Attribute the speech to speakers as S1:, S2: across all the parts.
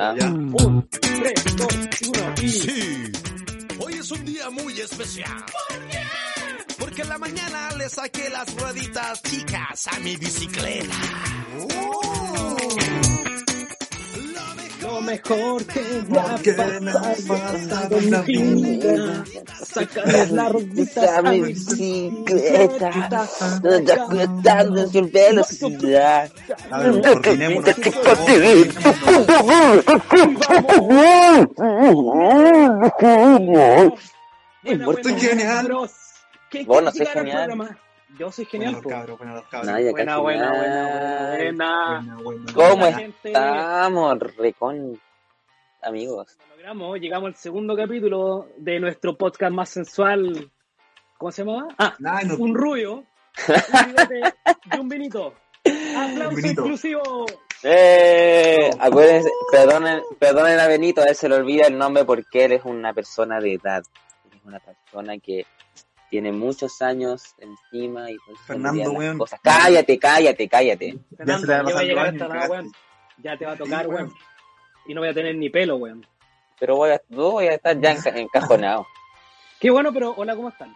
S1: Ya. Un, tres, dos, uno y...
S2: Sí, hoy es un día muy especial. Porque en la mañana le saqué las rueditas chicas a mi bicicleta.
S1: Oh. Lo
S2: Lo mejor
S1: mejor que me ha pasado en mi vida. Sacarle la rodita a mi bicicleta.
S3: ya cuidando su velocidad.
S4: A ver, coordinémonos.
S3: Qué posible.
S1: Buena,
S3: muerto
S1: buena,
S4: genial.
S1: bros. ¿Quién
S3: Vos
S1: quiere
S3: no sois
S1: llegar al
S3: genial.
S1: programa? Yo soy
S4: Buenos
S1: genial. pues. po.
S4: cabros, buenos cabros.
S3: Nadie
S1: Buena,
S3: cacha
S1: buena,
S3: nada.
S1: buena, buena.
S4: Buena, buena.
S3: ¿Cómo
S1: Hola, gente.
S3: estamos, recon? Amigos.
S1: Logramos, llegamos al segundo capítulo de nuestro podcast más sensual. ¿Cómo se llamaba? Ah,
S4: Nah, no-
S1: un rubio, un bigote y un vinito. Aplauso
S4: Vinito.
S1: inclusivo.
S3: Eh, acuérdense, perdonen, perdonen a Benito, a él se le olvida el nombre porque él es una persona de edad. Es una persona que tiene muchos años encima y por eso
S4: Fernando,
S3: olvida las
S4: weón.
S3: cosas. Cállate, cállate, cállate.
S4: Ya se te va
S1: Fernando, ya va a
S4: pasando
S1: llegar
S4: años,
S1: hasta la
S4: cagaste.
S1: weón. Ya te va a tocar,
S4: Sí,
S1: weón.
S4: weón.
S1: Y no voy a tener ni pelo, weón.
S3: Pero voy a, yo voy a estar ya enca- encajonado.
S1: Qué bueno, pero hola, ¿cómo están?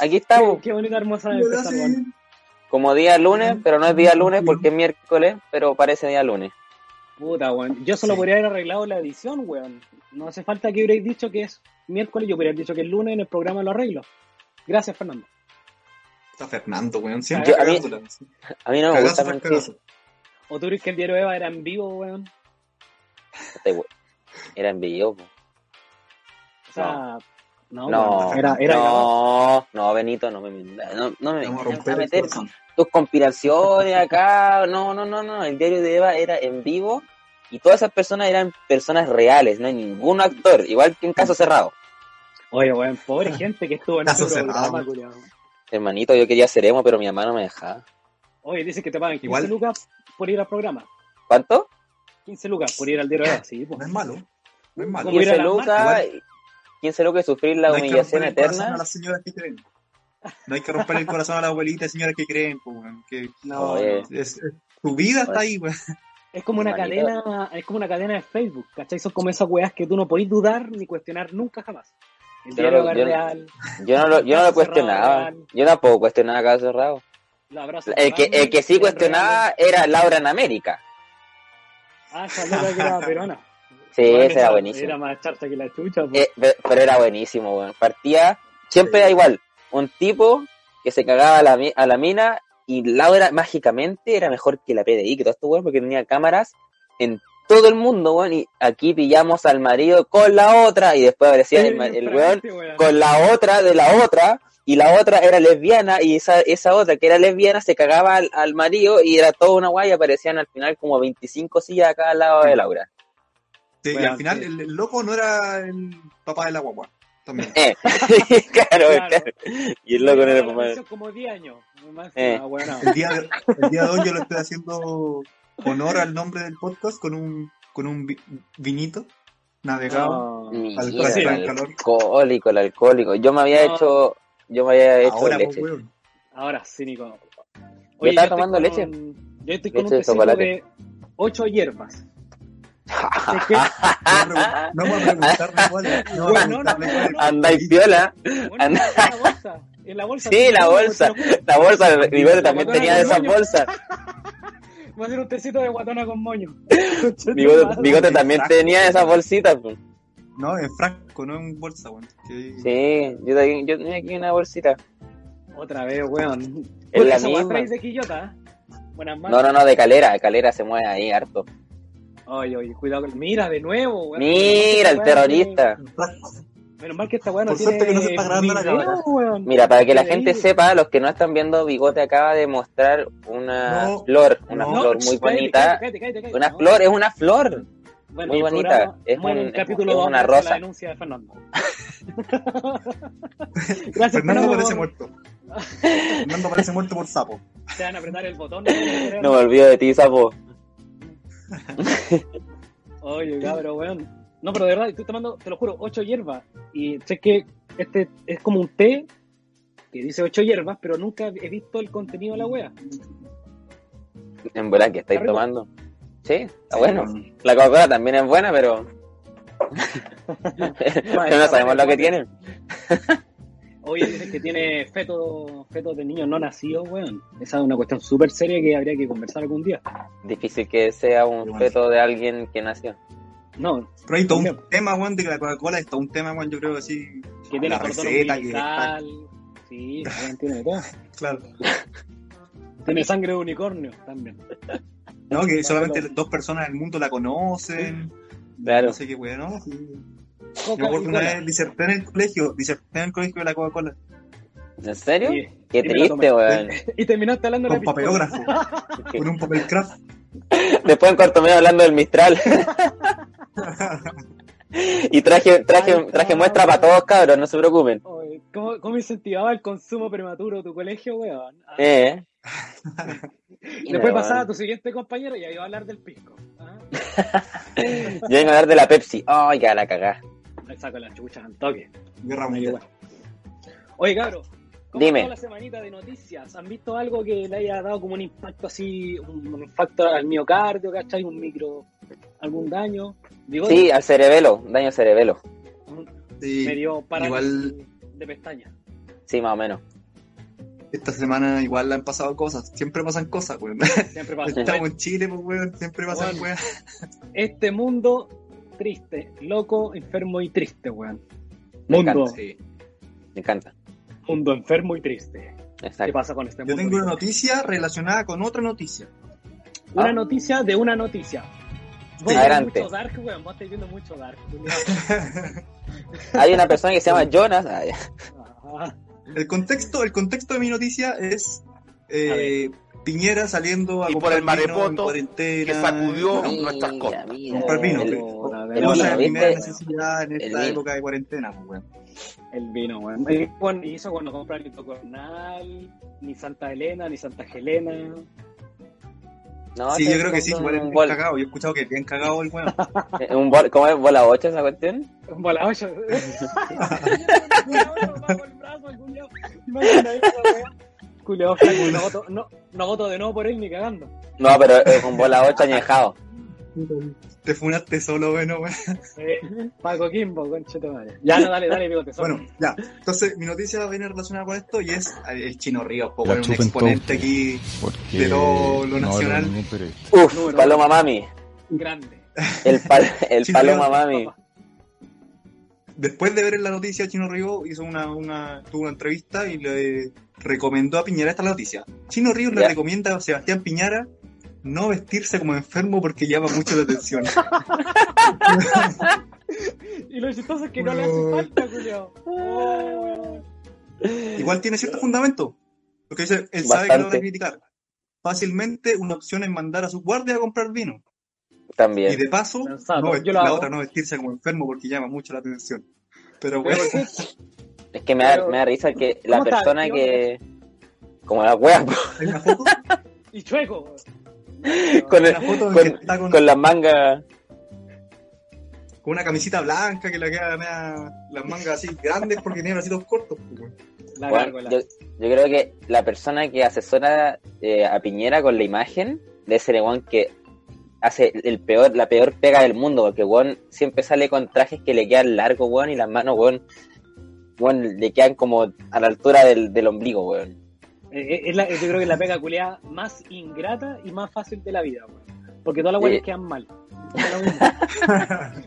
S3: Aquí estamos,
S1: Qué bonita, hermosa
S4: Yo
S1: empezar, weón.
S4: así-
S3: como día lunes, pero no es día lunes porque es miércoles, pero parece día lunes.
S1: Puta, weón. Yo solo
S4: Sí.
S1: podría haber arreglado la edición, weón. No hace falta que hubierais dicho que es miércoles, yo podría haber dicho que es lunes en el programa lo arreglo. Gracias, Fernando.
S4: Está Fernando, weón. Siempre
S3: Yo- a mí-
S4: cagándola.
S3: A mí no me gusta
S4: Cagazo tras
S3: mentir.
S4: cagazo.
S1: O tú crees que el diario Eva era en vivo, weón.
S3: Este Era envidioso.
S1: O sea, no,
S3: No,
S1: weón. era, era grabado.
S3: no, no, Benito, no me, no, no me
S4: Vamos a
S3: vengas a
S4: romper el
S3: meter
S4: corazón.
S3: tus conspiraciones acá. No, no, no, no. El diario de Eva era en vivo y todas esas personas eran personas reales, no hay ningún actor, igual que en caso cerrado.
S1: Oye, weón, pobre gente que estuvo en
S4: Caso
S1: este
S4: cerrado.
S1: programa, culiao.
S3: Hermanito, yo quería ser emo, pero mi mamá no me dejaba.
S1: Oye, dice que te pagan 15
S4: Igual.
S1: lucas por ir al programa.
S3: ¿Cuánto?
S1: 15 lucas por ir al diario Eva, sí, po.
S4: No es malo. No es malo.
S1: Como ir a
S3: 15
S1: la
S3: lucas.
S4: marca.
S3: y- 15 lucas y sufrir la
S4: No hay que
S3: humillación
S4: romper el corazón
S3: eterna.
S4: a las señoras que creen. No hay que romper el corazón a las abuelitas y señoras que creen, po, weón. Que
S1: No,
S3: Oye.
S1: no.
S4: es- es- tu vida
S3: Pues,
S4: está ahí, weón.
S1: Es como una
S3: Humanidad.
S1: cadena, es como una cadena de Facebook, ¿cachai? Son como esas weas que tú no podís dudar ni cuestionar nunca jamás. El
S3: Yo no
S1: diario
S3: lo-
S1: Eva
S3: yo no-
S1: real,
S3: Yo no lo, yo no
S1: Caso
S3: lo cuestionaba.
S1: cerrado,
S3: Yo tampoco cuestionaba caso cerrado.
S1: los abrazos
S3: El que,
S1: cerrados,
S3: el que sí
S1: real.
S3: cuestionaba era Laura en América.
S1: Ah, esa loca que era peruana.
S3: Sí,
S1: Bueno,
S3: ese era
S1: esa-
S3: buenísimo.
S1: Era más charcha que la chucha. pues. po.
S3: Eh, pe- pero era buenísimo, weón. Partía, siempre
S4: Sí.
S3: da igual, un tipo que se cagaba a la, mi- a la mina y Laura mágicamente era mejor que la PDI, que todo esto, weón, porque tenía cámaras en todo el mundo, weón. Y aquí pillamos al marido con la otra y después aparecía el, ma- el weón
S1: Fragante, Este weón.
S3: con la otra de la otra y la otra era lesbiana y esa, esa otra que era lesbiana se cagaba al, al marido y era toda una guay y aparecían al final como 25 sillas acá al lado de Laura.
S4: Sí, y
S1: Bueno,
S4: al final,
S1: sí.
S4: el, el loco no era el papá de la guagua. También.
S3: Eh, claro,
S1: Claro.
S3: claro. Y el loco no
S1: Era
S3: era
S1: la
S3: papá.
S1: versión como 10 años. más que
S3: Eh.
S1: nada, weón.
S4: El día, de, el día de hoy yo le estoy haciendo honor al nombre del podcast con un, con un vi- vinito navegado.
S1: No.
S3: Mira,
S4: Al
S1: sí,
S4: al
S3: el
S4: calor.
S3: alcohólico, el alcohólico. Yo me había
S1: No.
S3: hecho, yo me había hecho
S4: Ahora, pues,
S3: leche.
S4: weón.
S1: Ahora, cínico.
S3: estaba
S1: estoy
S3: tomando
S1: con-
S3: leche.
S1: Yo estoy con
S3: Leche
S1: un
S3: de
S1: tecito
S3: chocolate.
S1: de 8 hierbas. Sé que-
S4: No vamos a preguntarle cuál es. No,
S1: Bueno,
S4: vamos a preguntarle cuál es.
S3: Andáis piola.
S1: Bueno,
S3: Anda.
S1: en la bolsa. En la bolsa.
S3: Sí, la bolsa. La bolsa de Rivero también
S1: Guatona
S3: tenía de
S1: con
S3: esas
S1: moño.
S3: bolsas.
S1: Va a hacer un tecito de guatona con moño.
S3: Bigote, Bigote también
S4: Exacto.
S3: tenía de esas bolsitas. pues.
S4: No, en frasco, no en bolsa, weón. Que-
S3: Sí, yo, también- yo tenía aquí una bolsita.
S1: Otra vez, weón.
S3: Es la
S1: Esa weá
S3: misma.
S1: traes de Quillota, ¿eh? Buenas
S3: No,
S1: manos.
S3: no, no, de calera. de calera se mueve ahí harto.
S1: Oye, oye, cuidado. con- Mira, de nuevo, weón.
S3: Mira, el
S1: Esta weá
S3: terrorista.
S4: En frasco.
S1: tiene- Menos mal que esta weá no
S4: Por
S1: tiene.
S4: suerte que no se está grabando la
S1: video,
S4: cámara.
S1: weón.
S3: Mira, para que la
S1: Tiene
S3: gente
S1: video.
S3: sepa, los que no están viendo, Bigote acaba de mostrar una
S4: No,
S3: flor, una
S4: no,
S3: flor muy
S1: cállate,
S3: bonita.
S1: cállate, cállate, cállate,
S3: Una
S1: no.
S3: flor, es una flor.
S1: Bueno,
S3: muy
S1: el
S3: bonita.
S1: programa-
S3: Es
S1: bueno,
S3: un-
S1: el
S3: es-
S1: capítulo
S3: es
S1: dos
S3: una
S1: va a ser
S3: rosa.
S1: La denuncia de Fernando. Gracias,
S4: Fernando
S1: Fernando,
S4: parece
S1: por-
S4: muerto. Fernando parece muerto por sapo.
S1: Te van a apretar el botón.
S3: No me olvido de ti, sapo.
S1: Oye, cabrón, weón. No, pero de verdad, estoy tomando, te lo juro, ocho hierbas. Y sé que este es como un té que dice ocho hierbas, pero nunca he visto el contenido de la wea.
S3: En verdad que estáis
S1: Está rico.
S3: tomando. Sí, está Ah, bueno. La Coca-Cola también es buena, pero. pero no sabemos lo que tiene.
S1: Oye, dicen que tiene fetos feto de niños no nacidos, weón. Esa es una cuestión súper seria que habría que conversar algún día.
S3: Difícil que sea un
S4: Igual.
S3: feto de alguien que nació.
S1: No,
S4: Pero hay todo
S1: Bien.
S4: un tema, weón, de que la Coca-Cola es todo un tema, weón, yo creo que sí.
S1: que tiene
S4: La
S1: cordón
S4: receta, que-
S1: umbilical. Sí, weón, tiene de todo.
S4: Claro.
S1: Tiene sangre de unicornio también.
S4: No, que solamente dos personas del mundo la conocen.
S3: Claro.
S4: No sé qué, weón, ¿no? Sí. Yo
S1: Coca
S4: me
S1: y
S4: acuerdo una
S1: cola.
S4: vez diserté en el colegio, diserté en el colegio de la Coca-Cola,
S3: ¿En serio?
S1: Sí.
S3: Qué
S1: Y me la
S3: triste,
S1: tomé.
S3: weón.
S1: Y terminaste hablando de
S4: con
S1: la pistola.
S4: papelógrafo, con un papel craft.
S3: Después en cuarto medio hablando del Mistral. y traje, traje, traje muestra para todos, cabros, no se preocupen.
S1: Oye, ¿Cómo, ¿Cómo incentivaba el consumo prematuro tu colegio, weón? Ah,
S3: Eh.
S1: Después pasaba a tu siguiente compañero y ahí iba a hablar del pisco. Ah,
S3: Yo vengo a hablar de la Pepsi. Ay, ya la cagá.
S1: le saco las chuchas al toque.
S4: Guerra
S1: Ahí
S4: mundial.
S1: igual. Oye, cabro, ¿cómo
S3: Dime.
S1: estuvo la semanita de noticias? ¿Han visto algo que le haya dado como un impacto así, un, un impacto al miocardio, cachai? ¿Un micro, algún daño? Digo,
S3: Sí, al cerebelo, daño cerebelo.
S4: Sí,
S1: me dio parálisis
S4: igual-
S1: de pestaña.
S3: Sí, más o menos.
S4: esta semana igual han pasado cosas, siempre pasan cosas, weón.
S1: Siempre pasa.
S4: Estamos en Chile, pues, weón, siempre pasan weón.
S1: Weón. Este mundo triste, loco, enfermo y triste, weón.
S3: Me
S1: Mundo,
S3: encanta.
S4: Sí.
S3: Me encanta.
S1: mundo enfermo y triste. ¿Qué
S3: Exacto.
S1: pasa con este
S4: Yo
S1: mundo?
S4: tengo una
S1: Nico?
S4: noticia relacionada con otra noticia.
S1: Una
S3: Ah.
S1: noticia de una noticia. Vos ves
S3: Adelante.
S1: mucho Dark, weón. Vos estás viendo mucho Dark. weón.
S3: Hay una persona que se llama Jonas. Ah, ya.
S1: Ah,
S4: El contexto, el contexto de mi noticia es eh, Piñera saliendo a
S2: Y
S4: comprar
S2: por el
S4: vino en
S2: maremoto
S4: cuarentena,
S2: que sacudió
S4: bueno,
S2: nuestras cosas.
S3: Mira,
S4: comprar vino,
S3: el-
S4: que-
S1: la
S4: que
S3: el
S4: no
S3: vino,
S4: es la
S3: ¿viste?
S4: primera necesidad en esta
S3: vino.
S4: época de cuarentena, pues, weón.
S1: El vino, weón. Y bueno, y eso cuando compran ni Tocornal, ni Santa Elena, ni Santa Helena.
S3: No,
S4: sí,
S3: se
S4: yo creo que sí,
S3: compra
S4: igual es
S3: un
S4: bien
S3: bol,
S4: cagado. Yo he escuchado que es bien cagado el weón.
S3: eh, un bol- ¿Cómo es bola 8 esa cuestión?
S1: Bola ocho. Culeado flaco, no voto, no, no voto de nuevo por él ni cagando.
S3: No, pero es un bola 8 añejado.
S4: Te funaste solo, weón, weón.
S1: Eh, Paco Kimbo, conchete madre. Ya, no, dale, dale, bigote.
S4: Bueno, ya. Entonces, mi noticia viene relacionada con esto y es el Chino Ríos, pues,
S5: La
S4: weón, un
S5: chupen
S4: exponente
S5: todos.
S4: aquí.
S5: Porque
S4: de lo- lo
S5: no
S4: nacional.
S5: hablo ningún periodista.
S3: Uf,
S1: Número
S3: Paloma Mami.
S1: grande.
S3: El, pal- el
S4: Sí,
S3: Paloma
S4: sí,
S3: Mami.
S1: papá.
S4: Después de ver en la noticia, Chino Ríos hizo una, una, tuvo una entrevista y le recomendó a Piñera esta noticia. Chino Ríos le
S3: Ya.
S4: recomienda a Sebastián Piñera no vestirse como enfermo porque llama mucho la atención.
S1: Y lo chistoso es que no le hace falta, culiao. Oh,
S4: Igual tiene cierto fundamento. Porque dice, él sabe que lo van
S3: Bastante.
S4: a criticar. Fácilmente una opción es mandar a su guardia a comprar vino. Y
S3: También.
S4: de paso,
S1: Sensato.
S4: no
S1: Yo
S4: vestir-
S1: lo
S4: la
S1: hago.
S4: otra no vestirse como enfermo porque llama mucho la atención. Pero
S1: Pero,
S4: bueno,
S1: ¿por qué?
S3: Es que me da,
S1: Pero-
S3: me da risa que la
S1: ¿Cómo está?
S3: persona
S1: ¿Qué
S3: que. Como la wea, po,
S4: hay una foto,
S1: Y chueco.
S3: con, el-
S4: una foto en
S3: con-
S4: que está con,
S3: con las mangas.
S4: con una camisita blanca que le queda media- las mangas así grandes porque tiene bracitos cortos. pues, weón.
S1: La
S3: Bueno,
S1: gárgola.
S3: yo, yo creo que la persona que asesora eh, a Piñera con la imagen de ese weón que hace el peor, la peor pega del mundo, porque weón siempre sale con trajes que le quedan largos, weón, y las manos, weón, weón, le quedan como a la altura del, del ombligo, weón.
S1: Eh, eh, es la- yo creo que es la pega culeada más ingrata y más fácil de la vida, weón. Porque todas las weas
S3: Sí.
S1: quedan mal. Da lo mismo.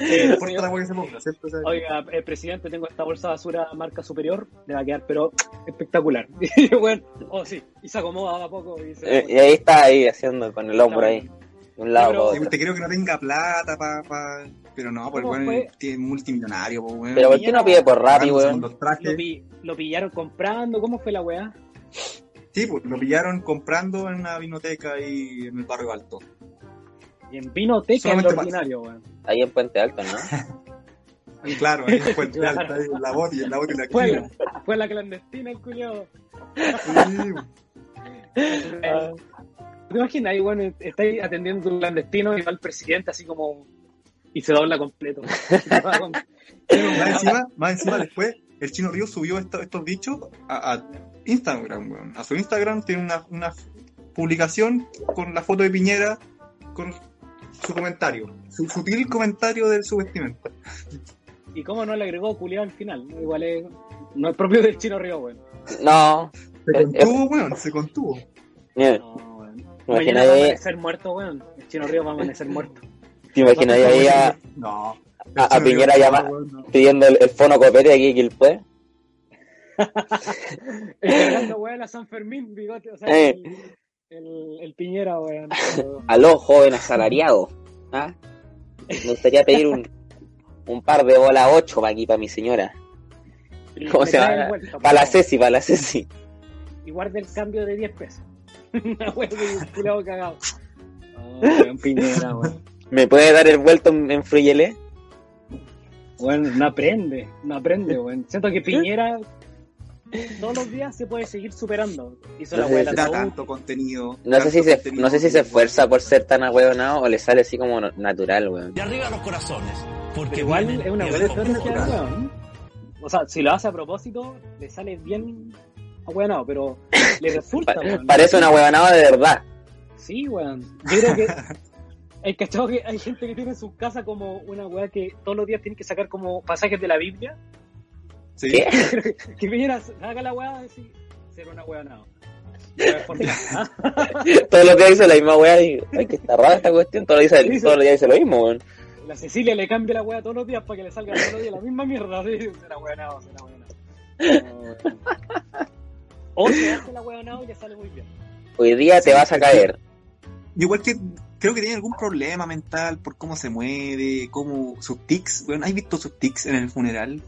S1: Eh,
S4: No importa la
S1: señor-
S4: weá que se ponga, ¿cierto? O sea,
S1: Oiga, eh, presidente, tengo esta bolsa de basura marca superior, le va a quedar, pero espectacular. Y bueno, oh sí, y se acomoda a poco. Y se
S3: Eh, y ahí está, ahí, haciendo con el hombro ahí, de un lado
S1: Pero-
S3: para
S4: sí, pues,
S3: otro.
S4: te creo que no tenga plata pa, pa- pero no, pues
S1: ¿Cómo
S4: bueno,
S1: fue?
S4: tiene multimillonario, pues weón.
S3: Pero ¿por qué no pide por Rappi,
S4: Pagándose con
S3: weón?
S4: los trajes.
S1: Lo, pi- lo pillaron comprando, ¿cómo fue la weá?
S4: Sí, pues lo pillaron comprando en una vinoteca y en el barrio alto.
S1: Y en vinoteca en lo
S4: Solamente pa-
S1: ordinario, weón.
S3: Ahí en Puente Alto, ¿no?
S4: Y Claro, ahí en Puente
S1: Claro.
S4: Alto, ahí en la boti, en la boti de la
S1: Fue,
S4: esquina.
S1: la- fue la clandestina el culiado.
S4: Sí,
S3: Eh.
S1: ¿Te imaginas ahí, bueno, estáis atendiendo un clandestino y va el presidente así como... Y se dobla completo. Se dobla con-
S4: Más encima, más encima después, el Chino Río subió esto- estos dichos a, a Instagram, weón. A su Instagram tiene una, una publicación con la foto de Piñera, con su comentario, su sutil comentario de su vestimenta.
S1: ¿Y cómo no le agregó culiado al final? No, Igual es. No es propio del chino Río, weón.
S3: No.
S4: Se
S3: Eh,
S4: contuvo, weón, se contuvo.
S3: eh,
S1: No, weón.
S3: ¿Te
S1: Mañana va a
S3: imaginas
S1: amanecer muerto, weón. El chino Río va a amanecer muerto.
S3: te imaginas ahí a,
S4: No.
S3: a- a Piñera llama-
S4: weón, no.
S3: pidiendo el, el fono copete aquí, Quilpue?
S1: Encargando, weón, a San Fermín, bigote. O sea,
S3: Eh.
S1: el, el, el Piñera, weón.
S3: Aló, joven asalariado. ¿Ah? Me gustaría pedir un, un par de bola 8 para aquí, para mi señora. ¿Cómo se llama? Para la Ceci, para la Ceci.
S1: Y guarda el cambio de 10 pesos. Una weón de un culiado cagado. Oh, weón, Piñera, weón.
S3: ¿Me puede dar el vuelto en, en Fruyelé?
S1: Weón, no aprende, no aprende, weón. Siento que Piñera todos los días se puede seguir superando. Hizo la
S3: No sé
S1: weá de
S4: Da
S1: la
S4: tanto contenido.
S3: No sé,
S4: tanto
S3: si se,
S4: contenido.
S3: no sé si se esfuerza por ser tan ahueonado o le sale así como no- natural, weón.
S2: De arriba los corazones. Porque
S1: Pero igual
S2: vienen
S1: es una
S2: el
S1: buena estrategia,
S2: conjunto.
S1: weón. O sea, si lo hace a propósito, le sale bien a no, pero le resulta,
S3: Pa-
S1: weón.
S3: Parece un ahueonado de verdad.
S1: Sí, weón. Yo creo que. El cachado que hay gente que tiene en su casa como una weá que todos los días tiene que sacar como pasajes de la Biblia.
S4: Sí.
S3: ¿Qué?
S1: Que Piñera haga la weá y decir, ser una weá no. Ya, por- ¿Ah?
S3: Todo lo que dice la misma weá. y, Ay, que está rara esta cuestión. Todo lo dice,
S1: Sí, sí.
S3: todo lo dice lo mismo, weón.
S1: La Cecilia le cambia la weá todos los días para que le salga todos los días la misma mierda. ¿sí? Será hueonado, será hueonado. No, weón. O se hace la hueonado y le sale muy bien.
S3: Hoy día te
S4: Sí,
S3: vas a
S4: sí.
S3: caer.
S4: Y Igual que creo que tiene algún problema mental por cómo se mueve, cómo sus tics. Bueno, ¿has visto sus tics en el funeral?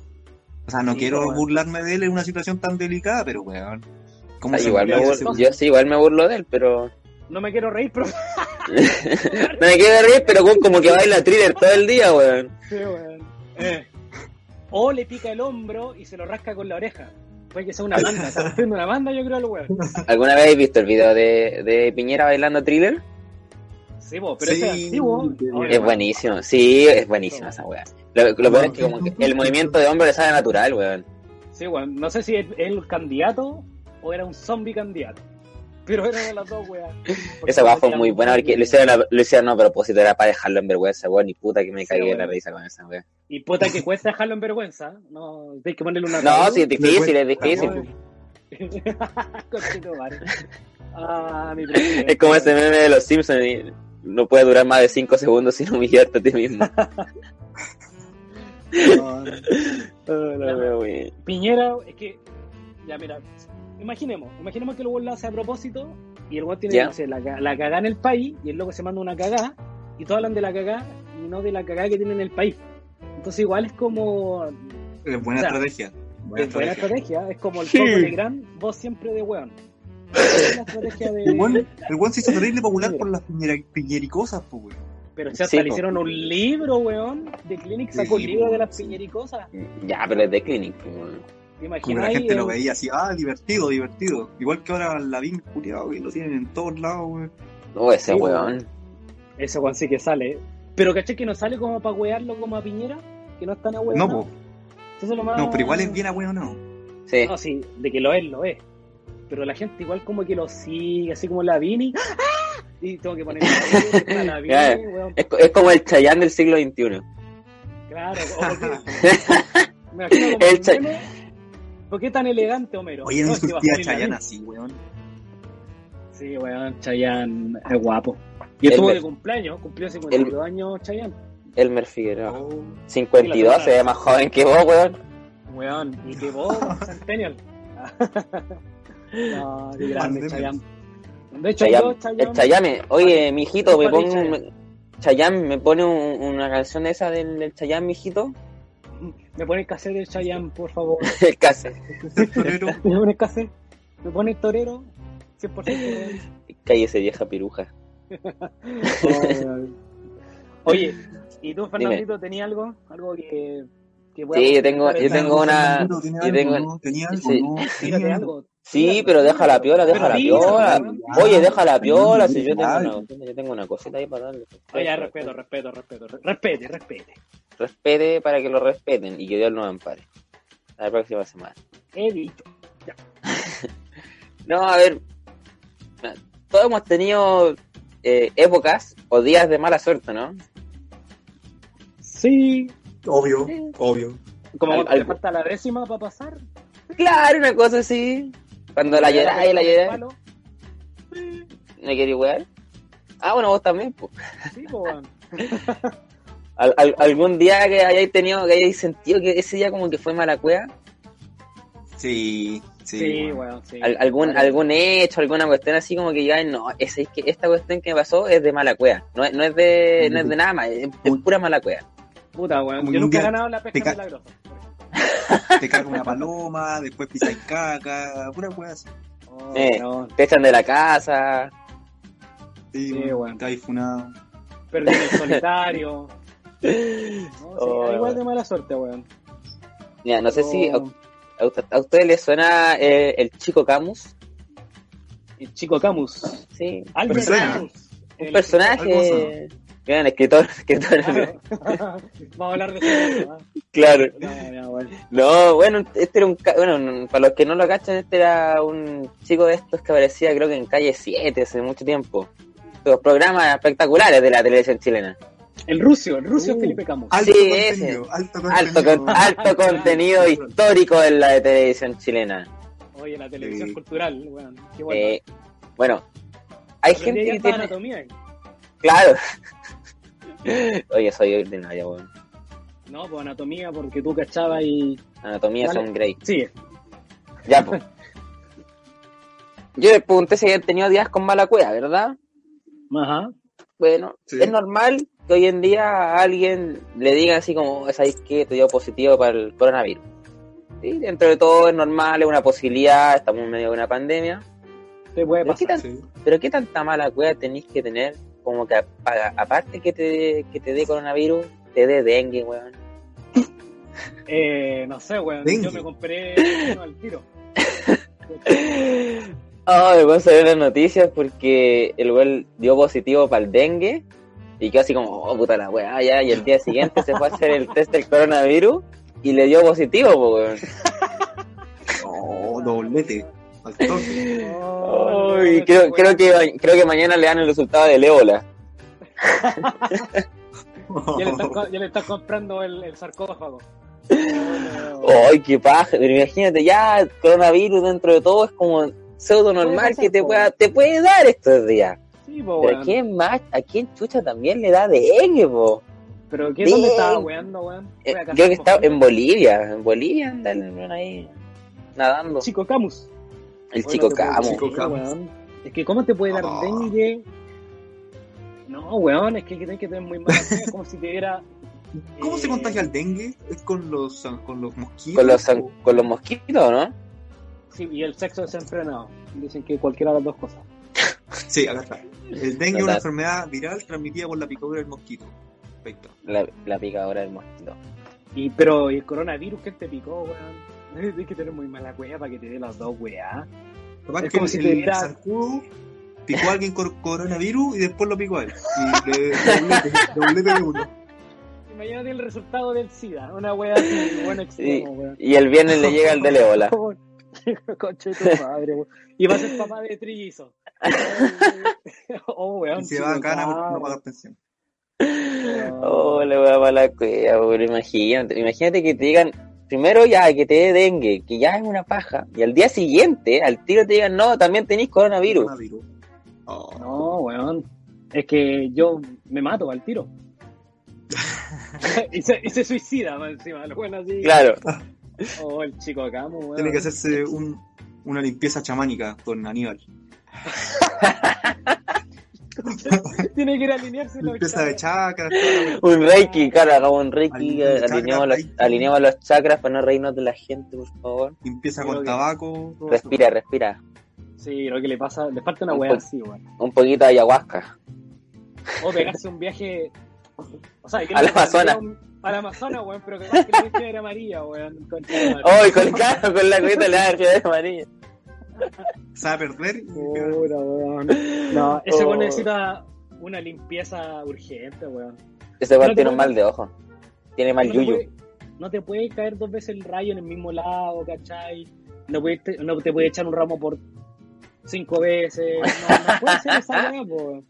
S4: O sea, no
S1: Sí,
S4: quiero
S1: weón.
S4: burlarme de él en una situación tan delicada, pero weón. ¿Cómo
S3: Ah, igual me
S4: mueve ese
S1: olvida bur-
S3: burlo,
S4: weón?
S1: entonces?
S3: yo sí, igual me burlo de él, pero.
S1: No me quiero reír, pero.
S3: No me quiero reír, pero weón, como que baila thriller todo el día, weón.
S1: Sí, weón. Eh. O le pica el hombro y se lo rasca con la oreja. Puede que sea una banda, está haciendo una banda, yo creo, el weón.
S3: ¿Alguna vez habéis visto el video de, de Piñera bailando thriller?
S1: Sí, vos, pero
S4: Sí,
S1: ese es antiguo.
S4: sí,
S1: Ahora,
S3: Es buenísimo. Sí, es buenísima esa weá. Lo, lo peor es que como que el movimiento de hombro le sale natural, weón.
S1: Sí, weón. No sé si es el candidato o era un zombie candidato. Pero era de las dos, weón.
S3: Esa weá fue muy buena porque lo hicieron, a, lo hicieron a propósito, era para dejarlo en vergüenza, weón. Y puta que me
S1: Sí,
S3: cagué de la
S1: weón.
S3: risa con esa weá.
S1: Y puta que cuesta dejarlo en vergüenza. No, hay que ponerle una.
S3: No,
S1: tabú.
S3: sí, es difícil, es difícil.
S1: Weón. Conchito, madre. Ah, mi presidente.
S3: Es como ese meme de los Simpsons y no puede durar más de 5 segundos sin humillarte a ti mismo.
S1: la wea, Piñera, es que, ya mira, imaginemos, imaginemos que el weón lo hace a propósito y el weón tiene
S3: Ya.
S1: no sé, la, ca- la cagá en el país y el loco se manda una cagá y todos hablan de la cagá y no de la cagá que tiene en el país. Entonces igual es como
S4: Es buena
S1: O sea,
S4: estrategia. Buena
S1: es buena
S4: estrategia.
S1: estrategia, es como el
S3: Sí.
S1: foco de gran, vos siempre de weón. Es una estrategia
S4: El weón,
S1: de...
S4: el weón se hizo terrible popular
S1: Mira.
S4: por las piñera- piñericosas, pues, weón.
S1: Pero si hasta
S3: Sí,
S1: le
S3: po.
S1: hicieron un libro, weón, de Clinic sacó
S4: Sí,
S1: un libro
S4: po.
S1: de las piñericosas.
S3: Ya, pero es de Clinic. pues, weón.
S1: ¿Te
S4: Como que
S1: imaginas?
S4: la gente lo
S1: El-
S4: veía así, ah, divertido, divertido. Igual que ahora la BIM, culiado, que lo tienen en todos lados, weón.
S3: No, ese
S1: Sí,
S3: weón.
S1: Ese Juan sí que sale. Pero caché que no sale como para huearlo como a Piñera, que no están a
S4: No, po. no, pero igual es bien abuelo,
S3: Sí.
S1: No, sí, de que lo es, lo es. Pero la gente igual como que lo sigue, así como la Vini. ¡Ah! Y tengo que poner a la Vini,
S3: Ya,
S1: weón.
S3: Es, co- es como el Chayanne del siglo XXI.
S1: Claro, o porque... Me imagino como
S3: El
S1: el
S3: Chay-
S1: meme, ¿Por qué tan elegante, Homero?
S4: Oye, no
S1: es que
S4: surtía
S1: bajó la
S4: Chayanne
S1: Vini.
S4: así, weón.
S1: Sí, weón, Chayanne es guapo. Y
S3: El
S1: estuvo
S3: me-
S1: de cumpleaños, cumplió 52 años Chayanne.
S3: Elmer Figueroa.
S4: Oh.
S3: 52, se ve más joven que vos, weón.
S1: Weón, y que vos, Centennial. no, qué grande,
S4: Pandemia.
S1: Chayanne. De hecho,
S3: Chayanne.
S1: yo,
S3: El
S1: Chayanne,
S3: Chayanne. Oye, mijito, me
S1: Compadre
S3: pone un... Chayanne, ¿me pone un- una canción esa del, del Chayanne, mijito?
S1: me pones cassette del Chayanne, por favor.
S3: El cassette.
S4: El torero,
S1: Me pones cassette, me pones torero, 100%.
S3: Cállese, vieja piruja.
S1: weón. Oye, ¿y tú, Fernandito, tenías algo? Algo que... que pueda
S3: Sí, yo tengo- yo
S1: comentar?
S3: tengo una-
S4: Fernando, ¿tiene
S3: yo
S4: algo,
S3: tengo-
S4: no? Tenía algo,
S3: sí.
S4: no, tenía
S1: Tírate
S4: algo.
S1: algo.
S3: Sí, pero deja la piola, deja la
S1: Pero tírala,
S3: piola.
S1: weón.
S3: Oye, deja la piola, si yo tengo
S4: Ay.
S3: una, yo tengo una cosita ahí para darle.
S1: Oye, respeto, respeto, respeto. re- Respete, respete.
S3: Respete para que lo respeten y que Dios nos ampare. A la próxima semana.
S1: He dicho.
S3: No, a ver. Todos hemos tenido eh, épocas o días de mala suerte, ¿no?
S1: Sí,
S4: Obvio, obvio.
S1: como
S3: Al-
S1: cuando te
S3: algo.
S1: falta la décima para pasar.
S3: Claro, una cosa así. Cuando la lloráis, la lloráis.
S1: Palo.
S3: ¿Me queréis wear? Ah, bueno, vos también, pues.
S1: Sí, po, weón.
S3: Al- al- algún día que hayáis tenido, que hayáis sentido que ese día como que fue mala cueva,
S4: Sí, sí.
S1: Sí,
S4: bueno.
S1: weón, sí.
S3: Al- algún,
S1: Vale.
S3: algún hecho, alguna cuestión así como que digáis, no, es, es que esta cuestión que me pasó es de mala cueva, no, es- no, es, de, no es de nada más, es, es pura mala cueva.
S1: Puta, weón.
S4: Como
S1: Yo
S4: un
S1: nunca he
S4: día
S1: ganado la
S4: te
S1: pesca
S4: ca-
S1: milagrosa. por ejemplo.
S4: Te caga una paloma, después pisas caca, pura weas.
S1: Oh,
S3: Eh.
S1: no.
S3: Te echan de la casa,
S4: Sí,
S1: Sí,
S4: bueno,
S1: bueno.
S4: Está ahí funado.
S1: Perdí en el solitario. No, sí,
S3: Oh,
S1: igual
S3: weón.
S1: de mala suerte, weón. Oh,
S3: Mira, no sé si a,
S1: Pero-
S3: a usted- a ustedes les suena eh, el chico Camus,
S1: El chico Camus.
S3: ¿sí?
S1: Albert
S4: suena.
S1: Camus.
S3: Un
S1: El-
S4: algo
S3: personaje,
S4: suena.
S3: gran escritor, escritor,
S1: Claro. Vamos a hablar de eso. ¿no?
S3: claro.
S1: No, no, weón.
S3: No, bueno, este era un. ca- Bueno, n- para los que no lo cachan, este era un chico de estos que aparecía, creo que en calle 7 hace mucho tiempo. Los programas espectaculares de la televisión chilena.
S1: El rucio, el rucio
S4: Uh.
S1: Felipe Camus.
S4: Alto
S3: Sí,
S4: contenido, alto contenido.
S3: Alto, con- alto contenido histórico en la de televisión chilena.
S1: Oye, la televisión
S4: Sí.
S1: cultural, weón. Qué bueno.
S3: Eh, bueno, hay
S1: Aprendí
S3: gente
S1: ahí
S3: que
S1: harta
S3: tiene.
S1: anatomía.
S3: Claro. Oye, soy ordinaria, weón.
S1: No, pues anatomía, porque tú cachabas y.
S3: Anatomía
S1: Vale.
S3: son Grey.
S1: Sí,
S3: Ya, pues. Yo pues, les pregunté si habían tenido días con mala cueva, ¿verdad?
S1: ajá.
S3: bueno,
S4: Sí.
S3: es normal que hoy en día a alguien le diga así como, ¿sabes qué? Te dio positivo para el coronavirus. Sí, dentro de todo es normal, es una posibilidad, estamos en medio de una pandemia.
S1: Te puede
S3: Pero qué,
S1: pasar.
S3: tan-
S4: Sí.
S3: pero qué tanta mala cueva tenéis que tener como que apaga- aparte que te, que te dé coronavirus, te dé dengue, weón.
S1: Eh, no sé, weón.
S4: Dengue.
S1: Yo me compré uno al tiro.
S3: Ah, después salió en las noticias porque el weón dio positivo para el dengue y quedó así como, oh puta la weá, ya. Y el día siguiente se fue a hacer el test del coronavirus y le dio positivo, po, weón.
S4: Oh, doblete. Al toque.
S1: Oh,
S3: Ay,
S1: no,
S3: creo,
S1: weón.
S3: creo, que, ma- creo que mañana le dan el resultado del ébola.
S1: Ya le estás co- ya le estás comprando el, el sarcófago. No, no.
S3: Ay, qué paja. Pero imagínate, ya el coronavirus dentro de todo es como pseudo normal
S1: pasar,
S3: que te
S1: po.
S3: pueda, te puede dar estos días.
S1: Sí, po,
S3: Pero
S1: weón.
S3: ¿a quién más? ¿A quién chucha también le da dengue, po?
S1: ¿Pero qué? ¿Dónde
S3: Bien.
S1: estaba weando, weón?
S3: Eh,
S1: Voy a
S3: creo que
S1: cazar
S3: está
S1: por-
S3: en Bolivia. En Bolivia anda el weón ahí nadando.
S1: Chico Camus.
S3: El
S1: Oye,
S3: chico
S1: no te puedo
S3: Camo.
S1: creer,
S4: Chico Camus.
S1: weón. Es que, ¿cómo te puede dar
S4: Ah.
S1: dengue? No, weón, es que tenés que tener muy mala fe, como si te diera.
S4: ¿Cómo se
S1: eh,
S4: contagia el dengue? ¿Es con los, con los mosquitos?
S3: Con los,
S4: o-
S3: con los mosquitos, ¿no?
S1: Sí, y el sexo desenfrenado. Dicen que cualquiera de las dos cosas.
S4: Sí, acá está. El dengue es
S3: Verdad.
S4: una enfermedad viral transmitida por la picadura del mosquito. Ahí está.
S3: La, la picadora del mosquito.
S1: Y, pero, ¿y el coronavirus que te picó, weón? Tienes que tener muy mala wea para que te dé las dos weas.
S4: Capaz
S1: Es
S4: que
S1: como
S4: el,
S1: si te
S4: el
S1: diera-
S4: zancudo picó a alguien con coronavirus y después lo picó a él. Y le doblete, doblete de uno.
S1: Imagínate el resultado del SIDA. Una wea así, bueno, extremo, weón.
S3: Y el viernes le llega el del ébola.
S1: Conche tu madre, weón. Y va a ser papá de trillizo. oh, weón.
S4: Y se
S1: chico,
S4: va a cana por no
S1: cabrón.
S4: pagar pensión.
S3: Oh, le voy a dar la cueva, pobre, imagínate. Imagínate que te digan, primero ya, que te dé dengue, que ya es una paja. Y al día siguiente, al tiro te digan, no, también tenéis coronavirus.
S4: Coronavirus. Oh.
S1: No, weón. Es que yo me mato al tiro. y, se, y se suicida más encima. Lo bueno así.
S3: Claro,
S1: Oh, el chico acá, weón.
S4: Tiene que hacerse un, una limpieza chamánica con Aníbal.
S1: Tiene que ir a alinearse los
S4: Limpieza de
S1: chakras.
S4: chakras. toda la-
S3: un reiki, claro, hagamos un reiki,
S4: Alineamos
S3: alineamos
S4: los
S3: los,
S4: chakras, reiki.
S3: alineamos los chakras para no reírnos de la gente, por favor.
S4: Limpieza
S1: Creo
S4: con
S1: que-
S4: tabaco. todo eso.
S3: Respira, respira.
S1: Sí, lo que le pasa. Le falta una
S3: Un
S1: weá
S3: po-
S1: así, weón.
S3: Un poquito de ayahuasca.
S1: O pegarse un viaje. O sea, que
S3: A
S1: le
S3: la Amazonas.
S1: pondría un- A la Amazonas, weón. Pero capaz que la viste era amarilla, weón. Concha de madre.
S3: ¡Ay, con, claro, con la cuita le da de amarilla!
S4: Se va a perder. y-
S1: Pura, weón. No, ese weón
S3: Oh.
S1: necesita una limpieza urgente, weón.
S3: Ese
S1: No
S3: weón
S1: te
S3: tiene un
S1: puedes-
S3: mal de ojo. Tiene mal
S1: no, te
S3: yuyu.
S1: puede, no te puede caer dos veces el rayo en el mismo lado, ¿cachai? No, puede, te- no te puede echar un ramo por cinco veces. No, no puede ser esa weá, po.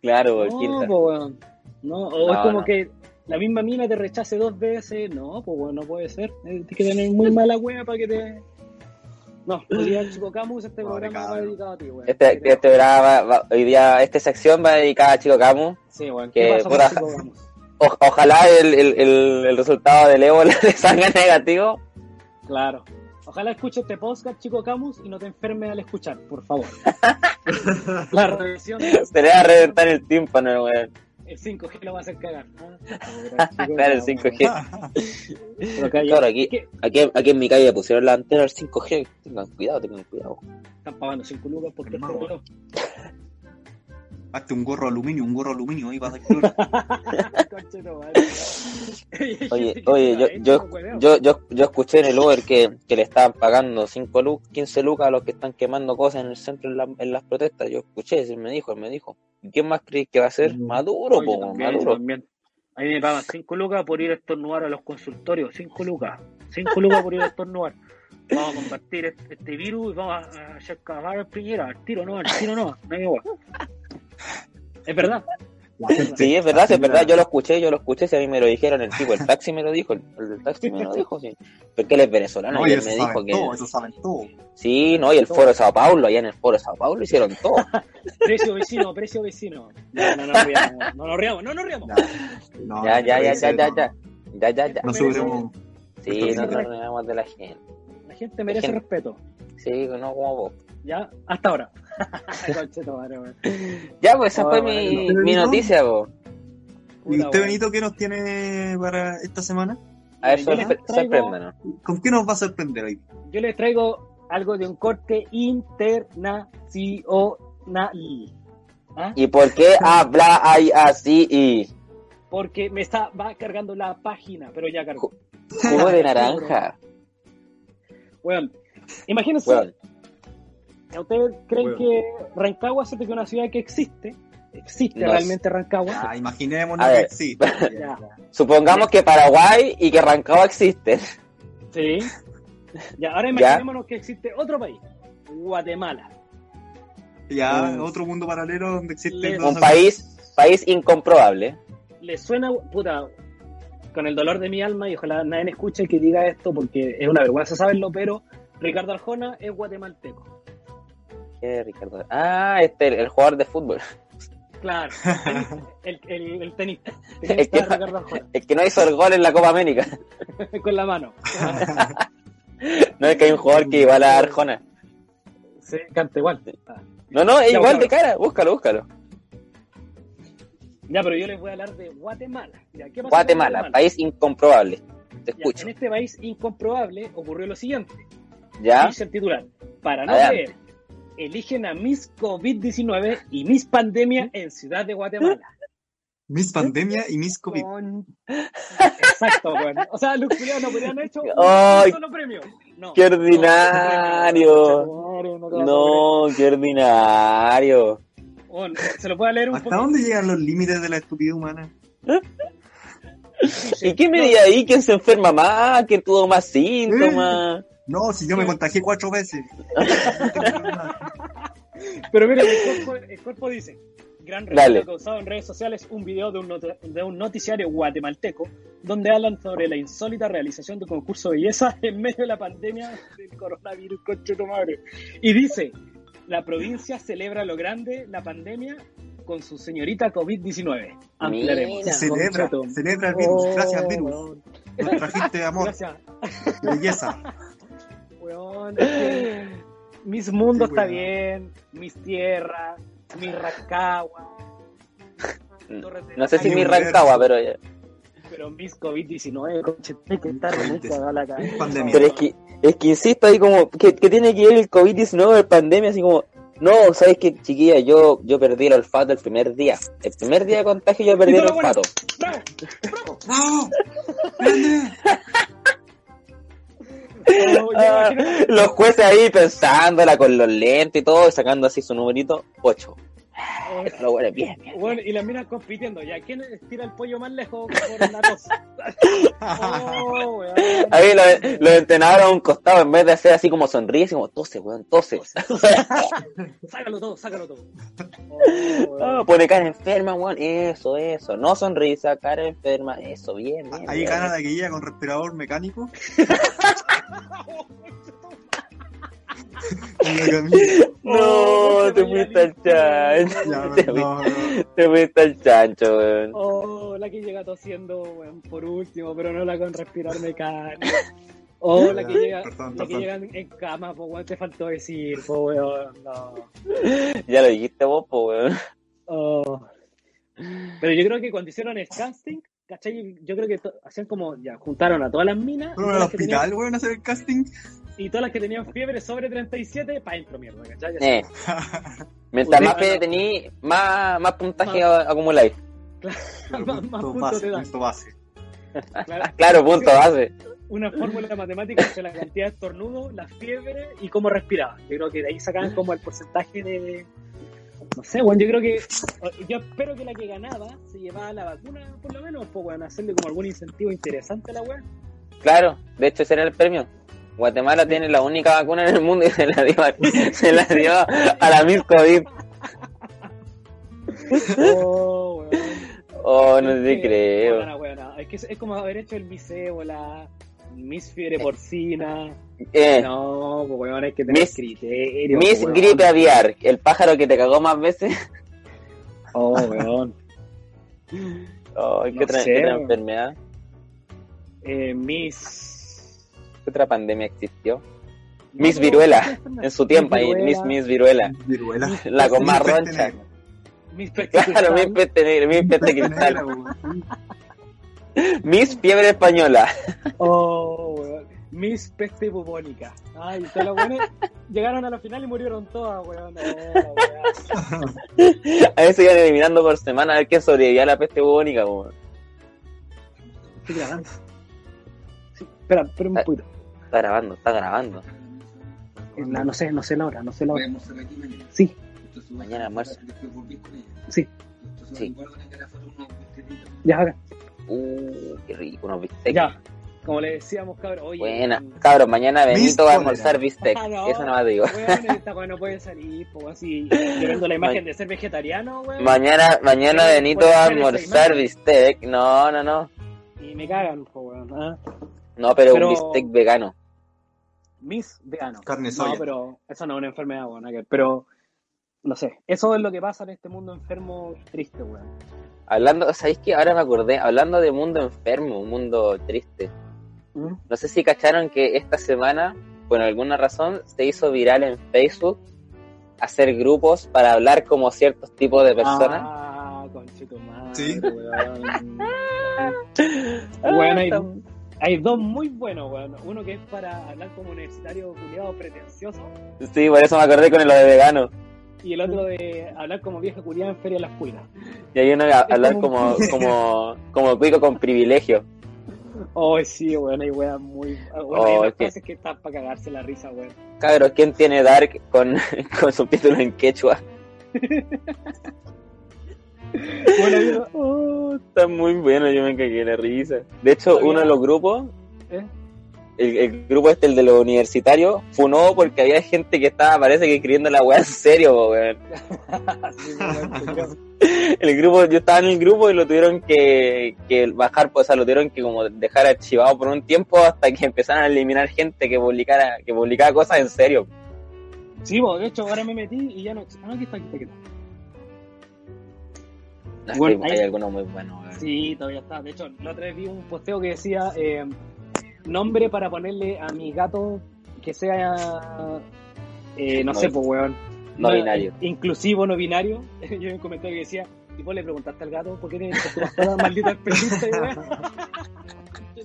S3: Claro,
S1: No,
S3: el Kirchner.
S1: po, weón. No, o
S3: No,
S1: es como
S3: no.
S1: que la misma mina te rechace dos veces. No, pues weón, no puede ser. Eh, Tienes que tener muy mala wea para que te. No, olvidar Chico Camus, este
S4: No,
S1: programa
S4: cabrón.
S1: va dedicado a ti, weón.
S3: Este, este programa va- va- hoy día, esta sección va dedicada a Chico Camus.
S1: Sí, weón.
S3: que
S1: ¿Qué pasó con
S3: puta-
S1: Chico Camus?
S3: O- ojalá el, el, el, el resultado del ébola le salga negativo.
S1: Claro. Ojalá escuche este podcast, Chico Camus, y no te enfermes al escuchar, por favor. la revisión es
S3: Se le va a reventar el tímpano, weón.
S1: el 5G lo va a hacer cagar. ¿no?
S3: Claro, el 5G.
S4: Ah,
S1: Pero calla.
S3: Claro, aquí-
S1: ¿Qué?
S3: Aquí, aquí en mi calle pusieron la antena al 5G. Tengan cuidado, tengan cuidado.
S1: Están pagando 5 lucas porque
S4: Hermano,
S1: este
S4: weón.
S1: weón-
S4: Hazte un gorro aluminio, un gorro aluminio, ahí vas a color.
S1: Conche tu madre.
S3: Oye, oye, yo, yo, yo, yo, yo escuché en el Uber que, que le estaban pagando 5 lu 15 lucas a los que están quemando cosas en el centro en, la- en las protestas. Yo escuché, sí, me dijo, él me dijo. ¿Y quién más crees que va a ser? Maduro,
S1: Oye,
S3: po,
S1: también,
S3: Maduro.
S1: también. A mí me pagan 5 lucas por ir a estornudar a los consultorios. 5 lucas. 5 lucas por ir a estornudar. Vamos a compartir este, este virus y vamos a a hacer cagar a Piñera. Al tiro no, al tiro no. No hay igual. Es verdad.
S3: Sí, es verdad, sí, es verdad, yo lo escuché, yo lo escuché, si a mí me lo dijeron el tipo, el taxi me lo dijo, el, el taxi me lo dijo, sí. Porque él es venezolano
S4: No,
S3: y
S4: y
S3: él
S4: eso
S3: me dijo
S4: saben
S3: que...
S4: todo, eso saben todo.
S3: Sí, no, y el foro de Sao Paulo, allá en el foro de Sao Paulo hicieron todo.
S1: Precio vecino, precio vecino. No, no nos riamos. No nos riamos, no nos riamos.
S4: Ya, no,
S3: Ya, ya,
S4: no, no,
S3: ya,
S4: no,
S3: ya, ya,
S4: no,
S3: ya, ya, ya, ya.
S4: No subiremos.
S3: Sí, no nos negamos de la gente.
S1: La gente merece
S3: Gente.
S1: respeto.
S3: Sí, no como vos.
S1: Ya, hasta ahora. Conchetumare, weón.
S3: Ya, pues esa
S1: Ah,
S3: fue
S1: bueno,
S3: mi,
S4: no.
S3: mi noticia, vos.
S4: ¿Y
S1: Puta,
S4: usted,
S1: weón.
S4: Benito, qué nos tiene para esta semana?
S3: A ver,
S1: Yo les
S3: sorpre-
S1: traigo-
S3: sorpréndanos.
S4: ¿Con qué nos va a sorprender hoy?
S1: Yo les traigo algo de un corte internacional. ¿Ah?
S3: ¿Y por qué habla ahí así y
S1: Porque me está, va cargando la página, pero ya cargó.
S3: jugo de naranja?
S1: Weón, imagínense,
S3: Weón,
S1: ¿ustedes creen
S4: Weón.
S1: que Rancagua siente que es una ciudad que existe? ¿Existe
S3: No.
S1: realmente Rancagua?
S4: Ya, imaginémonos
S3: A
S4: que
S3: ver.
S4: existe.
S1: Ya.
S3: supongamos que Paraguay y que Rancagua existen.
S1: Sí. Ya,
S3: Ya.
S1: ahora imaginémonos que existe otro país, Guatemala.
S4: Ya,
S3: Mm.
S4: otro mundo paralelo donde existe...
S1: Les-
S4: no
S3: Un
S4: sé-
S3: país, país incomprobable.
S1: le suena, puta, con el dolor de mi alma, y ojalá nadie me escuche que diga esto porque es una vergüenza saberlo, pero Ricardo Arjona es guatemalteco.
S3: ¿Qué, Eh, Ricardo? Ah, este, el, el jugador de fútbol.
S1: Claro, el, el, el tenista.
S3: Es que-
S1: tenista Ricardo Arjona,
S3: El que no hizo el gol en la Copa América.
S1: con la mano.
S3: No es que hay un jugador que igual a Arjona.
S1: Sí, canta igual.
S3: No, no, es
S1: Ya,
S3: igual
S1: búscalo.
S3: de cara. Búscalo, búscalo.
S1: Ya, pero yo les voy a hablar de Guatemala. Ya, ¿qué pasó con
S3: Guatemala, país incomprobable. Te
S1: Ya,
S3: escucho.
S1: en este país incomprobable ocurrió lo siguiente.
S3: ¿Ya?
S1: Dice el titular. Para no
S3: Adelante.
S1: creer, eligen a Miss COVID-19 y Miss Pandemia en Ciudad de Guatemala.
S4: Miss Pandemia y Miss COVID.
S1: Con- Exacto, weón. O sea, los culiados no podrían haber hecho un
S3: Ay,
S1: solo premio. No,
S3: qué
S1: no,
S3: ordinario.
S1: no, no, no, no, no,
S3: No, qué ordinario.
S1: Weón, Se lo puedo leer un
S4: ¿Hasta
S1: poco.
S4: dónde llegan los límites de la estupidez humana?
S1: Sí, sí.
S3: ¿Y qué me
S1: No,
S3: di ahí? ¿Quién se enferma más? ¿Quién tuvo más síntomas?
S4: No, si yo me contagié cuatro veces.
S1: Pero mira, el cuerpo, el cuerpo dice: Gran
S3: Dale.
S1: revuelo causado en redes sociales un video de un, not- de un noticiario guatemalteco donde hablan sobre la insólita realización de un concurso de belleza en medio de la pandemia del coronavirus, coche tu madre. Y dice: La provincia celebra lo grande la pandemia con su señorita COVID-19. Ampliaremos.
S3: Mira.
S4: celebra,
S1: Concha tu-
S4: celebra el virus. Gracias,
S1: Oh,
S4: virus.
S1: weón.
S4: Nos trajiste amor,
S1: Gracias,
S4: belleza.
S1: weón. Es que Mis mundos
S4: Sí,
S1: está
S4: weón.
S1: bien, mis tierras, mi Rancagua,
S3: No sé si
S4: Hay
S3: mi
S4: un
S3: Rancagua,
S4: verso.
S3: pero eh, ya.
S1: pero mis COVID-19, conche, tiene que estar
S4: COVID-19.
S1: muy cagada la cabeza.
S4: Pandemia.
S3: Pero es que, es que insisto ahí como que, que tiene que ver el COVID-19, la pandemia, así como, no, sabes que chiquilla, yo, yo perdí el olfato el primer día. El primer día de contagio yo perdí
S1: Y
S3: el
S1: todo bueno.
S3: olfato.
S1: ¡Bravo!
S4: ¡No! ¡Grande!
S1: Pero yo
S3: Ah,
S1: imagino-
S3: los jueces ahí pensándola con los lentes y todo, sacando así su numerito, 8.
S1: Bueno,
S3: Lo huele bien, bien.
S1: bueno, y las minas compitiendo, ya quién tira el pollo más lejos por una cosa. Oh, weón.
S3: Ahí lo, lo entrenaron a un costado en vez de hacer así como sonríe, así como tose, weón, tose.
S1: Sácalo todo, sácalo todo. Oh, weón.
S3: Ah, pone cara enferma, weón, eso, eso. No sonrisa, cara enferma, eso, bien, bien.
S4: Ahí
S3: bien.
S4: gana la guía con respirador mecánico. Y la camisa.
S1: Oh,
S3: No, te fuiste al chancho.
S4: Ya,
S3: Te
S4: no, no, no.
S3: Te fuiste al chancho, weón.
S1: Oh, la que llega tosiendo, weón, por último, pero no la con respirar mecánico. Oh, la que llega,
S4: Perdón,
S1: la que
S4: perdón.
S1: llega en en cama, po, weón, te faltó decir, po, weón, no.
S3: Ya lo dijiste vos, po, weón.
S1: Oh. Pero yo creo que cuando hicieron el casting, ¿cachai? Yo creo que to- hacían como, ya, juntaron a todas las minas y
S4: Fueron
S1: todas
S4: al
S1: las, que tenían,
S4: hospital, weón, a hacer el casting.
S1: y todas las que tenían fiebre sobre 37, pa' dentro, mierda, ¿cachai? Así,
S3: Eh. Mientras
S1: Uy,
S3: más
S1: ah,
S3: fe
S1: no.
S3: tení, más, más puntaje a- acumuláis.
S1: Más- más
S4: Punto
S1: puntos
S4: base,
S1: te dan.
S4: punto base.
S1: claro.
S3: Claro, punto base.
S1: Una fórmula matemática entre la cantidad de estornudos, la fiebre y cómo respiraba. Yo creo que de ahí sacaban como el porcentaje de... No sé, bueno, yo creo que... Yo espero que la que ganaba se llevaba la vacuna, por lo menos, pues, bueno, hacerle como algún incentivo interesante a la weá.
S3: Claro, de hecho ese era el premio. Guatemala tiene la única vacuna en el mundo y se la dio, a- se la dio a la Miss COVID.
S1: Oh, weón.
S3: Oh, no
S1: Es
S3: te
S1: que,
S3: creo.
S1: weona, weona, es que es, es como haber hecho el miseo, la Miss Fiebre Porcina.
S3: Eh,
S1: No, pues weón, hay que tener
S3: Miss-
S1: criterio. pues,
S3: Miss
S1: weón.
S3: Gripe Aviar, el pájaro que te cagó más veces.
S1: Oh, weón.
S3: Oh, ¿qué,
S1: No
S3: otra,
S1: sé,
S3: qué otra
S1: weón.
S3: enfermedad?
S1: Eh, Miss.
S3: ¿Qué otra pandemia existió?
S1: No,
S3: Miss
S1: no,
S3: Viruela,
S1: no, no.
S3: En su tiempo, ahí, Miss,
S1: Viruela,
S3: Miss Viruela.
S4: Viruela.
S3: La con más
S4: Peste
S3: roncha.
S4: negra.
S1: Miss Peste
S3: Claro, Miss
S1: Cristal.
S3: Peste Negra, Miss Peste
S4: Peste
S3: Cristal.
S4: negra, weón.
S3: Miss Fiebre Española.
S1: Oh, weón. Miss Peste Bubónica. Ay, todas las weones llegaron a la final y murieron todas, weón. No, weón.
S3: A veces iban eliminando por semana a ver quién sobrevivía a la peste bubónica. po.
S1: Estoy grabando. Sí, espera, espera un
S3: Ah.
S1: poquito. Eh,
S3: Está grabando, está grabando.
S1: No, no sé, no sé la hora, no sé la
S5: Voy a
S1: hora.
S5: almorzar aquí mañana.
S1: Sí,
S5: Entonces, voy a
S3: Mañana
S5: almorzar,
S3: almuerzo.
S5: Después volvís con ella.
S1: sí,
S5: Entonces,
S3: Sí.
S5: guardan acá la foto unos vestiditos.
S1: ya ahora.
S3: Uh, qué rico, unos bistecs.
S1: Ya, como le decíamos, cabrón. Oye,
S3: Buena. Cabros, mañana
S4: Miss
S3: Benito va a
S4: Cólera.
S3: almorzar bistec.
S1: Ah, no.
S3: Eso no más digo.
S1: Weón, esta weón no puede salir, po, así. Yo vendo la imagen de ser vegetariano, weón.
S3: Mañana, mañana
S1: Sí,
S3: Benito
S1: puede
S3: va a
S1: ser ese
S3: almorzar
S1: imán.
S3: bistec. No, no, no.
S1: Y me cagan, po, weón. ¿ah?
S3: No, pero,
S1: Pero-
S3: un bistec vegano.
S1: Mis veganos.
S4: Carne
S1: No,
S4: soya.
S1: pero eso no es una enfermedad, weón. aquel, Pero, no sé. Eso es lo que pasa en este mundo enfermo triste, weón.
S3: Hablando, ¿sabéis qué? Ahora me acordé, hablando de mundo enfermo, un mundo triste.
S1: ¿Mm?
S3: No sé si cacharon que esta semana, por alguna razón, se hizo viral en Facebook hacer grupos para hablar como ciertos tipos de personas.
S1: Ah, conchetumadre,
S4: Sí.
S1: weón.
S3: Ah,
S1: Weón, hay,
S3: tam-
S1: hay dos muy buenos, weón. Uno que es para hablar como universitario culiado pretencioso.
S3: Sí, por eso me acordé con lo de vegano.
S1: Y el otro de hablar como vieja culiada en Feria de las Cuidas.
S3: Y hay uno a- hablar
S1: como
S3: como, como, como cuico con privilegio.
S1: Oh, sí, weón, hay weas muy. Bueno,
S3: Oh,
S1: hay
S3: es que-
S1: cosas que están para cagarse la risa, weón.
S3: Cabros, ¿quién tiene Dark con, con subtítulos en quechua?
S1: Bueno, yo-
S3: Oh, está muy bueno, yo me cagué la risa. De hecho,
S1: Había-
S3: uno de los grupos,
S1: ¿Eh?
S3: el, el grupo este, el de los universitarios, funó porque había gente que estaba, parece que escribiendo la weá en serio, po, weón.
S1: así, weón, culiao.
S3: El grupo, yo estaba en el grupo y lo tuvieron que, que bajar, pues, o sea, lo tuvieron que como dejar archivado por un tiempo hasta que empezaron a eliminar gente que publicara, que publicaba cosas en serio.
S1: sí, weón, de hecho, ahora me metí y ya no. Ah, no, aquí está, aquí está, aquí está.
S3: No,
S1: Bueno,
S3: hay,
S1: hay-
S3: hay algunos muy buenos, weón.
S1: Sí, todavía está. De hecho, la otra vez vi un posteo que decía eh, nombre para ponerle a mi gato que sea. eh, no,
S3: No
S1: sé,
S3: bi-
S1: pues, weón. eh,
S3: no binario.
S1: Inclusivo, no binario. Yo vi un comentario que decía. Y vos le preguntaste al gato por qué tiene tu mascota maldita especialista, weón.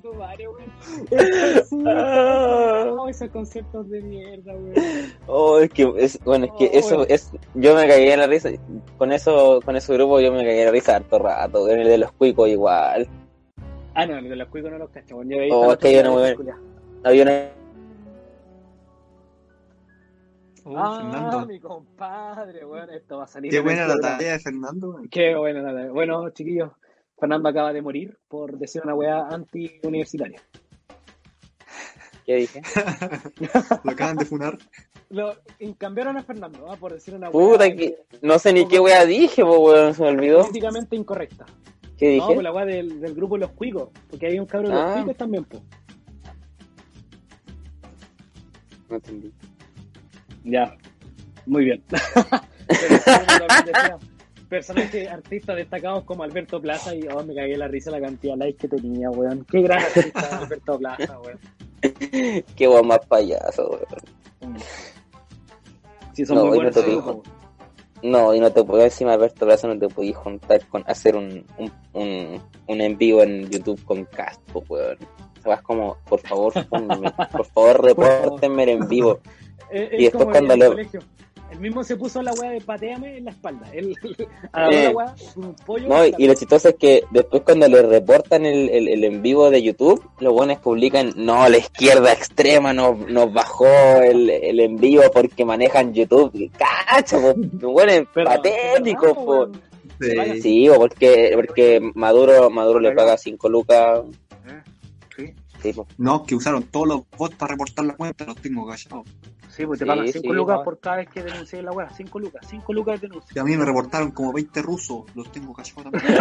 S1: Tu madre, weón. Sí, no, esos conceptos de mierda, weón.
S3: Oh, es que es, bueno, es que
S1: Oh,
S3: eso
S1: bueno.
S3: es yo me cagué en la risa con eso con ese grupo yo me cagué en la risa harto rato, en el de los cuicos igual.
S1: Ah, no, los cuicos no los cacho. weón. Yo veía
S3: Oh,
S1: esa
S3: es que yo no
S1: película
S3: me
S1: de
S3: veo.
S1: culiao.
S3: Había una
S4: Oh,
S1: ah,
S4: Fernando.
S1: mi compadre, bueno, esto va a salir.
S4: Qué
S1: en el
S4: buena la
S1: programa.
S4: tarea de Fernando. eh. güey.
S1: Qué buena la tarea. Bueno, chiquillos, Fernando acaba de morir por decir una weá anti-universitaria.
S3: ¿Qué dije?
S4: Lo acaban de funar.
S1: Lo y cambiaron a Fernando ¿ah? por decir una
S3: Puta,
S1: weá
S3: que- No sé ni qué wea dije, po, weón, se me olvidó.
S1: políticamente incorrecta.
S3: ¿Qué
S1: No,
S3: dije?
S1: por la weá del, del grupo Los Cuicos, porque hay un cabrón de
S3: Ah.
S1: Los Cuicos también, pues. po.
S3: No entendí.
S1: Ya, muy bien. Pero como también decía, Personajes artistas destacados como Alberto Plaza y oh, me cagué la risa la cantidad de likes que tenía, weón. Qué gran artista Alberto Plaza, weón.
S3: Qué wea más payaso, weón.
S1: Sí, son
S3: No,
S1: muy
S3: hoy
S1: buenos.
S3: me tocó.
S1: esos, weón.
S3: No, y no te puedo encima Alberto Plaza, no te podías juntar con hacer un, un, un, un en vivo en YouTube con Caspo, weón. Vas como, por favor, ponme, por favor,
S1: favor.
S3: repórtenme en vivo.
S1: Es-
S3: Y
S1: es
S3: después
S1: como
S3: cuando
S1: en
S3: lo-
S1: el colegio. El mismo se puso la weá de pateame en la espalda. Él agarró
S3: Eh.
S1: la weá, un pollo.
S3: No, y,
S1: la-
S3: y lo chistoso es que después cuando le reportan el, el, el en vivo de YouTube, los buenos publican, no, la izquierda extrema nos, nos bajó el, el en vivo porque manejan YouTube. Y Cacho, pues, po, los buenos
S1: Perdón,
S3: patéticos,
S1: perdón,
S3: po.
S1: weón.
S4: Sí.
S3: Sí, po, porque, porque Maduro, Maduro le paga 5 lucas.
S1: Ah,
S4: Sí.
S3: Sí, po.
S4: No, que usaron todos los bots para reportar la cuenta, los tengo callados.
S1: Sí, pues te
S3: Sí,
S1: pagan 5
S3: sí,
S1: lucas
S3: no.
S1: por cada vez que denuncié la weá. 5 lucas, 5 lucas de denuncia.
S4: Y a mí me reportaron como 20 rusos, los tengo callados también.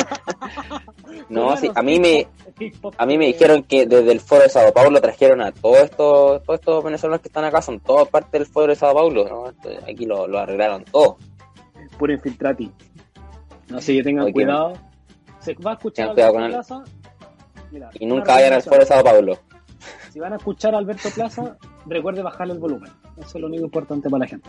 S3: No,
S1: Claro,
S3: sí, a mí me,
S1: hip hop,
S3: a mí me
S1: eh,
S3: dijeron que desde el foro de Sao Paulo trajeron a todos estos, todos estos venezolanos que están acá, son todos parte del foro de Sao Paulo, ¿no? Esto- Aquí lo, lo arreglaron todo.
S1: Puro infiltrati. No sé, que tengan
S3: Oye,
S1: cuidado. Se va a escuchar
S3: tengan cuidado
S1: Alberto
S3: con él.
S1: Plaza. Mira,
S3: Y
S1: una
S3: nunca vayan al
S1: recomendación.
S3: foro de Sao Paulo.
S1: Si van a escuchar a Alberto Plaza, recuerde bajarle el volumen. Eso es lo único importante para la gente.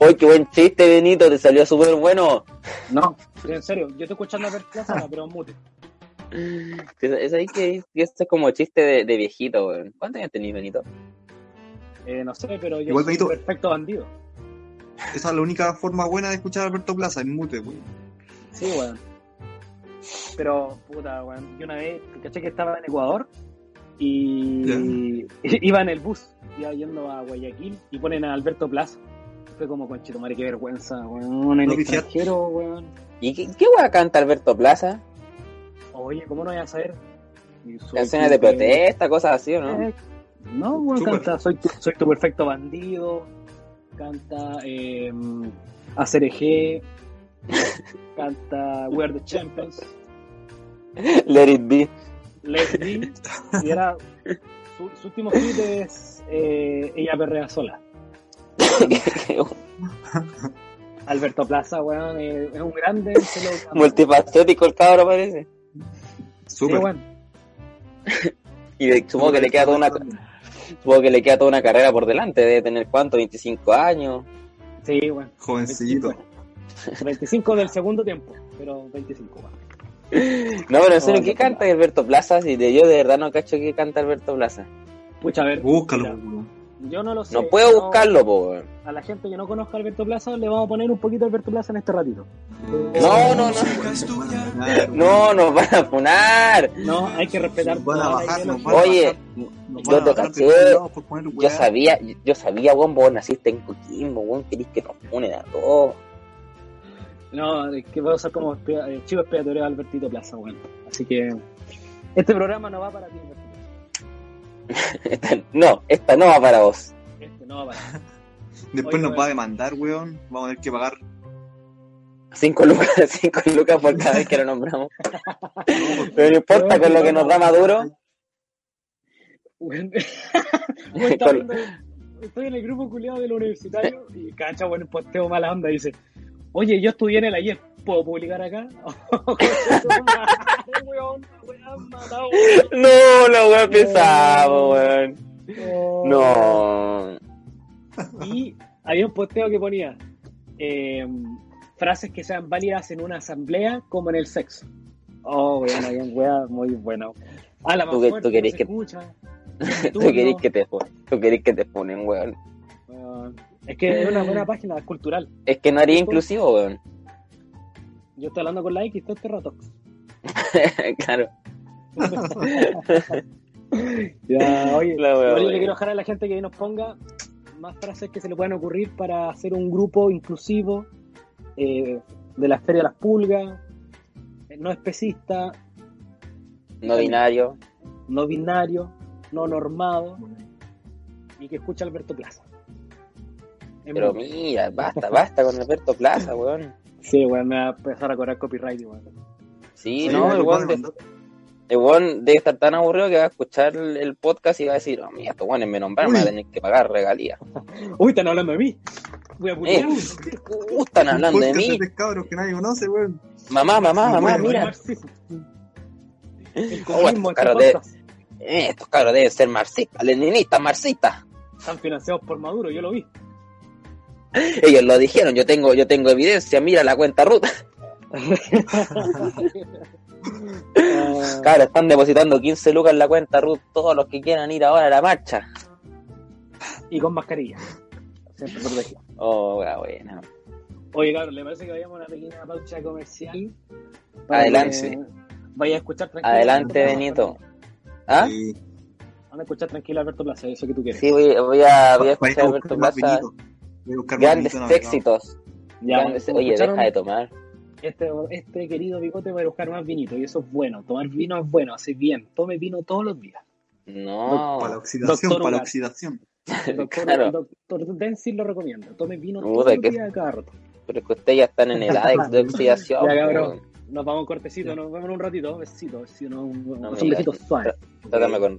S3: ¡Uy, qué buen chiste, Benito! Te salió súper bueno.
S1: No, en serio, yo estoy escuchando a Alberto Plaza, no, pero mute.
S3: Es, es ahí que que esto es como chiste de, de viejito, weón. ¿Cuántos años tenés, Benito?
S1: Eh, no sé, pero yo
S4: Igual,
S1: soy
S4: Benito.
S1: un perfecto bandido.
S4: Esa es la única forma buena de escuchar a Alberto Plaza, en mute, güey.
S1: Sí, weón. Pero, puta, weón. Yo una vez, caché que estaba en Ecuador y iba en el bus, iba yendo a Guayaquil y ponen a Alberto Plaza. Fue como, conchetumare, qué vergüenza, weón. En
S4: No, oficial.
S1: extranjero, weón.
S3: ¿Y qué, qué weá canta Alberto Plaza?
S1: Oye, ¿cómo no voy a saber? Y soy
S3: Canciones
S1: tu-
S3: de protesta, cosas así, ¿o no?
S1: Eh, No, weón,
S4: Súper.
S1: canta soy tu, soy tu perfecto bandido. Canta eh, Hacer Eje. canta We Are the Champions.
S3: Let it be.
S1: Let's Be, y era su, su último hit es eh, Ella Perrea Sola. Alberto Plaza, weón, eh, es un grande. se lo-
S3: Multifacético el cabro parece.
S1: Sí,
S4: Súper.
S1: weón.
S3: Y de- supongo que le queda toda una,
S4: Pero
S3: supongo que le queda toda una carrera por delante, debe tener cuánto, 25 años.
S1: Sí, weón.
S4: Jovencillito.
S1: 25 del segundo tiempo, pero 25, weón.
S3: No, pero en serio,
S1: No,
S3: ¿qué
S1: no,
S3: canta Alberto Plaza? Si de, yo de verdad no cacho qué canta Alberto Plaza.
S1: Pucha, a ver.
S4: Búscalo,
S1: mira,
S4: güey.
S1: yo no lo sé.
S3: No puedo
S1: no-
S3: buscarlo, po. weón.
S1: A la gente que no conozca a Alberto Plaza, le vamos a poner un poquito a Alberto Plaza en este ratito.
S3: No, no, no. No, nos van a funar.
S1: No, hay que respetar.
S4: Nos van a
S1: toda la
S4: bajar, nos van
S1: ideología.
S4: a
S3: Oye,
S4: bajar. Nos van a
S3: yo
S4: bajar
S3: tocaché,
S4: de todos lados por poner
S3: Yo
S4: weá.
S3: sabía, yo sabía, weón, vos naciste en Coquimbo, weón, querís que nos funen a todos.
S1: No, es que voy a usar como espia- eh, chivo expiatorio a Albertito Plaza, weón. Así que este programa no va para ti, Albertito.
S3: Esta- no, esta no va para vos.
S1: Este no va para ti.
S4: Después
S1: Oye,
S4: nos
S1: weón.
S4: va a demandar, weón. Vamos a tener que pagar.
S3: Cinco lucas, cinco lucas por cada vez que lo nombramos.
S4: No,
S3: Pero no importa, con lo que nos da Maduro,
S1: Weón. Weón, está viendo- Estoy en el grupo culiado del universitario y cacha, bueno, posteo mala onda. Dice, oye, yo estudié en el ayer, ¿puedo publicar acá? Oh, Weón, weón, matado, weón.
S3: No, la weá pesado, weón. No.
S1: Y había un posteo que ponía eh, frases que sean válidas en una asamblea como en el sexo. Oh, weón, había un wea muy bueno. A la más
S3: Tú que- tú
S1: fuerte,
S3: querés
S1: no se
S3: que-
S1: escucha.
S3: Tú querés que te ponen, tú querés que te ponen, weón.
S1: Weón, Es que es una buena página cultural.
S3: Es que no haría inclusivo, weón.
S1: Yo estoy hablando con la X todo este rato.
S3: claro.
S1: Ya, oye,
S3: La wea
S1: igual yo
S3: buena.
S1: le quiero dejar a la gente que nos ponga más frases que se le puedan ocurrir para hacer un grupo inclusivo eh, de la Feria de las Pulgas, eh, no especista,
S3: No binario.
S1: no binario, no normado y que escucha Alberto Plaza. Es
S3: Pero
S1: muy-
S3: mira, basta, basta con Alberto Plaza, weón.
S1: Sí, weón, me va a empezar a cobrar copyright, weón.
S3: Sí,
S4: Sí,
S3: no,
S4: me
S3: el
S4: lo
S3: weón
S4: puedo
S3: de-
S4: mandar.
S3: el weón debe estar tan aburrido que va a escuchar el, el podcast y va a decir, oh, mira, estos weones me nombraron, me va a tener que pagar regalías.
S1: Uy, están hablando de mí. Voy a
S3: Eh,
S1: putear.
S3: uh, están hablando de
S4: Podcast
S3: mí.
S4: de cabros que nadie conoce, weón.
S3: Mamá, mamá, mamá,
S4: Bueno,
S3: mira.
S1: marxismo.
S3: Oh,
S1: El
S3: estos
S1: comunismo, este
S3: carros de-
S1: podcast,
S3: Eh, estos cabros deben ser marxistas, leninistas, marxistas.
S1: están financiados por Maduro, yo lo vi.
S3: Ellos lo dijeron, yo tengo, yo tengo evidencia, mira la cuenta ruta.
S1: Ah,
S3: Claro, están depositando 15 lucas en la cuenta Ruth todos los que quieran ir ahora a la marcha.
S1: Ah, y con mascarilla. Siempre protegido.
S3: Oh, la buena.
S1: Oye, cabrón, ¿le parece que vayamos a una pequeña pausa comercial?
S3: Adelante.
S1: que Vaya a escuchar tranquilo.
S3: Adelante, Benito. ¿Ah?
S4: Sí.
S1: Van a escuchar tranquilo a Alberto Plaza, eso que tú quieres.
S3: Sí, voy, voy a, voy a
S4: Voy
S3: escuchar a Alberto
S4: más
S3: Plaza.
S4: Benito. Voy a buscar más
S3: Grandes
S4: Benito, no,
S3: éxitos.
S1: Ya,
S3: Grandes-
S1: como
S3: Oye,
S1: escucharon,
S3: deja de tomar.
S1: este, este querido bigote va a buscar más vinito y eso es bueno. Tomar vino es bueno, hace bien. Tome vino todos los días.
S4: no. Para la
S3: No.
S4: oxidación,
S1: Doctor
S4: para la
S1: Ugar.
S4: oxidación.
S1: El doctor,
S3: Claro.
S1: el doctor Denzil lo recomienda. Tome vino
S3: Puta,
S1: todos los
S3: qué-
S1: días cada rato.
S3: Pero es que ustedes ya están en edad de- de oxidación.
S1: Ya, cabrón.
S3: weón.
S1: Nos vamos cortecito, nos vemos en un ratito. Besito, besito, no, un,
S3: No me
S1: un besito
S3: digas.
S1: suave.
S3: Trátame con.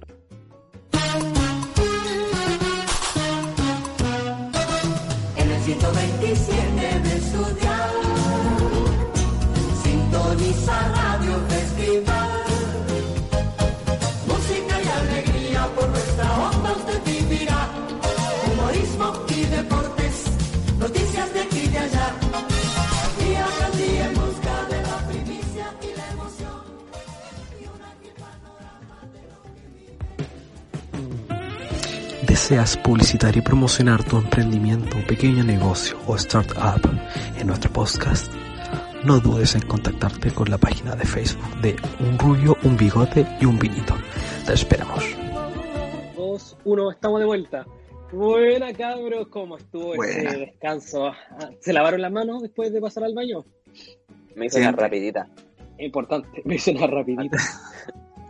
S6: En el 127 de su dial, sintoniza Radio Festival. Música y alegría por nuestra onda usted vivirá. Humorismo y deportes, noticias de aquí y de allá. Día tras día en busca de la primicia y la emoción. Y una gran panorama de lo que vive.
S7: ¿Deseas publicitar y promocionar tu emprendimiento, pequeño negocio o startup en nuestro podcast? No dudes en contactarte con la página de Facebook de Un Rubio, Un Bigote y Un Vinito. Te esperamos.
S1: Dos, uno, estamos de vuelta. Buena, cabros, ¿cómo estuvo
S4: Buena.
S1: este descanso? Ah, ¿Se lavaron las manos después de pasar al baño?
S3: Me hice una
S4: Siempre.
S3: rapidita.
S1: Importante, me hice una rapidita.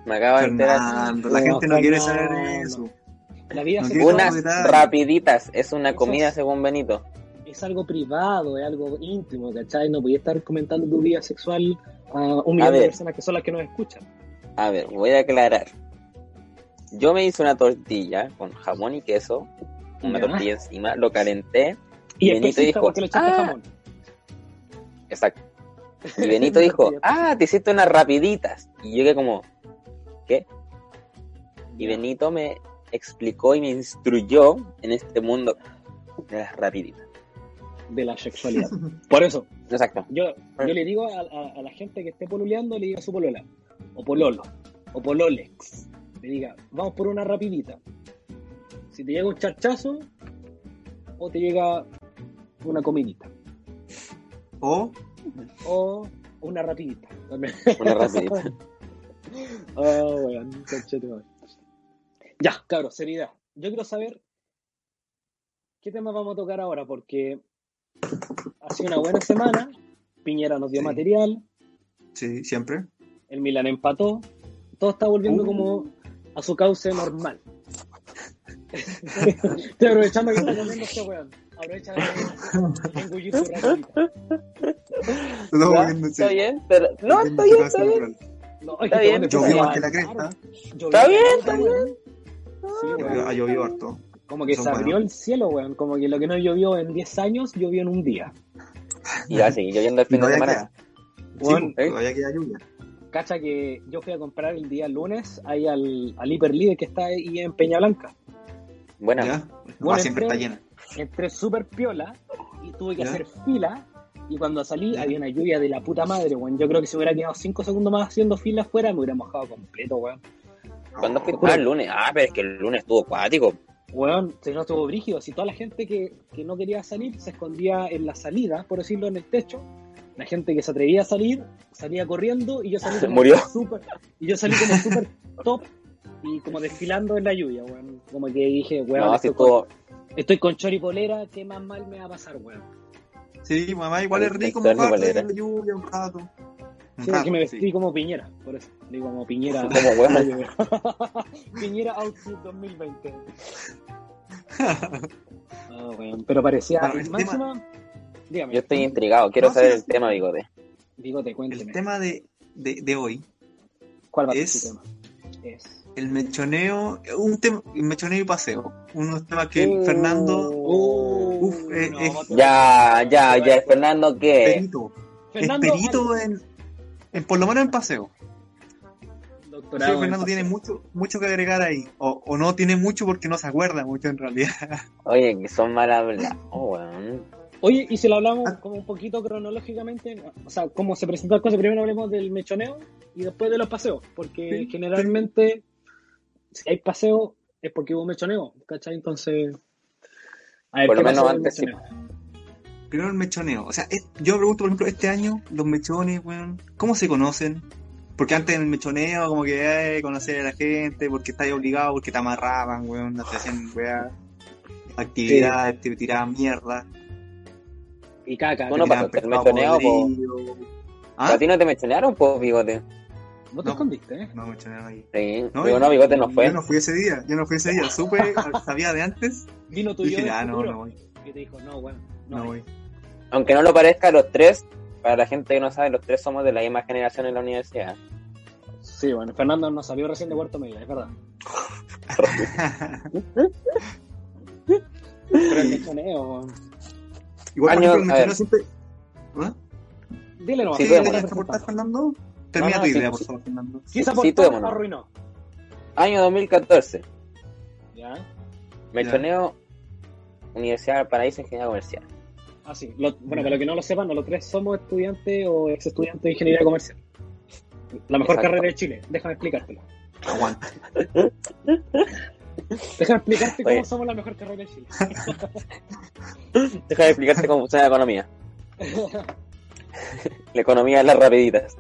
S3: Me acabo de enterar.
S4: Fernando,
S1: No,
S4: la gente no quiere
S1: Fernando.
S4: saber eso.
S1: La vida
S4: No
S1: se
S4: quiero
S1: trata-
S3: Unas
S4: novedades.
S3: rapiditas. Es una comida según Benito.
S1: es algo privado, es algo íntimo, ¿cachai? No podía estar comentando tu vida sexual a un millón de
S3: ver.
S1: personas que son las que nos escuchan.
S3: A ver, voy a aclarar. Yo me hice una tortilla con jamón y queso, una
S1: Ya.
S3: tortilla encima, lo calenté.
S1: Y es
S3: Benito
S1: pesista
S3: dijo,
S1: porque le echaste
S3: "Ah".
S1: jamón.
S3: Exacto. Y Benito dijo, ah, te hiciste unas rapiditas. Y yo quedé como, ¿qué? Y Benito me explicó y me instruyó en este mundo de las rapiditas.
S1: De la sexualidad. Por eso,
S3: Exacto.
S1: yo, yo le digo a, a- a la gente que esté poluleando, le diga a su polola, o pololo, o pololex, le diga, vamos por una rapidita. Si te llega un charchazo, o te llega una comidita,
S4: O
S1: o una rapidita.
S3: Una rapidita.
S1: Oh, weón, conchetumare. Ya, cabros, seriedad. Yo quiero saber qué temas vamos a tocar ahora, porque hace una buena semana. Piñera nos dio
S4: Sí.
S1: material,
S4: sí, siempre.
S1: el Milan empató, todo está volviendo
S4: Uh.
S1: como a su cauce normal. Estoy aprovechando que está comiendo este weón. Aprovecha de engullir su ratita.
S4: Lo
S3: ¿Ya?
S4: estamos viendo, sí.
S3: ¿Está bien? Pero- No,
S4: Viendo
S3: está
S4: su
S3: bien,
S4: casa
S3: está bien.
S4: natural.
S1: No,
S3: Está
S1: es este
S3: bien.
S1: weón
S4: Llovió
S1: empieza a
S4: más que la
S1: levantar.
S4: cresta.
S1: Llovió
S3: Está bien,
S1: caleta,
S3: está
S1: weón. Sí,
S4: Llovió-
S1: weón.
S4: Ha llovido harto.
S1: Como que
S4: Son
S1: se abrió
S4: buenos.
S1: el cielo, weón. Como que lo que no llovió en 10 años, llovió en un día.
S3: Y va a seguir lloviendo el
S4: Y
S3: fin de
S4: todavía
S3: semana.
S4: queda. Sí,
S1: Bueno,
S4: pues, todavía queda lluvia.
S1: Cacha que yo fui a comprar el día lunes ahí al, al hiperlíder que está ahí en Peña Blanca.
S3: Buena.
S4: ¿Ya? Ah,
S1: Bueno,
S4: siempre está
S1: entré-
S4: llena.
S1: Entré súper piola y tuve que
S4: ¿Ya?
S1: hacer fila. Y cuando salí
S4: ¿Ya?
S1: había una lluvia de la puta madre, weón. Yo creo que si hubiera quedado 5 segundos más haciendo fila afuera, me hubiera mojado completo, weón.
S3: ¿Cuándo fue?
S4: Oh,
S3: Ah, el lunes. Ah, pero es que el lunes estuvo acuático.
S1: Weón, si no estuvo brígido. Si toda la gente que, que no quería salir se escondía en la salida, por decirlo, en el techo. La gente que se atrevía a salir salía corriendo y yo salí como
S3: Murió.
S1: súper- y yo salí como súper top y como desfilando en la lluvia, weón. Como que dije, weón,
S3: no,
S1: estoy,
S3: así
S1: con,
S3: todo.
S1: estoy con chor y polera, ¿qué más mal me va a pasar, weón?
S4: Sí, mamá, igual es
S3: Parece
S4: rico
S3: Tony
S4: mojarse en
S3: Valera.
S4: la lluvia un rato. Un
S1: Sí,
S4: rato,
S1: que me vestí
S4: sí.
S1: como Piñera, por eso. Digo, como Piñera.
S3: Como weón.
S1: Piñera Outfit 2020. Ah, weón, pero parecía.
S4: Bueno, el
S1: más encima- Dígame,
S3: Yo estoy intrigado, quiero
S4: No,
S3: saber
S4: sí,
S3: el
S4: sí.
S3: tema, bigote.
S1: bigote,
S4: El
S1: cuénteme.
S4: tema de, de, de hoy,
S1: ¿Cuál va a ser
S4: es-
S1: su tema? Es.
S4: el mechoneo, un tema, el mechoneo y paseo. Unos temas que Fernando,
S1: Oh,
S4: uf, es-
S1: no,
S4: es-
S1: otro-
S3: Ya, ya, ya, el
S1: Fernando.
S3: Fernando,
S4: eh.
S3: ¿qué?
S4: perito, es perito en, en, por lo menos en paseo. Sí,
S1: Doctorado en
S4: Fernando tiene
S1: paseo.
S4: mucho, mucho que agregar ahí. O, o no tiene mucho porque no se acuerda mucho en realidad.
S3: Oye, que son mal hablados, weón.
S1: Oye, y si lo
S3: Ah.
S1: hablamos como un poquito cronológicamente, o sea, cómo se presentó el cosa, primero hablemos del mechoneo y después de los paseos, porque
S4: Sí,
S1: generalmente si hay paseo es porque hubo mechoneo, ¿cachai? Entonces, a ver,
S3: Por lo
S1: ¿qué pasó
S3: menos
S1: del
S3: antes sí.
S1: mechoneo?
S4: Primero el mechoneo. O sea, es- yo me pregunto, por ejemplo, este año, los mechones, weón, ¿cómo se conocen? Porque antes en el mechoneo, como que eh, conocer a la gente, porque estáis obligado, porque te amarraban, weón, te hacían, weá, actividades, te tiraban mierda.
S1: Y caca.
S3: Bueno,
S1: caca.
S3: pa- pasaste el mechoneo, po.
S4: po.
S3: ¿A
S4: ¿Ah?
S3: ti no te mechonearon, pues, bigote?
S1: Vos
S4: no.
S1: te escondiste, ¿eh?
S4: No, mechonearon ahí.
S3: Sí.
S4: No,
S3: Digo,
S4: yo-
S3: no, bigote no fue.
S4: Yo no fui ese día, yo no fui ese día. Supe, sabía de antes,
S1: Vino tu yo
S4: dije,
S1: del
S4: ah, no,
S1: futuro,
S4: no voy,
S1: que te dijo, no, bueno, no,
S4: no voy.
S3: Aunque no lo parezca, los tres, para la gente que no sabe, los tres somos de la misma generación en la universidad.
S1: Sí, bueno, Fernando no salió recién de Puerto Media, es verdad. Pero el mechoneo,
S4: Igual, por
S3: Año-
S4: ejemplo, el
S3: a
S4: mechoneo
S3: ver.
S4: siempre... ¿Ah?
S1: dile nomás.
S3: Sí,
S4: ¿Qué
S1: ¿qué
S3: tú,
S4: idea
S1: te
S3: bueno.
S4: querías
S1: estás
S4: aportar,
S1: presentando?
S4: Fernando? Termina
S3: No,
S4: tu
S3: no,
S4: idea,
S3: sí,
S4: por
S3: sí.
S4: favor, Fernando.
S1: ¿Qué se
S3: Sí, tú,
S1: aportó?
S3: bueno.
S1: arruinó.
S3: Año 2014,
S1: Ya.
S3: mechoneo, Universidad del Paraíso, Ingeniería Comercial.
S1: Ah, sí. Lo- bueno, para los que no lo sepan, los tres somos estudiantes o ex estudiantes de ingeniería comercial. La mejor
S3: Exacto.
S1: carrera de Chile. Déjame explicártelo.
S4: Aguanta.
S1: Déjame explicarte cómo
S3: Oye.
S1: somos la mejor carrera de Chile.
S3: Deja de explicarte cómo funciona la economía. la economía de las rapiditas.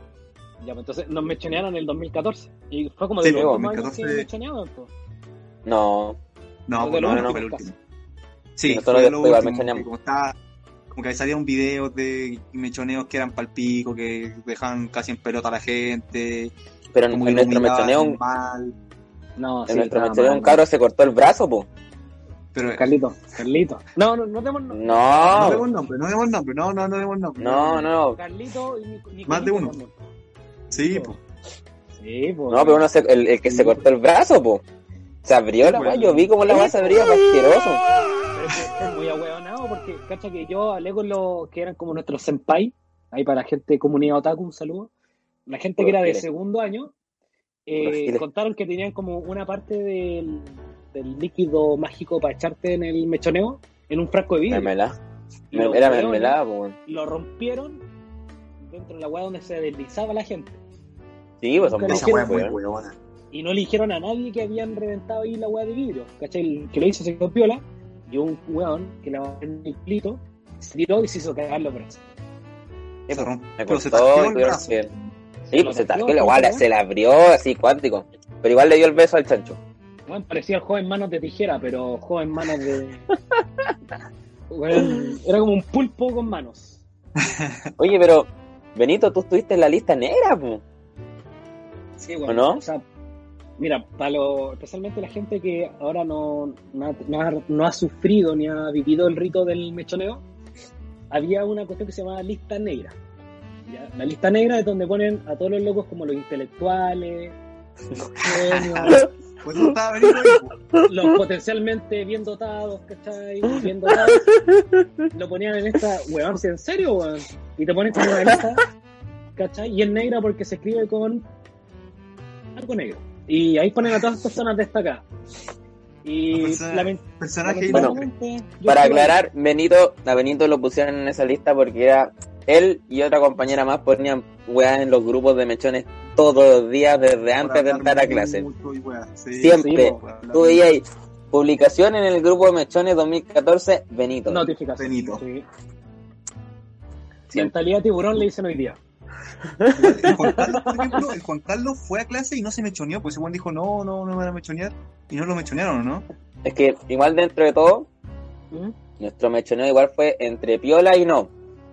S1: ya, pues entonces nos mechonearon en el 2014. Y fue como
S4: Sí,
S1: de los
S3: luego,
S1: últimos años que
S4: 2014.
S1: mechonearon. po.
S3: No,
S4: No,
S1: Pero
S4: pues no,
S1: de
S4: no,
S1: los
S4: fue el
S1: últimos
S4: último. Sí,
S3: Nosotros
S4: fue
S3: después
S4: lo
S3: igual
S4: último.
S3: mechoneamos.
S4: que Como, estaba, como que ahí salían videos de mechoneos que eran palpico, que dejaban casi en pelota a la gente.
S3: pero en,
S4: Como
S3: en
S4: que
S3: nuestro
S4: iluminaban
S3: mechoneo, en
S4: mal.
S1: No, sí.
S3: nuestro
S1: estaba
S3: mechoneo
S1: mal.
S3: un cabro se cortó el brazo, po.
S4: Pero
S1: Carlito, Carlito. No, no, no
S3: Mm.
S1: tenemos. No.
S4: no
S3: No,
S4: demos nombre, no demos nombre, no, no, no demos nombre.
S3: no, no.
S1: Carlito y Nic- Nicolito.
S4: Más de uno.
S1: también.
S4: Sí, pues.
S1: Sí, pues.
S3: No, pero uno se- el, el que se cortó el brazo, po. Se abrió la weá, yo vi cómo la weá se abría, fue asqueroso.
S1: Es muy ahueonado porque, cacha, que yo hablé con los que eran como nuestros senpai, ahí para la gente de comunidad otaku, un saludo. La gente que era de
S3: Profiles.
S1: segundo año, eh,
S3: Puros giles.
S1: contaron que tenían como una parte del, del líquido mágico para echarte en el mechoneo en un frasco de vidrio.
S3: Mermelada.
S1: Y los
S3: Era
S1: hueones
S3: mermelada, po. weón.
S1: Lo rompieron dentro de la hueá donde se deslizaba la gente.
S3: Sí, pues son
S1: Nunca
S3: más
S4: Esa weá es muy
S3: weón.
S4: huevona.
S1: y no eligieron a nadie que habían reventado ahí la hueá de vidrio. ¿Cachai? El que lo hizo se quedó piola y un weón que le va en el plito se tiró y se hizo cagar los brazos.
S3: Sí,
S4: Se
S3: pues,
S4: rompió,
S3: me cortó
S4: se tajeó
S3: y
S4: el
S3: tuvieron
S4: brazo.
S3: que- Sí, pues se
S1: tardó,
S3: tajó la guarda, se la abrió así cuántico. Pero igual le dio el beso al chancho.
S1: Bueno, parecía el joven manos de tijera, pero joven manos de. Weón, era como un pulpo con manos.
S3: Oye, pero Benito, tú estuviste en la lista negra, po.
S1: Sí,
S3: ¿O no?
S1: O sea, mira, para lo, especialmente la gente que ahora no, no, ha- no ha, no ha sufrido ni ha vivido el rito del mechoneo, había una cuestión que se llamaba lista negra. ¿ya? La lista negra es donde ponen a todos los locos como los intelectuales, los genios,
S4: Pues eso estaba venido ahí, pues, po.
S1: los potencialmente bien dotados, ¿cachai? Bien dotados. Lo ponían en esta, weón, ¿sí? ¿en serio, weón? Y te ponen como una lista, ¿cachai? Y en negra porque se escribe con algo negro. Y ahí ponen a todas las personas destacadas. Y
S4: Las personas-
S1: lament-
S4: Personaje pues, y nombre.
S1: lamentablemente... yo
S3: Para
S1: creo-
S3: aclarar, Benito, a Benito lo pusieron en esa lista porque era él y otra compañera más ponían weas en los grupos de mechones todos los días desde antes de
S4: Por
S3: entrar a
S4: hablar
S3: clase.
S4: mucho y weá, sí,
S3: Siempre.
S4: sí, por hablar
S3: Tú veías ahí, publicación en el grupo de mechones 2014, Benito.
S1: Notificación.
S4: Benito.
S1: Sí.
S3: Siempre.
S1: Mentalidad tiburón le dicen hoy día.
S4: El Juan Carlos, por ejemplo, el Juan Carlos fue a clase y no se mechoneó, pues ese Juan dijo, no, no, no me van a mechonear. Y no lo mechonearon, ¿no?
S3: Es que igual dentro de todo,
S1: ¿Mm?
S3: nuestro mechoneo igual fue entre piola y no.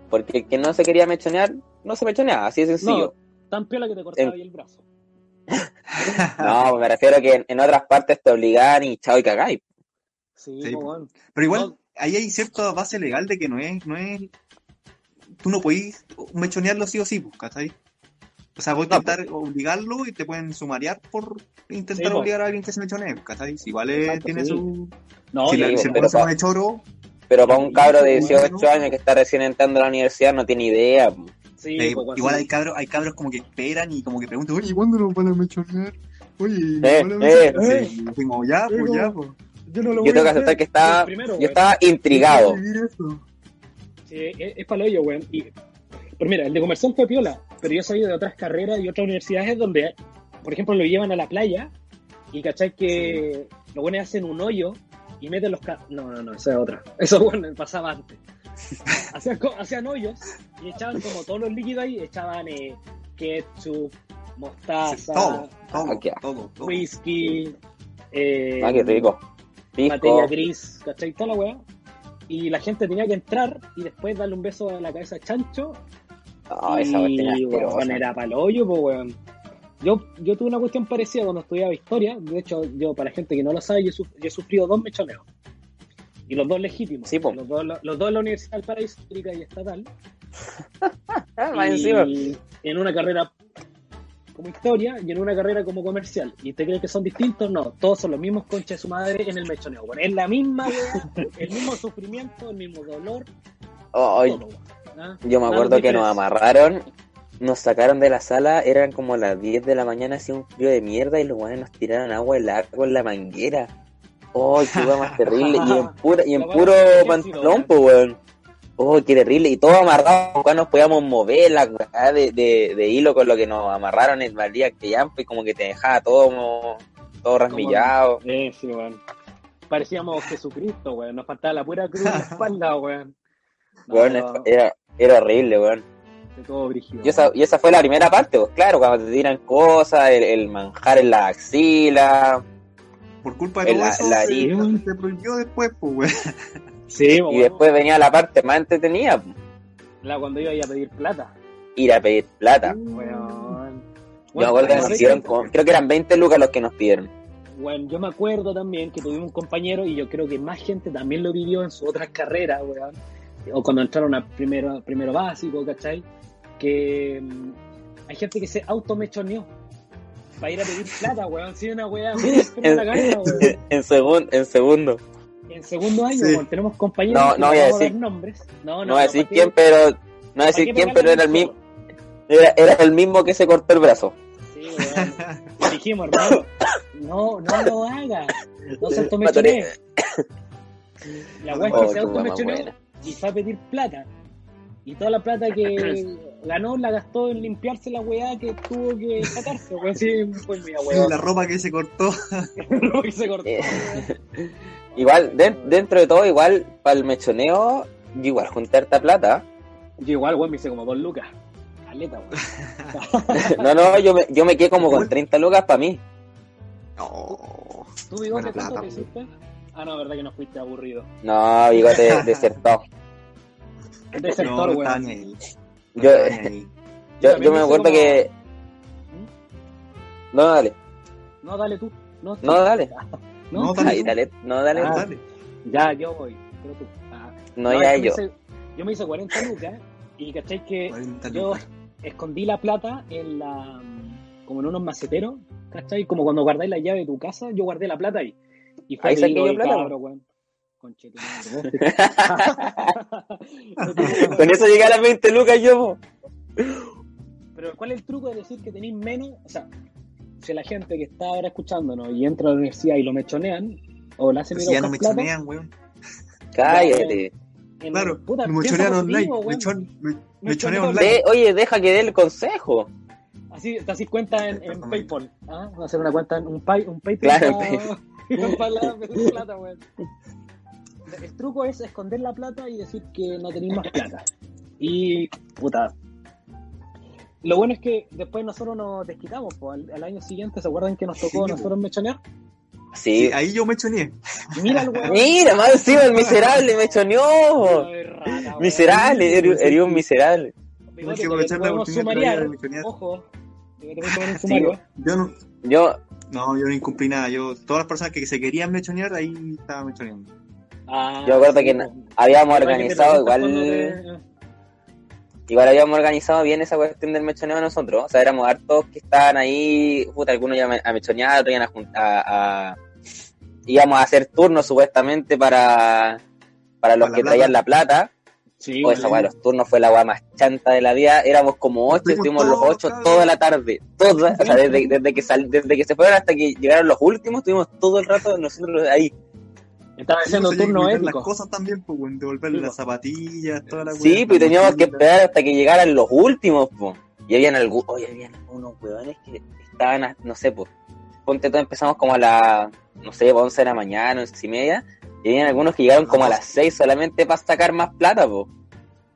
S3: Porque el que no se quería mechonear, no se mechoneaba, así de sencillo.
S1: Tan piola que te cortaba
S3: Eh.
S1: ahí el brazo.
S3: No, pues me refiero que en, en otras partes te obligaban y chao y cagáis.
S1: Sí,
S4: Sí,
S1: po,
S4: po.
S1: weón.
S4: Pero igual,
S1: No.
S4: ahí hay cierta base legal de que no es, no es. Tú no podís mechonearlo sí o sí, pues, ¿cachai? O sea, voy a
S3: No,
S4: intentar obligarlo y te pueden sumariar por intentar
S1: Sí, po.
S4: obligar a alguien que se mechonee, pues, ¿cachai? Si vale,
S1: Exacto,
S4: tiene
S1: sí.
S4: su.
S1: No,
S4: si
S1: y-
S4: la-
S3: sí,
S4: si
S3: pero
S4: el bueno se
S3: pa-
S4: pone choro,
S3: Pero para un cabro de 18
S4: Bueno.
S3: años que está recién entrando a la universidad no tiene idea. pues. po.
S1: sí,
S4: eh,
S1: po, weón,
S4: igual
S1: sí.
S4: hay cabros, hay cabros como que esperan y como que preguntan, oye, ¿cuándo nos van a mechonear? Oye,
S3: Eh,
S4: ¿nos van a
S3: eh,
S4: mechonear?"
S1: eh.
S4: Sí, y como, ya,
S1: Eh,
S4: pues,
S1: como-
S4: ya, pues.
S1: Yo no lo
S3: Yo tengo que
S1: hacer.
S3: aceptar que estaba,
S1: El primero, eh.
S3: yo
S1: weón.
S3: estaba intrigado.
S4: Quiero vivir eso.
S1: Sí, Eh, es, es para lo hoyo, weón. Y, pero mira, el de comercial fue piola, pero yo he sabido de otras carreras y otras universidades donde, por ejemplo, lo llevan a la playa y cachai que los buenos hacen un hoyo y meten los... ca- No, no, no, esa es otra. Eso, bueno, pasaba antes. Hacían, co- hacían hoyos y echaban como todos los líquidos ahí, echaban eh, ketchup,
S4: Sí,
S1: mostaza,
S4: todo, todo,
S3: Ah, qué
S4: todo, todo.
S1: whisky... Eh,
S3: Ah, qué rico.
S1: materia
S3: Pisco.
S1: gris, ¿cachai? Toda la weá. Y la gente tenía que entrar y después darle un beso a la cabeza a Chancho.
S3: Ah, esa
S1: y,
S3: cuestión es
S1: weón,
S3: asquerosa.
S1: era pa'l hoyo, po, weón. Yo, yo tuve una cuestión parecida cuando estudiaba historia. De hecho, yo, para la gente que no lo sabe, yo, suf- yo he sufrido dos mechoneos. Y los dos legítimos.
S3: Sí, po.
S1: Los, dos, los, dos en la Universidad del Paraíso, pública y estatal.
S3: Ah, más
S1: y
S3: encima.
S1: en una carrera como historia y en una carrera como comercial. ¿Y te crees que son distintos? No, todos son los mismos conchas de su madre en el mechoneo. weón. es la misma weá, el mismo sufrimiento, el mismo dolor.
S3: Ay,
S1: todo, weón. ¿Ah?
S3: Yo me
S1: Nada
S3: acuerdo que nos
S1: diferencia.
S3: amarraron, nos sacaron de la sala, eran como las 10 de la mañana, hacía un frío de mierda y los guanes nos tiraron agua helada con la manguera. ¡Oh, qué hueá más terrible! Y en, pura, y en
S1: La hueá
S3: puro
S1: más
S3: pantalón, pues, weón. ¡Oh, qué terrible! Y todos amarrados, nunca nos podíamos mover la weá de, de, de hilo con lo que nos amarraron en Valdía que ya, pues, como que te dejaba todo, mo- todo rasmillado.
S1: Eh, sí, weón. Parecíamos Jesucristo, weón. Nos faltaba la pura cruz en la espalda, weón. No,
S3: Weón,
S1: no,
S3: era, era horrible, weón.
S1: de todo brígido,
S3: Y esa, y esa fue la primera parte, pues claro, cuando te tiran cosas, el, el manjar en la axila.
S4: Por culpa de
S3: El
S4: todo
S3: la-
S4: eso,
S3: la
S4: se-
S1: harina.
S4: se prohibió después, pues, güey.
S1: weón. Sí,
S3: Y
S1: weón.
S3: después venía la parte más entretenida, pues,
S1: La, cuando iba a ir a pedir plata.
S3: ir a pedir plata.
S1: Weón.
S3: Yo me acuerdo que nos hicieron con- creo que eran 20 lucas los que nos pidieron.
S1: Bueno, yo me acuerdo también que tuvimos un compañero y yo creo que más gente también lo vivió en sus otras carreras, weón. O cuando entraron a primero, primero básico, ¿cachai? Que mm, hay gente que se automechoneó para ir a pedir plata, weón. Sí, una weá muy enferma la cabeza, weón.
S3: en, segun- en segundo.
S1: En segundo año,
S4: Sí.
S1: weón, tenemos compañeros
S3: No,
S1: que
S3: no voy a
S1: vamos
S3: decir-
S1: dar nombres. No, no,
S3: No voy a decir
S1: ¿para qué-
S3: quién, pero. No voy a
S1: para
S3: decir
S1: qué
S3: quién,
S1: pegarle
S3: pero
S1: a
S3: era el mismo,
S1: nosotros?
S3: era, era el mismo que se cortó el brazo.
S1: Sí, weón. Le Dijimos, hermano, no, no lo hagas. No se automechonee.
S3: Patoré-
S1: La weá es que
S3: Oh,
S1: se
S3: qué weá más
S1: automechoneó
S3: buena.
S1: y fue a pedir plata. Y toda la plata que ganó la gastó en limpiarse la weá que tuvo que sacarse. Weón, sí, fue media weá.
S4: La ropa que se cortó.
S1: Lo que se cortó.
S3: Eh.
S1: weón.
S3: Igual, de- dentro de todo, igual, para el mechoneo, yo igual juntar esta plata.
S1: Yo igual, weón, me hice como dos lucas. Caleta, weón.
S3: No, no, yo me, yo me quedé como con 30 lucas para mí.
S4: No.
S1: ¿Tú,
S4: Buena
S1: bigote,
S4: plata,
S1: cuánto te
S4: weón.
S1: hiciste? Ah, no, verdad que no fuiste aburrido.
S3: No, bigote desertó.
S1: De
S4: No,
S1: sector,
S4: no estaba
S1: weón.
S4: ni ahí. No
S3: Yo,
S4: estaba ni ahí.
S3: yo, yo me acuerdo que. No, dale.
S1: No, dale tú. No, tú.
S3: No, dale.
S1: No,
S4: No,
S1: tú.
S4: dale
S3: Ahí,
S4: tú.
S3: dale. No, dale.
S1: Ah.
S4: Dale.
S1: Ya, yo voy. Pero tú. Ah.
S3: No, ya
S1: yo. me
S3: yo.
S1: hice- yo me hice 40 lucas y cachai que
S4: 40
S1: yo
S4: lucas.
S1: escondí la plata en la como en unos maceteros, ¿cachai? Como cuando guardáis la llave de tu casa, yo guardé la plata ahí. Y fue
S3: Ahí
S1: ahí
S3: saqué yo plata,
S1: weón. Conchetumare, vos te-
S3: Con eso llegué a las 20 lucas yo. po.
S1: Pero ¿cuál es el truco de decir que tenéis menos? O sea, si la gente que está ahora escuchándonos y entra a la universidad y lo mechonean, o la hacen
S4: Pero
S1: ir
S4: si
S1: a
S4: ya no me
S1: buscar plata,
S4: chonean, weón.
S3: Cállate.
S1: en-
S4: Claro,
S1: puta,
S4: me
S1: piensa
S4: chonean online.
S1: positivo,
S4: me,
S1: weón.
S4: chon- me- me
S1: Mechoneo
S4: chonean
S1: online.
S4: online.
S3: De- oye, deja que dé el consejo.
S1: Así, te haces cuenta en, en
S4: Exactamente.
S1: PayPal. ¿ah? Vamos a hacer una cuenta en un, pay, un PayPal.
S3: Claro,
S1: para- para la- para la plata, weón. El truco es esconder la plata y decir que no tenéis más plata. Y, puta. Lo bueno es que después nosotros nos desquitamos, po. Al, al año siguiente, ¿se acuerdan que nos tocó
S4: Sí,
S1: a nosotros mechonear?
S3: Sí.
S4: Sí, ahí yo mechoneé.
S1: Mira el weón.
S3: Mira, más encima el miserable me choneó.
S1: Ay, rata, weón.
S3: Miserable, eres eres un miserable.
S1: Bigote,
S4: Hay que
S1: te
S4: aprovechar la
S1: podemos
S4: oportunidad para ir a
S1: sumariar.
S4: mechonear.
S1: Ojo, te podemos poner un sumario.
S4: Yo no,
S3: Yo,
S4: no, yo no incumplí nada. Yo, todas las personas que se querían mechonear, ahí estaba mechoneando.
S1: Ah,
S3: Yo acuerdo que
S1: po.
S3: na- habíamos
S1: Ahora que te
S3: organizado
S1: preguntas
S3: igual.
S1: cuándo te-
S3: Igual habíamos organizado bien esa cuestión del mechoneo nosotros. O sea, éramos hartos que estaban ahí, puta, algunos iban a mechonear, otros iban a, jun- a- a- Íbamos a hacer turnos supuestamente para, para los
S4: Para la
S3: que
S4: plata.
S3: traían la plata.
S1: Sí,
S3: o
S1: weón.
S3: esa weá, de los turnos fue la weá más chanta de la vida. Éramos como ocho,
S4: Estuvimos
S3: estuvimos los
S4: todos,
S3: ocho
S4: cabrón.
S3: toda la tarde. Toda, o sea, desde, desde que sal- desde que se fueron hasta que llegaron los últimos, estuvimos todo el rato nosotros ahí.
S1: Estaba haciendo
S4: Entonces,
S1: turno
S4: hay que devolver
S1: épico.
S4: Las cosas también, pues, weón, devolver
S1: Sí,
S4: las
S1: po.
S4: zapatillas, toda la
S3: Sí,
S4: weá,
S3: pues
S4: la
S3: teníamos que
S4: mochila.
S3: esperar hasta que llegaran los últimos, po. Y habían algu- oye, habían algunos hueones que estaban, a- no sé, pues. Ponte todo, empezamos como a las, no sé, 11 de la mañana, 11 y media. Y habían algunos que llegaron como a las 6 solamente para sacar más plata, po.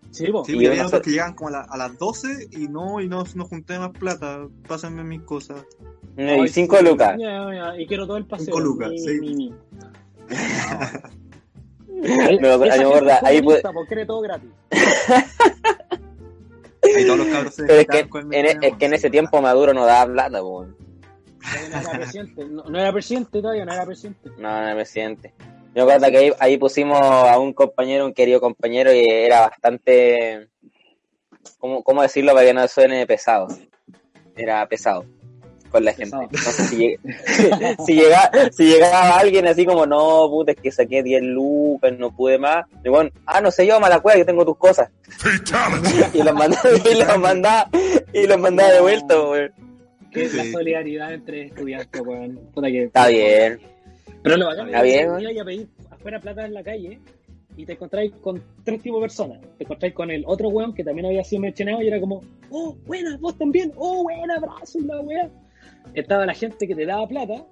S1: Sí, po.
S4: Sí,
S3: Y
S4: porque
S3: yo
S4: había
S3: no
S4: otros
S3: sé-
S4: que llegaban como a, la- a las 12 y no, y no, no junté más plata. Pásenme mis cosas.
S3: Y
S1: Ay,
S3: 5
S1: sí,
S3: lucas.
S1: ya, ya, Y quiero todo el paseo.
S4: Cinco lucas,
S1: Ni-
S4: sí.
S1: ni- ni.
S3: No, pero
S1: Esa
S3: ahí me
S1: gente
S3: acuerdo,
S1: es
S3: ahí puede-
S1: comunista, po, quiere todo gratis.
S4: Ahí todos los cabros se
S3: Pero es que,
S4: desquitaban con
S3: en, e-
S4: el
S3: es que en
S4: mechoneo,
S3: ese
S4: sí,
S3: tiempo Maduro no daba plata, po.
S1: No era presidente, no, no era presidente todavía, no era presidente.
S3: No, no me siente. Yo me acuerdo que ahí, ahí pusimos a un compañero, un querido compañero, y era bastante. ¿Cómo, cómo decirlo para que no suene pesado? Era pesado con la gente.
S1: Pesado.
S3: Entonces, si, lleg- si llegaba, si llegaba alguien así como, no, puta, es que saqué 10 lucas, no pude más. Y bueno, ah, no sé yo, mala cueva, yo tengo tus cosas. Y los mandaba, y los mandaba, y los mandaba de vuelta, weón.
S1: Qué
S4: Sí.
S1: la solidaridad entre estudiantes, weón. Puta que-
S3: Está bien.
S1: Pero lo bacán
S3: Está
S1: es que
S3: bien,
S1: salías a pedir afuera plata en la calle y te encontráis con tres tipos de personas. Te encontráis con el otro weón que también había sido mencionado y era como, oh, buena, vos también, oh, buena, abrazo, y la weá. Estaba la gente que te daba plata,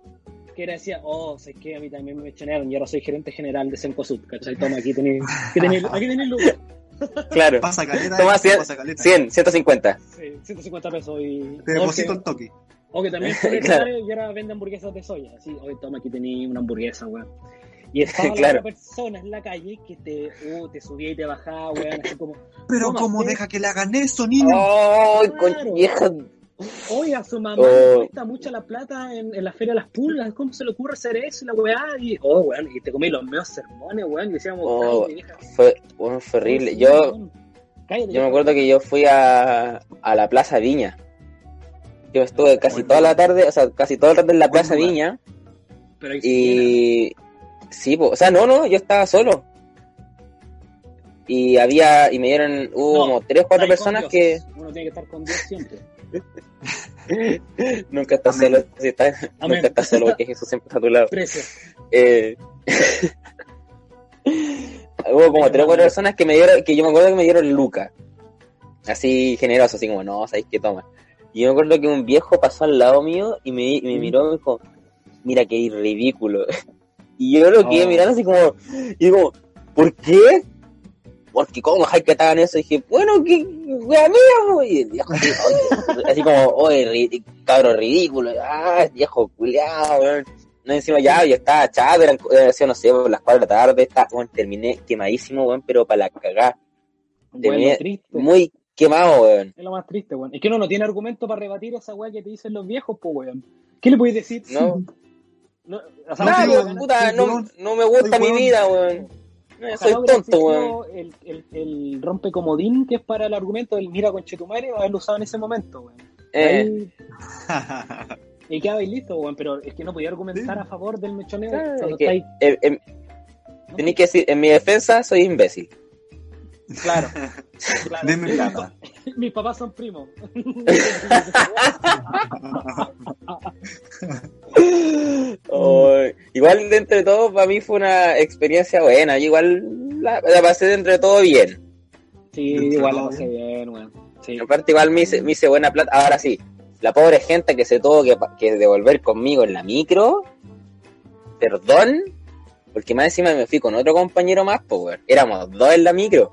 S1: que era decía, oh, sé que a mí también me mencionaron y ahora soy gerente general de Sencosud, ¿cachai? Toma, aquí tenéis, aquí tenéis, aquí tenéis lucas.
S3: Claro.
S4: Pasa caleta.
S3: Toma
S4: esto,
S3: cien-
S4: pasa caleta.
S3: 100, 150.
S1: Sí, 150 pesos y...
S4: Te
S1: o
S4: deposito
S1: que-
S4: el toque.
S1: O que también fue vegetariano y ahora vende hamburguesas de soya. Así, oye, toma, aquí tenía una hamburguesa, weón. Y estaba
S3: Claro.
S1: la otra persona en la calle que te, uh, te subía y te bajaba, weón. Así como,
S4: Pero
S1: Toma,
S4: ¿cómo
S1: sí.
S4: deja que le hagan eso, niño?
S3: ¡Ay, con
S1: Claro.
S3: vieja!
S1: oye, a su mamá
S3: Oh.
S1: le cuesta mucho la plata en, en la Feria de las Pulgas. ¿Cómo se le ocurre hacer eso? Y la weá. Y, oh, weón, y te comí los meos sermones, weón. Y decíamos,
S3: Oh,
S1: "Cállate, vieja".
S3: Fue, bueno, fue horrible.
S1: Sí,
S3: Yo,
S1: weón. Cállate,
S3: yo me acuerdo que yo fui a, a la Plaza Viña. Yo estuve casi toda la tarde, o sea, casi todo el rato en la
S4: Buen
S3: Plaza
S4: lugar.
S3: Viña.
S1: Pero ahí sí,
S3: Y. Sí, po, o sea, no, no, yo estaba solo. Y había, y me dieron, hubo
S1: No,
S3: como tres,
S1: era.
S3: cuatro
S1: Está ahí
S3: personas
S1: con
S3: que
S1: Dios. Uno tiene que estar con Dios siempre.
S3: nunca estás
S4: Amén.
S3: solo, si estás-
S1: Amén.
S3: nunca estás solo porque Jesús siempre está a tu lado.
S1: Precio.
S3: Eh, hubo como tres o cuatro personas que me dieron, que yo me acuerdo que me dieron Luca. Así generoso, así como, no, sabéis que toma. Y yo me acuerdo que un viejo pasó al lado mío y me, y me miró y me dijo, mira qué ridículo. Y yo lo quedé
S1: Oh.
S3: mirando así como, y digo, ¿por qué? Porque cómo hay que te hagan eso, y dije, bueno, que wea mía, po". y el viejo así, "Oye", así como, oye, ri- cabro ridículo, ah, viejo culiao, weón. No, encima ya, yo estaba chato, eran, eh, hacía, no sé, por las cuatro de la tarde, estaba, bueno, terminé quemadísimo, weón, pero para la cagada.
S1: Weón,
S3: mira,
S1: lo triste.
S3: Muy quemado, weón.
S1: Es lo más triste, weón. Es que uno no tiene argumento para rebatir esa weá que te dicen los viejos, pues, weón. ¿Qué le puedes decir?
S3: No,
S1: No, o sea,
S3: Claro,
S1: ojalá-
S3: puta,
S4: soy
S3: no,
S4: weón,
S3: no me gusta
S4: soy
S3: mi
S4: weón.
S3: vida, weón. No,
S1: ojalá
S3: Soy
S1: hubiera
S3: tonto, weón.
S1: existido El, el, el rompe comodín que es para el argumento del mira con Chetumare, haberlo usado en ese momento, weón.
S3: Eh,
S1: Ahí-
S3: Oh.
S1: Y quedaba ahí listo, weón, pero es que no podía argumentar a favor del mechoneo
S3: Claro,
S1: cuando
S3: es que-
S1: estáis-
S3: eh, em,
S1: ¿no?
S3: Tenía que decir, en mi defensa soy imbécil.
S1: Claro, claro.
S4: Denme plata.
S1: Mis papás son primos.
S4: Mm.
S3: O, igual, dentro de todo, para mí fue una experiencia buena. Yo igual la, la pasé dentro de todo bien.
S1: sí, igual lo pasé bien, weón. Sí.
S3: Aparte, igual me hice, me hice buena plata. Ahora sí, la pobre gente que se tuvo que, pa- que devolver conmigo en la micro, perdón, porque más encima me fui con otro compañero más, pues, weón. éramos dos en la micro.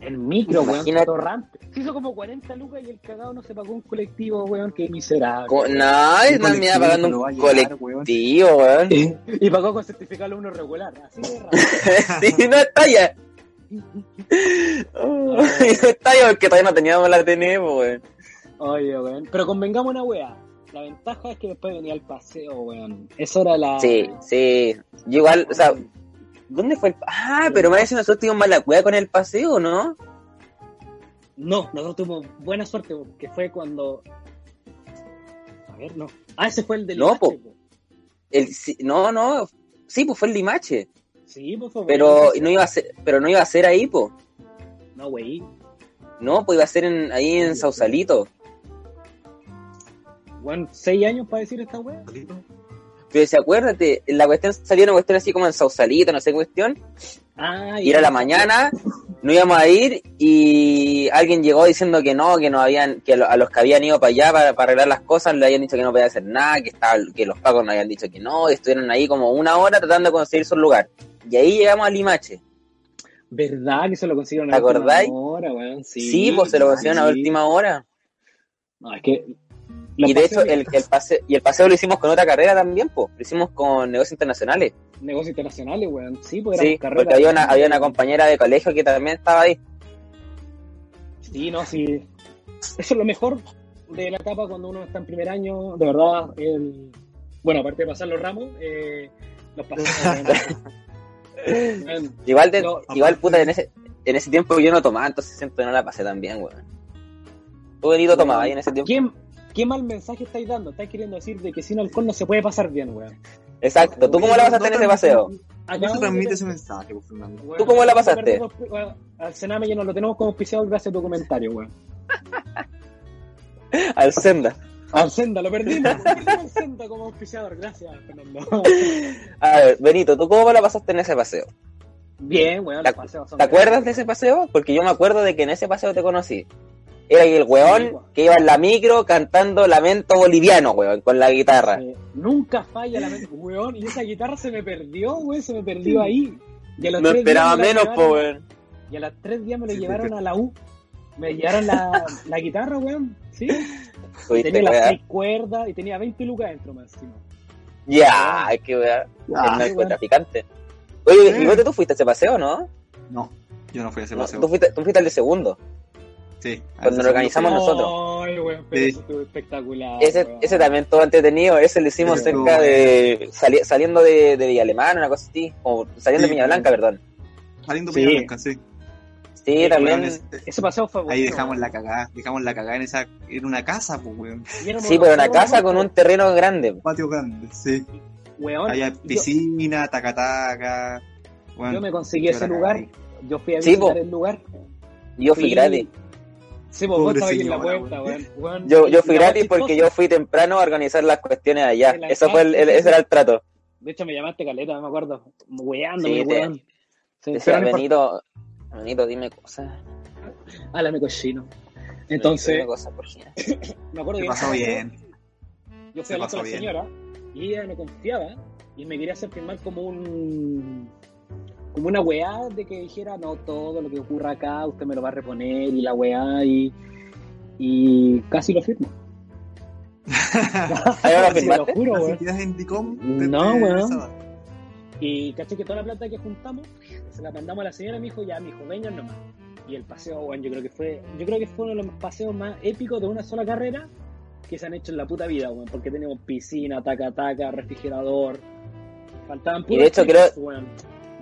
S1: El micro, weón,
S3: Imagínate.
S1: torrante. Se hizo como 40 lucas y el cagado no se pagó un colectivo, weón, que miserable.
S3: Co- no,
S4: Un
S3: es una mía
S4: colectivo
S3: pagando
S4: que lo va a
S3: un
S4: llevar, weón.
S3: colectivo, weón.
S4: Eh,
S1: Y pagó con certificado uno regular, así de raro.
S3: Sí, no está ya. Oh, no está ya porque todavía no teníamos la TN, weón.
S1: Oye, weón. Pero convengamos una weá. La ventaja es que después venía el paseo, weón. Eso era la.
S3: Sí, sí. Yo igual, o sea, ¿dónde fue el pa- Ah, pero me parece que nosotros tuvimos mala cueva con el paseo, ¿no?
S1: No, nosotros tuvimos buena suerte, porque fue cuando. A ver, no. Ah, ese fue el del.
S3: No,
S1: Limache,
S3: po.
S1: po.
S3: El, sí- no, no. Sí, pues fue el Limache.
S1: Sí, pues fue
S3: Pero
S1: bueno.
S3: no iba a ser, pero no iba a ser ahí, po.
S1: No, wey.
S3: No, pues iba a ser en, ahí en Sausalito.
S1: Weón, seis años para decir esta weá.
S3: Pero si acuérdate, la cuestión salió una cuestión así como en Sausalito, no sé qué cuestión.
S1: Ah,
S3: Y era la mañana, no íbamos a ir y alguien llegó diciendo que no, que no habían, que a lo- a los que habían ido para allá para, para arreglar las cosas le habían dicho que no podía hacer nada, que estaba, que los pacos no habían dicho que no, y estuvieron ahí como una hora tratando de conseguir su lugar. Y ahí llegamos a Limache.
S1: ¿Verdad que se lo consiguieron
S3: ¿Te acordáis?
S1: Ahora, weón. Sí,
S3: Sí, pues se lo consiguieron a
S1: sí.
S3: última hora.
S1: No, es que. los
S3: Y de hecho
S1: paseos-
S3: el, el paseo, y el paseo lo hicimos con otra carrera también, pues, lo hicimos con negocios internacionales.
S1: Negocios internacionales, weón. Sí, porque
S3: eh, Sí,
S1: eran carreras.
S3: porque había una, había una compañera de colegio que también estaba ahí.
S1: Sí, no, sí. Eso es lo mejor de la etapa cuando uno está en primer año, de verdad. el- Bueno, aparte de pasar los ramos, eh, los pasados. weón.
S3: Igual, de,
S1: No,
S3: igual puta, en ese, en ese tiempo yo no tomaba, entonces siento que no la pasé tan bien, weón. Tú venido tomaba ahí en ese tiempo.
S1: ¿Qué, qué mal mensaje estáis dando? Estáis queriendo decir de que sin alcohol no se puede pasar bien, weón.
S3: Exacto. ¿Tú cómo la pasaste en ese paseo?
S4: No se
S1: Acabamos
S4: transmite
S1: de-
S4: ese mensaje, pues, Fernando.
S1: Weón,
S3: ¿Tú cómo la pasaste?
S1: perdimos- weón, Al Sename ya nos lo tenemos como auspiciado gracias a tu comentario, weón.
S3: Al Senda.
S1: Al Senda, lo perdimos. lo perdimos al Senda como auspiciador, gracias, Fernando.
S3: A ver, Benito, ¿tú cómo la pasaste en ese paseo?
S1: Bien, weón.
S3: ¿Te-
S1: los paseos son
S3: ¿Te acuerdas de
S1: grandes.
S3: ese paseo? Porque yo me acuerdo de que en ese paseo te conocí. Era el
S1: Sí,
S3: weón
S1: weón.
S3: que iba en la micro cantando Lamento Boliviano, weón, con la guitarra.
S1: Eh, nunca falla la mente, weón. Y esa guitarra se me perdió, weón, se me perdió ahí. Y a los
S3: No
S1: tres días
S3: esperaba
S1: me la
S3: menos, po,
S1: llevaron-
S3: weón.
S1: Y a las tres días me lo
S4: Sí,
S1: llevaron a la U. Me llevaron la, la guitarra, weón. Sí.
S3: Fuiste,
S1: Tenía las
S3: weón.
S1: seis cuerdas y tenía 20 lucas dentro más encima.
S3: Ya, es que weón. el
S4: Ah,
S3: narcotraficante. Oye,
S4: Sí.
S3: ¿y vos tú fuiste a ese paseo, no?
S4: no, yo no fui a ese
S3: No,
S4: paseo.
S3: tú, fuiste, tú fuiste al de segundo.
S4: Sí, a
S3: Cuando
S4: ese
S3: lo organizamos
S4: segundo
S1: Ay, weón, pero
S4: Sí.
S1: eso estuvo espectacular.
S3: ese,
S1: weón.
S3: ese también todo entretenido. Ese lo hicimos
S4: Sí,
S3: cerca
S4: no.
S3: de. sali- saliendo de, de Villa Alemana, una cosa así. O saliendo
S4: Sí,
S3: de Piña Blanca, perdón.
S4: fui. Saliendo
S1: Sí.
S4: Peña Blanca, sí.
S3: Sí,
S4: Weón,
S3: también.
S4: es-
S1: Ese paseo fue
S4: Ahí
S1: bueno,
S4: dejamos
S1: weón.
S4: la cagada, dejamos la cagada en esa, era una casa, pues, weón.
S1: Y éramos
S3: Sí, pero una
S1: nosotros,
S3: casa con un terreno grande.
S4: Patio grande, sí.
S1: Weón,
S4: Había
S1: yo,
S4: piscina, tacataca. Bueno,
S1: yo me conseguí
S4: yo
S1: ese
S4: la
S1: lugar.
S4: cagué.
S1: Yo fui a
S3: Sí,
S1: visitar
S3: po.
S1: el lugar.
S3: Yo fui
S1: Sí.
S3: gratis.
S1: Sí, pues vos
S4: Pobre
S1: estabas ahí en la
S4: señora,
S1: puerta, weón. Weón,
S3: Yo, yo fui
S1: la más
S3: gratis porque
S1: chistosa-
S3: yo fui temprano a organizar las cuestiones allá.
S1: En la
S3: Eso fue el- el-
S1: casa,
S3: ese era el trato.
S1: De hecho, me llamaste caleta, no me acuerdo. Weándome,
S3: Sí, te-
S1: weón. Sí,
S3: Decía,
S1: pero no importa.
S3: Benito, Benito, dime cosas.
S1: Háblame cochino.
S3: Dime
S1: Entonces,
S3: cosas, por favor.
S1: me acuerdo
S3: pues,
S4: Se
S1: que
S4: pasó bien.
S1: yo fui
S4: se
S1: a hablar
S4: pasó
S1: con la
S4: bien.
S1: señora y ella no confiaba y me quería hacer firmar como un. como una weá de que dijera, no, todo lo que ocurra acá, usted me lo va a reponer y la weá y. y casi lo firmo.
S3: Ahí ahora
S1: Sí,
S3: firmaste. Ah,
S1: Lo juro,
S4: Las
S1: weón.
S4: entidades en DICOM.
S1: No,
S4: desde
S1: weón.
S4: esa edad.
S1: Y caché que toda la plata que juntamos se la mandamos a la señora y me dijo, ya, mijo, vengan nomás. Y el paseo, bueno, yo creo que fue, yo creo que fue uno de los paseos más épicos de una sola carrera que se han hecho en la puta vida, weón, porque teníamos piscina, taca taca, refrigerador. Faltaban
S3: Y de hecho
S1: puras chicas, weón.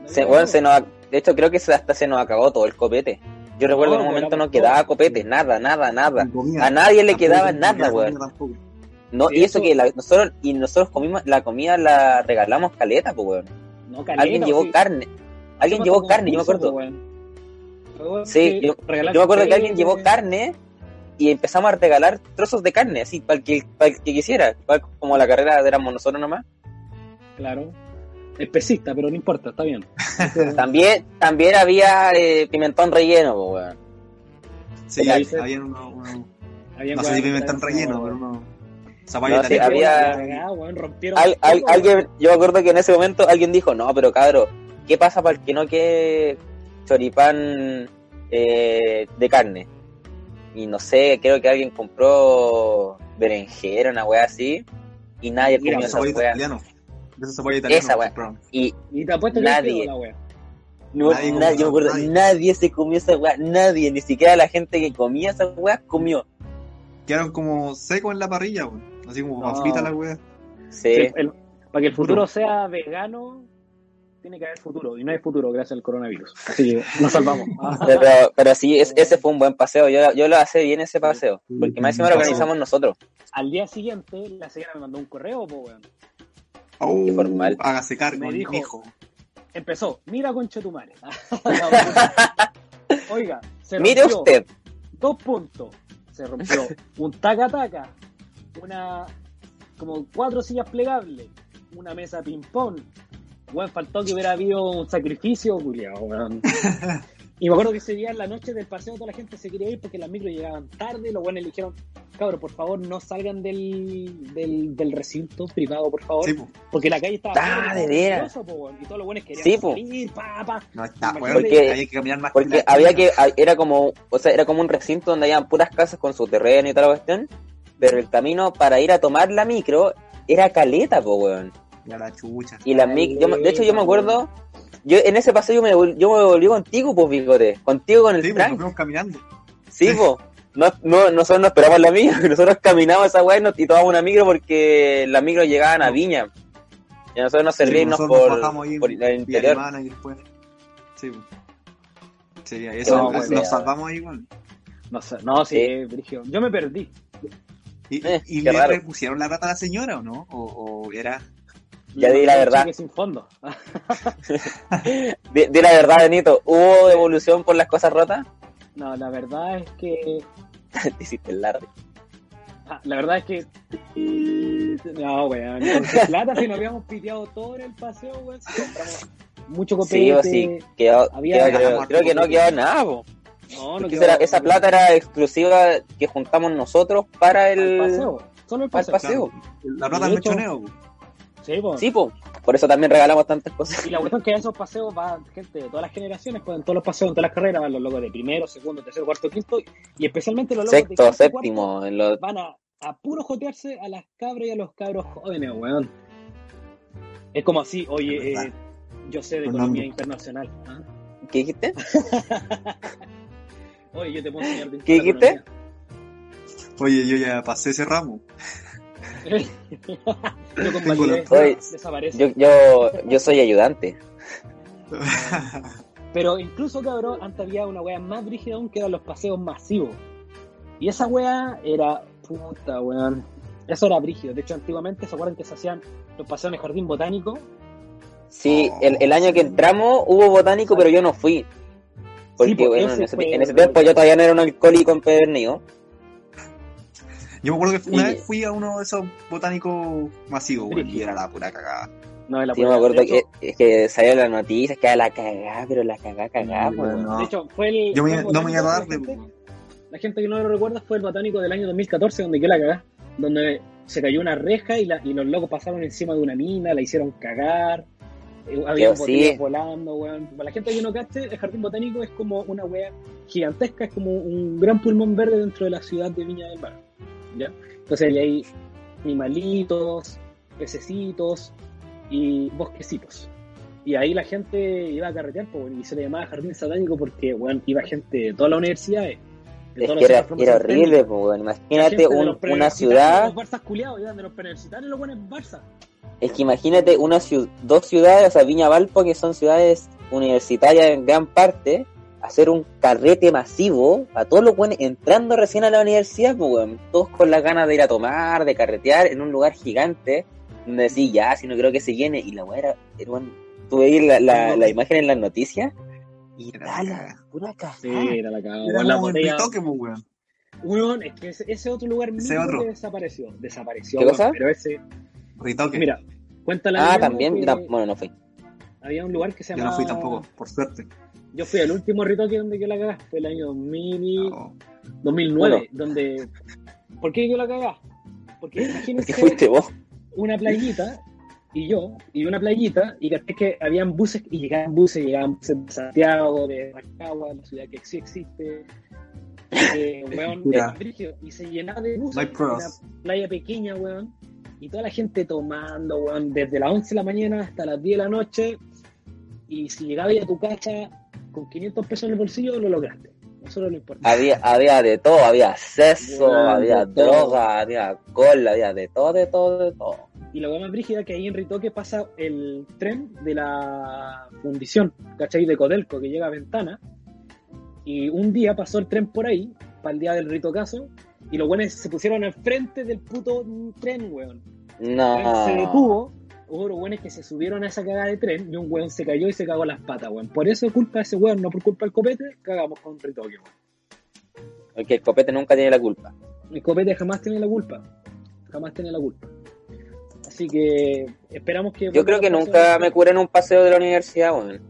S1: No
S3: Se,
S1: había
S3: bueno,
S1: nada.
S3: se nos, ac- de hecho, creo que se- hasta se nos acabó todo el copete. Yo recuerdo que
S1: No, Ah, pues,
S3: en un momento
S1: volamos
S3: no quedaba
S1: todo.
S3: copete, nada, nada, nada.
S4: Ni comida.
S3: A nadie le
S4: Tampoco
S3: quedaba
S4: ni
S3: nada,
S4: comida,
S3: weón.
S4: tampoco.
S3: No,
S1: De
S3: y eso
S1: hecho-
S3: que la- nosotros, y nosotros comimos, la comida la regalamos caleta, pues, weón.
S1: No, caleta,
S3: Alguien llevó
S1: sí.
S3: carne. Alguien
S1: Hacemos
S3: llevó
S1: como
S3: carne, yo me
S1: concurso,
S3: acuerdo.
S1: weón. Fue, weón,
S3: Sí,
S1: que
S3: yo-
S1: regalaron
S3: Yo me acuerdo que
S1: tele,
S3: alguien llevó
S1: weón.
S3: carne y empezamos a regalar trozos de carne, así, para el que, para el que quisiera. Pa- Como la carrera éramos nosotros nomás.
S1: Claro. Especista, pero no importa, está bien.
S3: También, también había eh, pimentón relleno, pues, weón.
S4: Sí,
S3: Ya,
S1: dice-
S4: había uno, uno-
S1: Habían
S4: no sé si
S1: weón que
S4: me están
S1: estaban como-
S4: relleno, pero uno...
S3: No,
S4: Zapallo
S3: sí,
S4: italiano.
S3: había-
S1: Cagada, weón, rompieron
S3: Al- al-
S1: todo, weón.
S3: alguien, yo me acuerdo que en ese momento alguien dijo, no, pero cabro, ¿qué pasa para el que no quede choripán eh, de carne. Y no sé, creo que alguien compró berenjera, una weá así, y nadie
S1: Mira,
S3: comió
S4: Esos
S3: esa
S4: zapallitos
S3: weá.
S4: italianos. De esos zapallitos italianos
S3: Esa,
S4: que
S3: weá.
S4: compraron.
S3: Y
S1: Y te apuesto que
S3: Nadie.
S1: quedó la wea.
S3: no, nadie,
S4: Nadie comió,
S3: yo me acuerdo,
S4: nadie.
S3: nadie. se comió esa weá, nadie, ni siquiera la gente que comía esa weá comió.
S4: Quedaron como secos en la parrilla, weón. Así como
S1: No.
S4: frita la weá.
S3: Sí.
S1: Sí, el- para que el futuro sea vegano, tiene que haber futuro. Y no hay futuro gracias al coronavirus. Así que nos salvamos.
S3: Pero, pero- pero sí, es- ese fue un buen paseo. Yo, yo lo hice bien ese paseo. Porque más encima lo organizamos nosotros.
S1: al día siguiente, la señora me mandó un correo, po, weón.
S4: Oh,
S3: Qué formal.
S4: Hágase cargo,
S1: Me
S4: mi
S1: dijo-
S4: hijo.
S1: Empezó, mira conchetumare. Oiga, se
S3: Mire
S1: rompió
S3: usted,
S1: dos puntos. Se rompió un taca-taca, una como cuatro sillas plegables, una mesa ping-pong. Weón, faltó que hubiera habido un sacrificio, culiao, weón. Y me acuerdo que ese día en la noche del paseo toda la gente se quería ir porque las micros llegaban tarde, los buenos le dijeron, cabros, por favor no salgan del, del, del recinto privado, por favor.
S4: Sí, po.
S1: Porque la calle estaba
S3: Ah,
S1: llena
S3: de veras.
S1: curioso, po, weón, y todos los buenos querían
S3: Sí, po.
S1: salir, pa, pa.
S4: No está,
S1: Porque-
S4: weón. había que caminar más
S3: porque
S4: la
S3: había
S4: chucha.
S3: que, a- era como, o sea, era como un recinto donde habían puras casas con su terreno y toda la cuestión, pero el camino para ir a tomar la micro era caleta, po, weón.
S4: Ya la chucha.
S3: Y las mic, yo me- de hecho yo me acuerdo, yo en ese paseo yo me, vol- yo me volví contigo, pues, bigote, contigo con el
S4: Sí, pues, nos
S3: Frank,
S4: fuimos caminando.
S3: sí, po. No, no, nosotros no esperamos la micro, nosotros caminamos esa weá y, nos- y tomamos una micro porque las micros llegaban a Viña. Y a nosotros nos servía
S4: Sí,
S3: irnos
S4: nosotros
S3: por,
S4: nos bajamos ahí en
S3: por el
S4: Villa
S3: interior.
S4: Alemana y después. Sí, pues. Sí, eso,
S3: No,
S4: eso
S3: weón.
S4: nos salvamos ahí, weón.
S1: No sé, no, sí,
S3: Sí.
S1: brígido. Yo me perdí.
S4: ¿Y,
S3: Eh,
S4: y
S3: qué
S4: le
S3: raro.
S4: pusieron la rata a la señora o no? ¿O, o era
S3: Ya
S1: Le
S3: di la
S1: mandé un
S3: verdad.
S1: cheque sin fondo.
S3: De, de la verdad, Benito, ¿hubo evolución por las cosas rotas?
S1: No, la verdad es que.
S3: Te hiciste el largo.
S1: ah, La verdad es que. No, weón. Con plata, si nos habíamos piteado todo en el paseo, weón. si compramos mucho
S3: Sí,
S1: copete.
S3: o sí, quedó,
S1: había-
S3: quedó-
S4: ganamos
S3: creo,
S4: harto
S3: creo que no
S4: copete.
S3: quedó nada, po.
S1: No, no
S3: Porque
S1: quedó-
S3: esa, era- esa plata era exclusiva que juntamos nosotros para
S1: Al
S3: el,
S1: paseo. Solo el
S3: para el
S1: paseo.
S3: paseo.
S4: la rata
S1: De
S4: del
S1: hecho-
S4: mechoneo? weón?
S1: Sí, po.
S3: Sí, po. por eso también regalamos tantas cosas.
S1: Y la cuestión es que a esos paseos va gente de todas las generaciones, pues en todos los paseos, en todas las carreras van los locos de primero, segundo, tercero, cuarto, quinto, y especialmente los locos de
S3: Sexto,
S1: quinto, cuarto,
S3: séptimo, en los-
S1: van a, a puro jotearse a las cabras y a los cabros jóvenes, weón. Es como así, oye,
S4: Es verdad.
S1: eh, yo sé de
S4: Fernando.
S1: economía internacional. ¿ah?
S3: ¿Qué dijiste?
S1: Oye, yo te puedo enseñar de
S3: ¿Qué
S1: de
S3: dijiste?
S1: economía.
S4: Oye, yo ya pasé ese ramo.
S1: Yo con
S4: Tengo la
S1: validez
S3: Oye,
S1: desaparece.
S3: Yo, yo, yo soy ayudante.
S1: Pero incluso, cabrón, antes había una wea más brígida aún que eran los paseos masivos. Y esa wea era puta, weón. Eso era brígido. De hecho, antiguamente, ¿se acuerdan que se hacían los paseos en el jardín botánico?
S3: Sí,
S1: Oh,
S3: el, el año que entramos hubo botánico, pero yo no fui. Porque
S1: pues,
S3: bueno, en
S1: ese
S3: ese,
S1: fue-
S3: en ese tiempo yo todavía no era un alcohólico empedernido.
S4: Yo me acuerdo que una
S3: Y-
S4: vez fui a uno de esos botánicos masivos, weón, y
S1: Brígido.
S4: era la pura cagada.
S1: No, era
S3: Sí, me
S1: pura-
S3: acuerdo
S1: de hecho-
S3: que, es que salió la noticia, que a la cagá, pero la cagá, cagá,
S4: No,
S3: weón.
S4: no.
S1: De hecho, fue el.
S4: Yo me-
S1: fue el
S4: no me iba a
S1: botánico,
S4: dar de-
S1: la gente- La gente que no lo recuerda fue el botánico del año 2014, donde quedó la cagá. Donde se cayó una reja y, la- y los locos pasaron encima de una mina, la hicieron cagar. eh, había
S3: sí.
S1: botellas volando, weón. Para la gente que no cache, el jardín botánico es como una wea gigantesca, es como un gran pulmón verde dentro de la ciudad de Viña del Mar. ¿ya? Entonces ahí hay animalitos, pececitos y bosquecitos. Y ahí la gente iba a carretear, pues, bueno, y se le llamaba jardín satánico porque, bueno, iba gente de todas las universidades. de
S3: Es
S1: todos
S3: que
S1: los
S3: era,
S1: centros de
S3: era
S1: formación
S3: horrible,
S1: técnica,
S3: po, weón.
S1: gente
S3: Imagínate
S1: de
S3: un-
S1: los
S3: una
S1: preuniversitarios,
S3: ciudad,
S1: Los Barzas culiados iban de los preuniversitarios, los buenos Barça.
S3: es que imagínate una ciu- dos ciudades, o sea, Viña Valpo, que son ciudades universitarias en gran parte, hacer un carrete masivo a todos los buenos entrando recién a la universidad, po, weón. Todos con las ganas de ir a tomar, de carretear en un lugar gigante, donde decís, ya, si no creo que se llene. Y la weá era, era un- tuve ahí la, la, la imagen en las noticias y
S4: Era
S3: da
S4: la
S3: la
S4: cagada.
S3: pura cagada.
S1: Sí, era la cagada.
S4: Era
S1: weón, la
S4: como el
S1: botella.
S4: pitoque, pues, weón.
S1: Ah, Weón, es que ese, ese otro lugar
S4: Ese
S1: mismo
S4: otro.
S1: que desapareció. Desapareció,
S3: ¿Qué
S1: weón,
S3: cosa?
S1: pero ese.
S4: Ritoque.
S1: Mira, cuenta la
S3: Ah,
S1: leyenda
S3: también,
S1: que
S3: yo tam- bueno, no fui.
S1: Había un lugar que se
S4: yo no
S1: llamaba.
S4: fui tampoco, por suerte.
S1: Yo fui al último ritoque donde quedó la cagá. Fue el año 2000. y-
S4: No.
S1: 2009, donde... ¿Por qué yo la cagá? Porque
S3: Que
S1: imagínense
S3: fuiste vos.
S1: una playita y yo, y una playita, y capté que habían buses, y llegaban buses, llegaban buses de Santiago, de Rancagua, la ciudad que sí existe, eh, weón,
S4: Ya.
S1: es brígido, y se llenaba de buses,
S4: My pros.
S1: una playa pequeña, weón, y toda la gente tomando, weón, desde las 11 de la mañana hasta las 10 de la noche, y si llegabas a tu casa con 500 pesos en el bolsillo, lo lograste, eso no lo importa.
S3: Había, había de todo, había sexo,
S1: Bueno,
S3: había
S1: de todo.
S3: droga, había alcohol, había de todo, de todo, de todo.
S1: Y la hueá más brígida que ahí en Ritoque pasa el tren de la fundición, ¿cachai? De Codelco, que llega a Ventana. Y un día pasó el tren por ahí, para el día del Ritocazo, y los buenos se pusieron al frente del puto tren, weón. El tren
S3: No.
S1: Se detuvo, hubo los buenos que se subieron a esa cagada de tren, y un weón se cayó y se cagó las patas, weón. Por eso culpa de ese weón, no por culpa del copete, cagamos con Ritoque, weón.
S3: El que el copete nunca tiene la culpa.
S1: El copete jamás tiene la culpa, jamás tiene la culpa. Así que esperamos que...
S3: Yo creo que nunca me curé en un paseo de la universidad, weón.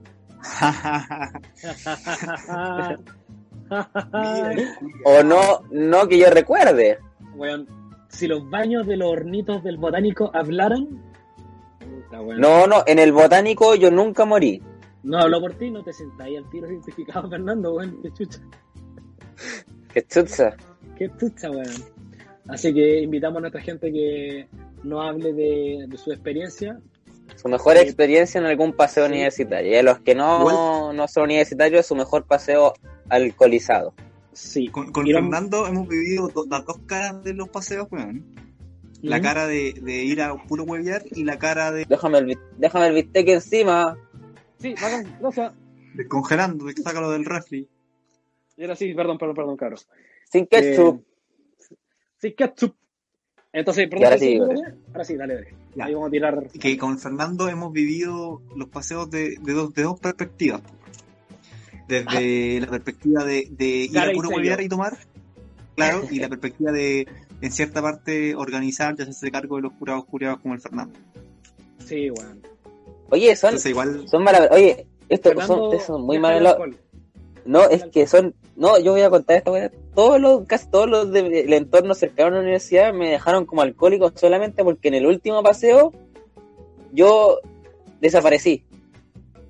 S3: O no, no que yo recuerde.
S1: Weón, si los baños de los hornitos del botánico hablaran. puta, weón.
S3: No, no, en el botánico yo nunca morí.
S1: No habló por ti, no te sentáis al tiro identificado, Fernando, weón. Qué chucha,
S3: Que chucha.
S1: qué chucha, weón. Así que invitamos a nuestra gente que nos hable de, de su experiencia.
S3: Su mejor experiencia en algún paseo universitario. Y a los que no, no son universitarios, su mejor paseo alcoholizado.
S1: Sí.
S4: Con, con
S1: Y lo-
S4: Fernando hemos vivido do- las dos caras de los paseos, weón. La
S1: ¿Mm?
S4: cara de, de ir a puro huevear y la cara de,
S3: Déjame el, bi- déjame el bistec encima.
S1: Sí, bacán, gracias.
S4: de congelando, de que sácalo del refri.
S1: Y ahora sí, perdón, perdón, perdón, caro.
S3: Sin ketchup.
S1: Eh, sí, ketchup. Entonces, perdón,
S3: Y ahora
S1: ¿sí,
S3: sí,
S1: dale? ahora sí, dale, dale.
S4: Ya.
S1: Ahí vamos a tirar.
S4: Que con Fernando hemos vivido los paseos de, de dos, de dos perspectivas. Desde la perspectiva de, de ir
S1: Cara
S4: a
S1: Ah. y
S4: puro
S1: serio.
S4: huevear y tomar, claro, y la perspectiva de, en cierta parte, organizar, ya hacerse cargo de los curados curados como el Fernando.
S1: Sí, weón.
S3: Oye, son,
S4: Entonces, igual,
S3: son malas. Oye, estos son,
S1: Fernando,
S3: ustedes son muy
S1: deja el
S3: malos.
S1: alcohol.
S3: No, es que son. No, yo voy a contar esta weá. Todos los, casi todos los del entorno cercano a la universidad me dejaron como alcohólico solamente porque en el último paseo yo desaparecí.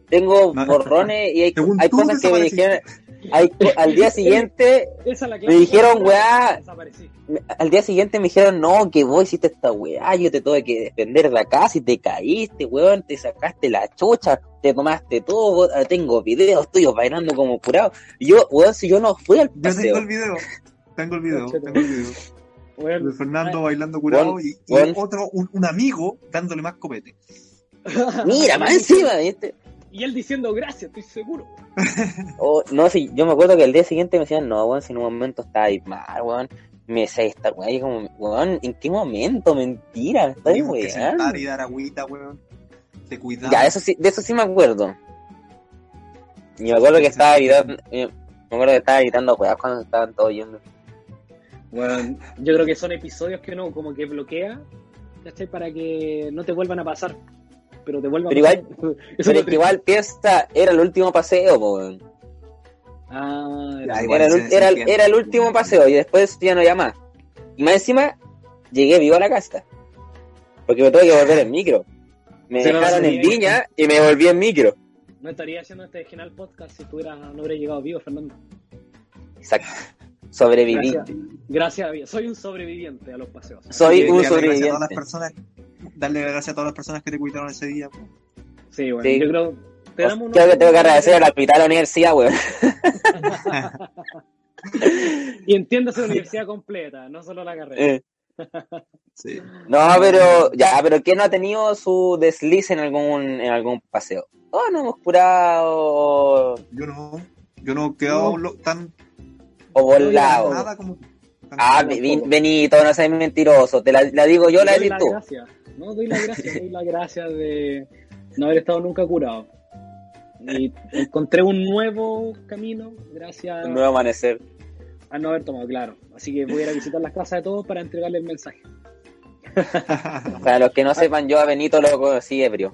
S3: Tengo
S4: No,
S3: borrones y hay,
S4: según
S3: hay
S4: tú,
S3: cosas que me dijeron.
S4: desapareciste.
S3: hay co- al día siguiente,
S1: Esa es la
S3: Me dijeron, weá.
S1: Desaparecí.
S3: me- al día siguiente me dijeron, no, que vos hiciste esta weá, yo te tuve que defender de acá, si te caíste, weón, te sacaste la chucha, te tomaste todo, vos- ah, tengo videos tuyos bailando como curado. Y Yo, weón, si yo no fui al
S4: Yo
S3: paseo.
S4: tengo el video. Tengo el video,
S1: Conchete.
S4: tengo el video.
S1: Weón,
S4: de Fernando bailando curado
S3: Juan,
S4: y, y
S3: Juan.
S4: otro, un, un amigo dándole más copete.
S3: Mira, más encima, ¿viste?
S1: Ah, Y él diciendo gracias, estoy seguro.
S3: O, no, si yo me acuerdo que el día siguiente me decían, no, weón, si en un momento estaba ahí mal, weón. Me sé esta weón, y como, weón, ¿en qué momento? Mentira, me estoy
S4: Tuvimos que sentar
S3: weón.
S4: y dar agüita, weón. Te cuidaba.
S3: Ya, eso sí, de eso sí me acuerdo. Y me acuerdo que estaba gritando, eh, me acuerdo que estaba gritando weón cuando estaban todos yendo.
S1: Weón, yo creo que son episodios que uno como que bloquea, ¿cachai? Para que no te vuelvan a pasar. Pero te vuelvan
S3: Pero
S1: a
S3: igual-
S1: pasar. Eso
S3: Pero
S1: es
S3: es
S1: lo
S3: que igual piensa, era el último paseo, po, weón.
S1: triste. Ah,
S4: Ya, igual,
S3: Era el,
S4: se
S3: ul- era, el-
S4: desentiende.
S3: era el último paseo y después ya no había más. Y más encima, llegué vivo a la casa. Porque me tuve que volver en micro. Me
S1: Sí, no,
S3: dejaron
S1: sí,
S3: en
S1: sí.
S3: Viña y me volví en micro.
S1: no estaría haciendo este genial podcast si tuviera, no hubiera llegado vivo, Fernando.
S3: Exacto. Sobreviví.
S1: Gracias, gracias a Dios. Soy un sobreviviente a los paseos.
S3: Soy
S4: Y
S3: un
S4: darle gracias a todas las
S3: sobreviviente.
S4: personas. Darle gracias a todas las personas que te cuidaron ese día. po.
S1: Sí, weón.
S3: Sí.
S1: Yo creo. Te damos
S3: Os-
S1: unos-
S3: Creo que tengo que agradecer a la hospital de la universidad, weón.
S1: Y entiéndase la universidad completa, no solo la carrera.
S3: Eh,
S4: Sí.
S3: No, pero ya, pero ¿quién no ha tenido su desliz en algún en algún paseo? Oh, no hemos curado
S4: Yo no. Yo no he quedado lo- tan
S3: o volado.
S4: nada como. tan-
S3: Ah,
S4: como-
S3: Ven- Benito, no seas mentiroso. Te la, la digo yo, la
S1: doy
S3: decís
S1: la
S3: tú.
S1: gracia. No, doy la gracia, doy la gracia de no haber estado nunca curado. Y encontré un nuevo camino gracias
S3: Un nuevo amanecer.
S1: a no haber tomado, claro. Así que voy a ir a visitar las casas de todos para entregarle el mensaje.
S3: Para los que
S1: Ah.
S3: no sepan, yo a Benito lo conocí ebrio.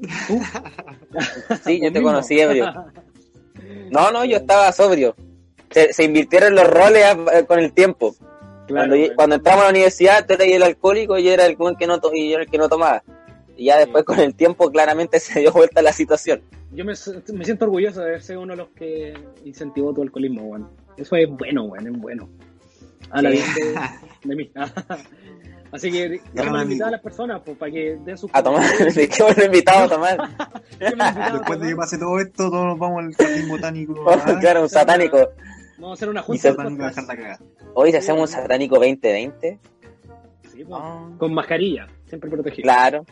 S3: Sí, yo
S1: Lo
S3: te
S1: mismo.
S3: conocí ebrio. No, no, yo estaba sobrio. Se, se invirtieron los roles a- eh, con el tiempo.
S1: Claro,
S3: cuando, yo-
S1: bueno.
S3: cuando entramos a la universidad, tú eras el alcohólico y yo era el buen que no, to- y yo era el que no tomaba. Y ya después con el tiempo claramente se dio vuelta la situación.
S1: Yo me, s- me siento orgulloso de haber sido uno de los que incentivó tu alcoholismo, weón. Eso es bueno, weón, es bueno. Habla bien de, de mí. Así que déjame
S4: amigo.
S1: invitar a las personas pues, para que den sus
S3: A tomar, ¿de qué me lo invitado a tomar?
S1: Déjame invitar a
S4: Después de que
S1: tomar.
S4: pase todo esto, todos nos vamos al jardín botánico.
S1: Ah,
S4: ¿verdad?
S3: claro, un satánico.
S1: Vamos a hacer una
S4: Y
S1: pues. junta.
S4: se
S1: de
S4: van a
S1: podcast.
S4: dejar la cagada.
S3: Hoy si hacemos un satánico 2020.
S1: Sí, pues, Con mascarilla, siempre protegido.
S3: Claro.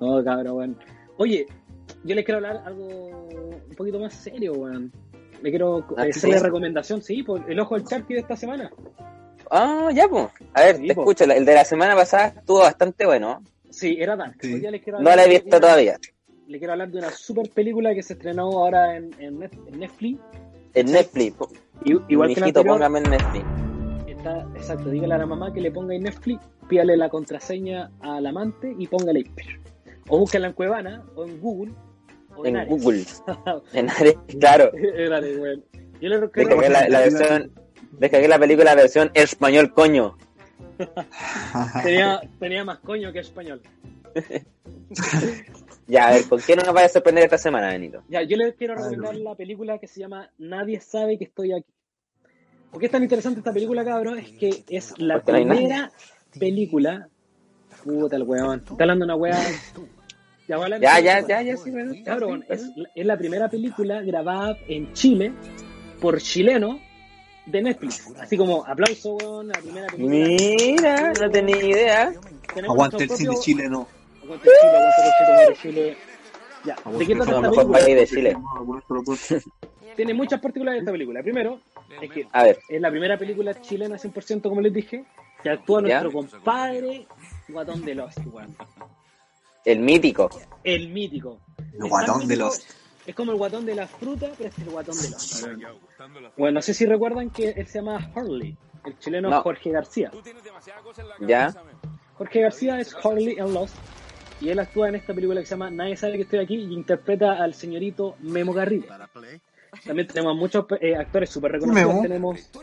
S1: No, cabrón, weón. Oye, yo les quiero hablar algo un poquito más serio, weón. Le quiero
S3: Ah,
S1: eh,
S3: ¿sí?
S1: hacer la recomendación, sí, por el ojo del Sharky de esta semana.
S3: Ah, ya, pues. A ver,
S1: Sí,
S3: te
S1: po.
S3: escucho. la- El de la semana pasada estuvo bastante bueno.
S1: Sí, era Dark.
S4: Sí.
S1: Hoy día les quiero
S3: No la
S1: hablar
S3: he
S1: de
S3: visto
S1: una-
S3: todavía.
S1: Le quiero hablar de una super película que se estrenó ahora en, en Net- en Netflix.
S3: En Netflix. po.
S1: I- Igual
S3: Mi
S1: que la
S3: hijito,
S1: anterior,
S3: póngame en Netflix.
S1: está, exacto, dígale a la mamá que le ponga en Netflix, pídale la contraseña al amante y póngale Hyper. O búscala en Cuevana, o en Google, o
S3: En
S1: en, Ares.
S3: Google. En Ares, claro.
S1: Dale, weón. Yo le recuerdo-
S3: Descargué la, la versión. Descargué la película versión español, coño.
S4: Ah.
S1: Tenía, tenía más coño que español.
S3: Ya, a ver, ¿con qué no nos vaya a sorprender esta semana, Benito?
S1: Ya, yo les
S3: Ah,
S1: quiero
S4: Ay,
S1: recomendar
S4: Dios.
S1: la película que se llama Nadie sabe que estoy aquí. ¿Por qué es tan interesante esta película, cabrón? Es que es la
S3: Porque no hay nadie.
S1: primera película. Puta el weón. Está hablando una weá. Ya, voy a hablar de
S3: Ya,
S1: película.
S3: ya, ya, ya, sí, pues. bueno.
S1: Cabrón, es, la- es la primera película grabada en Chile por chileno de
S3: Ah,
S1: Netflix. Así como aplauso, weón, la primera película.
S3: Mira, no tenía idea.
S1: Tenemos
S4: Aguante el
S1: nuestro
S4: cine
S1: propio-
S4: chileno.
S1: Aguante el Chile, aguante el Chile, aguante el Chile. Ya, ¿de qué
S4: Aguante
S1: trata
S3: el
S1: esta
S3: mejor
S1: película?
S3: país de Chile.
S1: Tiene muchas particularidades esta película. Primero, es que
S3: A ver,
S1: es la primera película chilena 100%, como les dije, que actúa
S3: ¿Ya?
S1: nuestro compadre Guatón de Lost, weón.
S3: el mítico.
S1: El mítico.
S4: El
S1: Es
S4: Guatón
S1: tan
S4: de
S1: mítico,
S4: Lost.
S1: Es como el guatón de la fruta, pero es el guatón de Lost. weón. Bueno, no sé si recuerdan que él se llama Harley, el chileno
S3: No.
S1: Jorge García.
S3: Ya.
S1: Jorge García es Harley en Lost y él actúa en esta película que se llama Nadie sabe que estoy aquí y interpreta al señorito Memo Garrido. También tenemos muchos eh, actores súper reconocidos.
S4: Memo.
S1: Tenemos.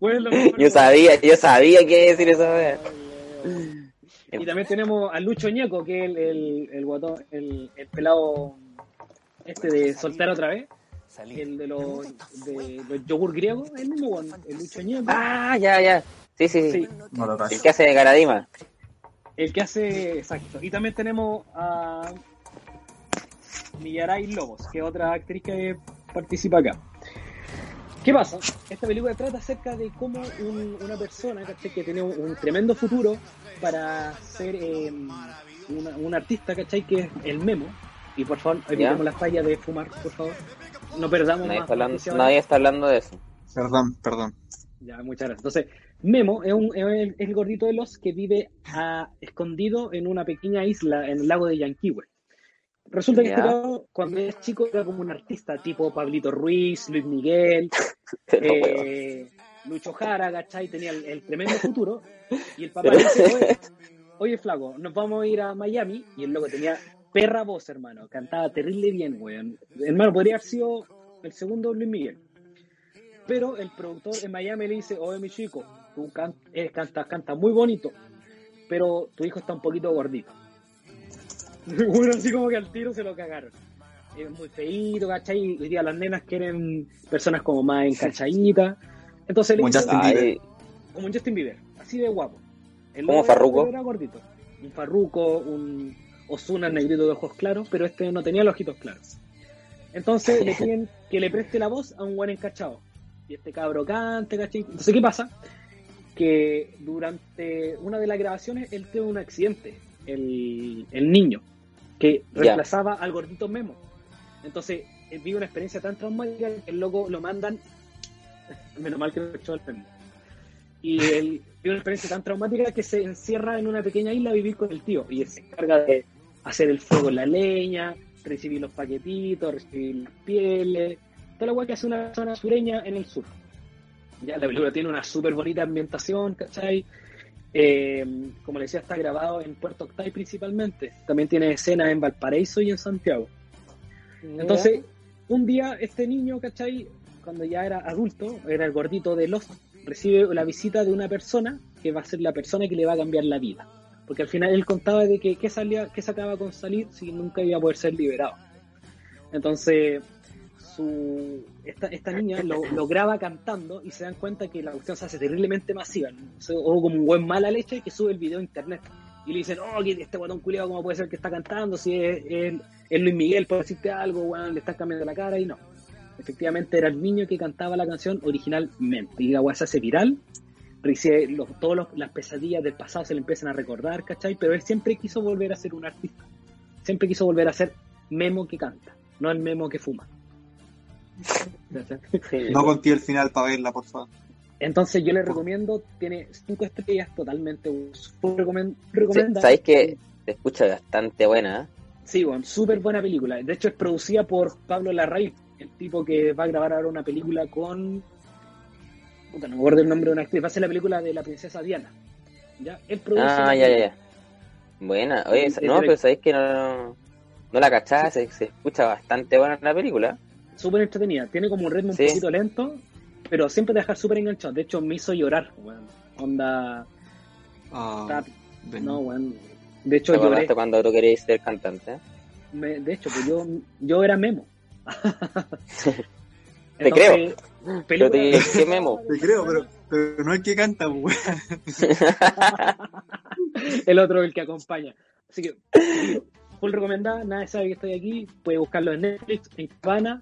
S1: Bueno, es lo mismo,
S3: Yo
S1: pero-
S3: sabía, yo sabía que iba a decir esa vez.
S1: Y también tenemos a Lucho Ñeco, que es el, el, el guatón, el, el pelado este de soltar otra vez. El de los, de los yogur griegos, el mismo, weón, el Lucho Ñeco.
S3: Ah, ya, ya. Sí, sí, sí.
S1: Sí,
S4: No lo
S3: El que hace de Garadima.
S1: el que hace, exacto. Y también tenemos a Millaray Lobos, que es otra actriz que participa acá. ¿Qué pasa? Esta película trata acerca de cómo un- una persona ¿cachai? que tiene un, un tremendo futuro para ser eh, una- un artista, ¿cachai? Que es el Memo. Y por favor, evitemos las fallas de fumar, por favor. No perdamos
S3: Nadie
S1: más.
S3: está hablando,
S1: noticias ahora.
S3: nadie está hablando de eso.
S4: Perdón, perdón.
S1: Ya, muchas gracias. Entonces, Memo es, un- es el, es el gordito de los que vive a- escondido en una pequeña isla en el lago de Yanquihue. Resulta que
S3: Ya.
S1: este cabrón, cuando es chico, era como un artista tipo Pablito Ruiz, Luis Miguel,
S3: Pero,
S1: eh,
S3: weón.
S1: Lucho Jara, ¿cachai? Tenía el, el tremendo futuro. Y el papá le dice, oye, oye, flaco, nos vamos a ir a Miami. Y el loco tenía perra voz, hermano. Cantaba terrible bien, weón. Hermano, podría haber sido el segundo Luis Miguel. Pero el productor en Miami le dice, oye, mi chico, tú can- eh, cantas, cantas muy bonito, pero tu hijo está un poquito gordito. Bueno, así como que al tiro se lo cagaron. Es muy feíto, ¿cachai? Hoy día las nenas quieren personas como más encachaditas. Entonces le
S4: Como
S1: dicen-
S4: Justin Bieber.
S3: Ay,
S1: como un Justin Bieber, así de guapo. El
S3: Como
S1: lobo era-
S3: Farruko.
S1: Era gordito. Un Farruco, un Osuna negrito de ojos claros, pero este no tenía los ojitos claros. Entonces le piden que le preste la voz a un buen encachado. Y este cabro canta, ¿cachai? Entonces, ¿qué pasa? Que durante una de las grabaciones él tuvo un accidente, el, el niño, que
S3: Ya.
S1: reemplazaba al gordito Memo. Entonces, eh, vive una experiencia tan traumática que el loco lo mandan. Menos mal que lo echó el Memo. Y él vive una experiencia tan traumática que se encierra en una pequeña isla a vivir con el tío. Y él se encarga de hacer el fuego en la leña, recibir los paquetitos, recibir las pieles, toda la weá que hace una zona sureña en el sur. Ya la película tiene una súper bonita ambientación, ¿cachai? Eh, como les decía, está grabado en Puerto Octay principalmente. También tiene escenas en Valparaíso y en Santiago. Entonces, un día este niño, ¿cachai? Cuando ya era adulto, era el gordito de Lost, recibe la visita de una persona que va a ser la persona que le va a cambiar la vida. Porque al final él contaba de que qué salía, qué sacaba con salir si nunca iba a poder ser liberado. Entonces, su, esta, esta niña lo, lo graba cantando y se dan cuenta que la cuestión se hace terriblemente masiva. ¿no? O sea, O como un buen mala leche que sube el video a internet. Y le dicen, oh, que este guatón culiado, ¿cómo puede ser que está cantando? Si es, es- es Luis Miguel, por decirte algo, weón, le estás cambiando la cara y no. Efectivamente era el niño que cantaba la canción originalmente. Y la weá se hace viral recibe los, todos los- las pesadillas del pasado se le empiezan a recordar, ¿cachai? Pero él siempre quiso volver a ser un artista. Siempre quiso volver a ser Memo que canta, no el Memo que fuma. ¿Cachai?
S4: No contigo el final para verla, por favor.
S1: Entonces yo le recomiendo, tiene cinco estrellas totalmente, súper recomen- recomendada.
S3: ¿Sabéis que te escucha bastante buena? ¿eh?
S1: Sí, bueno, súper buena película. De hecho es producida por Pablo Larraín, el tipo que va a grabar ahora una película con... Puta, no me acuerdo el nombre de una actriz, va a ser la película de la princesa Diana. ¿Ya? Él produce
S3: Ah,
S1: la
S3: ya, ya,
S1: película.
S3: ya. Buena. Oye,
S1: Sí,
S3: no,
S1: direct-
S3: pero ¿sabéis que no, no la cachás? Se, se escucha bastante buena la película.
S1: súper entretenida. Tiene como un ritmo
S3: Sí.
S1: un poquito lento, pero siempre te deja súper enganchado. De hecho, me hizo llorar, weón. Onda.
S4: Ah,
S1: tap-
S4: ven.
S1: no, weón. De hecho,
S3: ¿Te
S1: lloré.
S3: acordaste cuando tú querías ser cantante?
S1: Me- de hecho, pues yo, yo era Memo.
S3: Te creo.
S1: creo.
S3: Pero te- ¿qué Memo?
S4: Te creo, pero, pero no es que canta, pues, weón.
S1: El otro, el que acompaña. Así que, digo, full recomendada. Nadie sabe que estoy aquí. Puede buscarlo en Netflix, en Cabana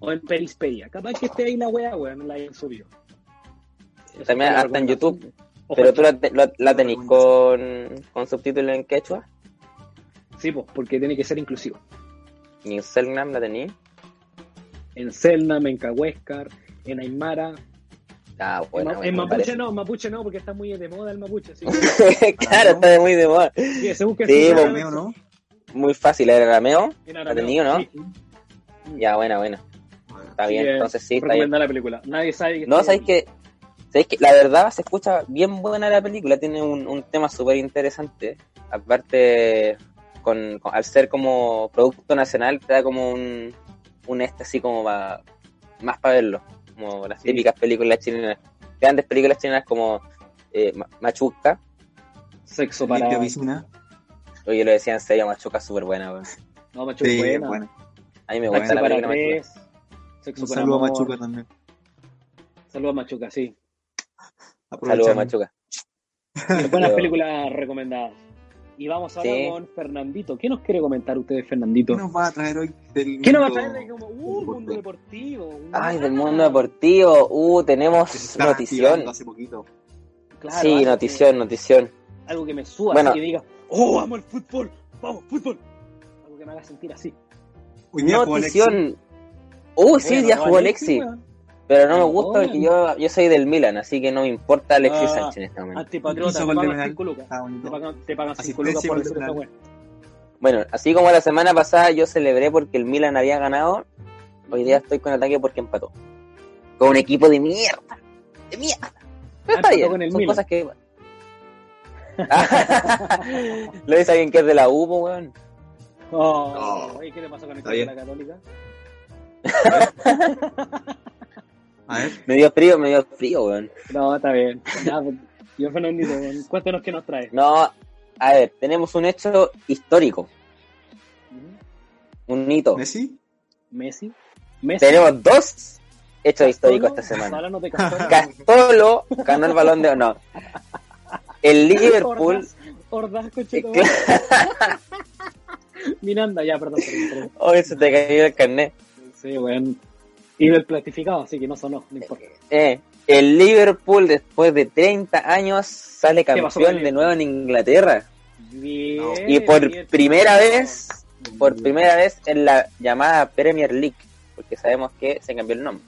S1: o en Perispedia. Capaz que esté ahí la weá, weón. La hayan subido. Eso
S3: También
S1: fue la
S3: hasta en
S1: recomendación.
S3: YouTube.
S1: Ojo,
S3: Pero tú la, te- la- la tenís con, con subtítulos en quechua.
S1: Sí, pues, porque tiene que ser inclusivo.
S3: Ni en Selnam la tenís.
S1: en Selnam, en Cahuéscar, en Aymara.
S3: Ah,
S1: en,
S3: bueno.
S1: Ma- en Mapuche no, Mapuche no, porque está muy de moda el Mapuche. Así que,
S3: claro, está de muy de moda.
S1: sí, se busca
S3: Sí, pues,
S1: en-
S3: bo-
S4: Arameo, ¿no?
S3: Muy fácil, el arameo.
S1: en
S3: ¿Ha tenido, no?
S1: sí.
S3: Ya, buena, buena. Está
S1: Sí,
S3: bien,
S1: eh,
S3: entonces sí, está bien.
S1: Recomendada la película. Nadie sabe que
S3: No,
S1: está
S3: sabéis
S1: bien.
S3: que, sabéis que la verdad se escucha bien buena la película, tiene un, un tema súper interesante. Aparte, con, con- al ser como producto nacional, te da como un, un este así como va, más para verlo. Como las típicas películas chilenas, grandes películas chilenas como eh, Ma- Machuca.
S1: Sexo para...
S4: Limpia piscina.
S3: Oye, lo decían en serio, Machuca es súper buena. weón.
S1: No, Machuca
S4: Sí,
S1: buena.
S4: bueno.
S3: A mí me
S1: Taxi
S3: gusta la
S1: para
S3: película Machuca.
S1: tres. Sexo
S4: Un
S1: para
S4: saludo a
S1: amor.
S4: Machuca también.
S1: Saludos a Machuca, sí.
S3: Saludos,
S4: Aprovechando.
S3: Machuca.
S1: Buenas
S3: Pero-
S1: películas recomendadas. Y vamos ahora
S3: Sí.
S1: con Fernandito. ¿Qué nos quiere comentar ustedes, Fernandito?
S4: ¿Qué nos va a traer hoy del
S1: ¿Qué nos va a
S4: mundo?
S1: traer de como... Uh, mundo deportivo.
S3: Ay,
S1: uh,
S3: del mundo deportivo. Uh, tenemos
S4: Que se está
S3: notición.
S4: activando hace poquito.
S1: claro, algo
S3: sí,
S1: que-
S3: notición, notición.
S1: algo que me suba,
S3: Bueno.
S1: así que diga, oh, amo el fútbol, vamos, fútbol. Algo que me haga sentir así.
S4: Hoy día jugó Alexis.
S3: Notición. Uh, sí,
S1: Bueno,
S3: ya
S1: no,
S3: jugó
S1: Alexis,
S3: Alexis,
S1: weón.
S3: pero no me
S1: Pero
S3: gusta porque
S1: bueno.
S3: yo, yo soy del Milan, así que no me importa Alexis
S1: Ah,
S3: Sánchez en este momento.
S1: Antipatriota,
S4: Hizo
S1: te
S4: gol de
S1: pagan
S4: penal.
S1: 5 lucas.
S4: Está
S1: Te
S4: bonito.
S1: pagan, te pagan 5
S4: Asistencia
S1: lucas por
S4: y gol de
S1: decir esa
S4: penal.
S1: weá.
S3: Bueno, así como la semana pasada yo celebré porque el Milan había ganado, hoy día estoy con ataque porque empató. Con un equipo de mierda. De mierda. Pero
S1: Ah,
S3: está
S1: empató
S3: bien,
S1: con el
S3: son
S1: Milan.
S3: cosas que... Lo dice alguien que es de la U, po, weón.
S1: Oh, oye, ¿qué le pasó con el
S4: Está
S1: equipo de
S4: bien.
S1: la Católica?
S4: A ver,
S3: Me dio frío, me dio frío, weón.
S1: No, está bien. Ya, pues, yo, Fernandito, weón, cuéntanos qué nos trae.
S3: No, a ver, tenemos un hecho histórico, un hito.
S4: Messi.
S1: Messi. Messi.
S3: Tenemos dos hechos históricos
S1: Solo,
S3: esta semana.
S1: ojalá no te castoras.
S3: Castolo ganó el balón de honor. El Liverpool,
S1: Ordaz, Ordaz,
S3: eh,
S1: conchetumare.
S3: claro,
S1: Miranda, ya, perdón. perdón, perdón.
S3: hoy se te cayó el carnet.
S1: Sí, weón. Y el plastificado, así que no sonó, no importa.
S3: Eh, el Liverpool, después de 30 años, sale
S1: ¿Qué pasó con
S3: campeón
S1: el
S3: de nuevo en Inglaterra.
S1: Bien,
S3: Y por
S1: bien.
S3: primera vez,
S1: Mm.
S3: por primera vez en la llamada Premier League, porque sabemos que se cambió el nombre.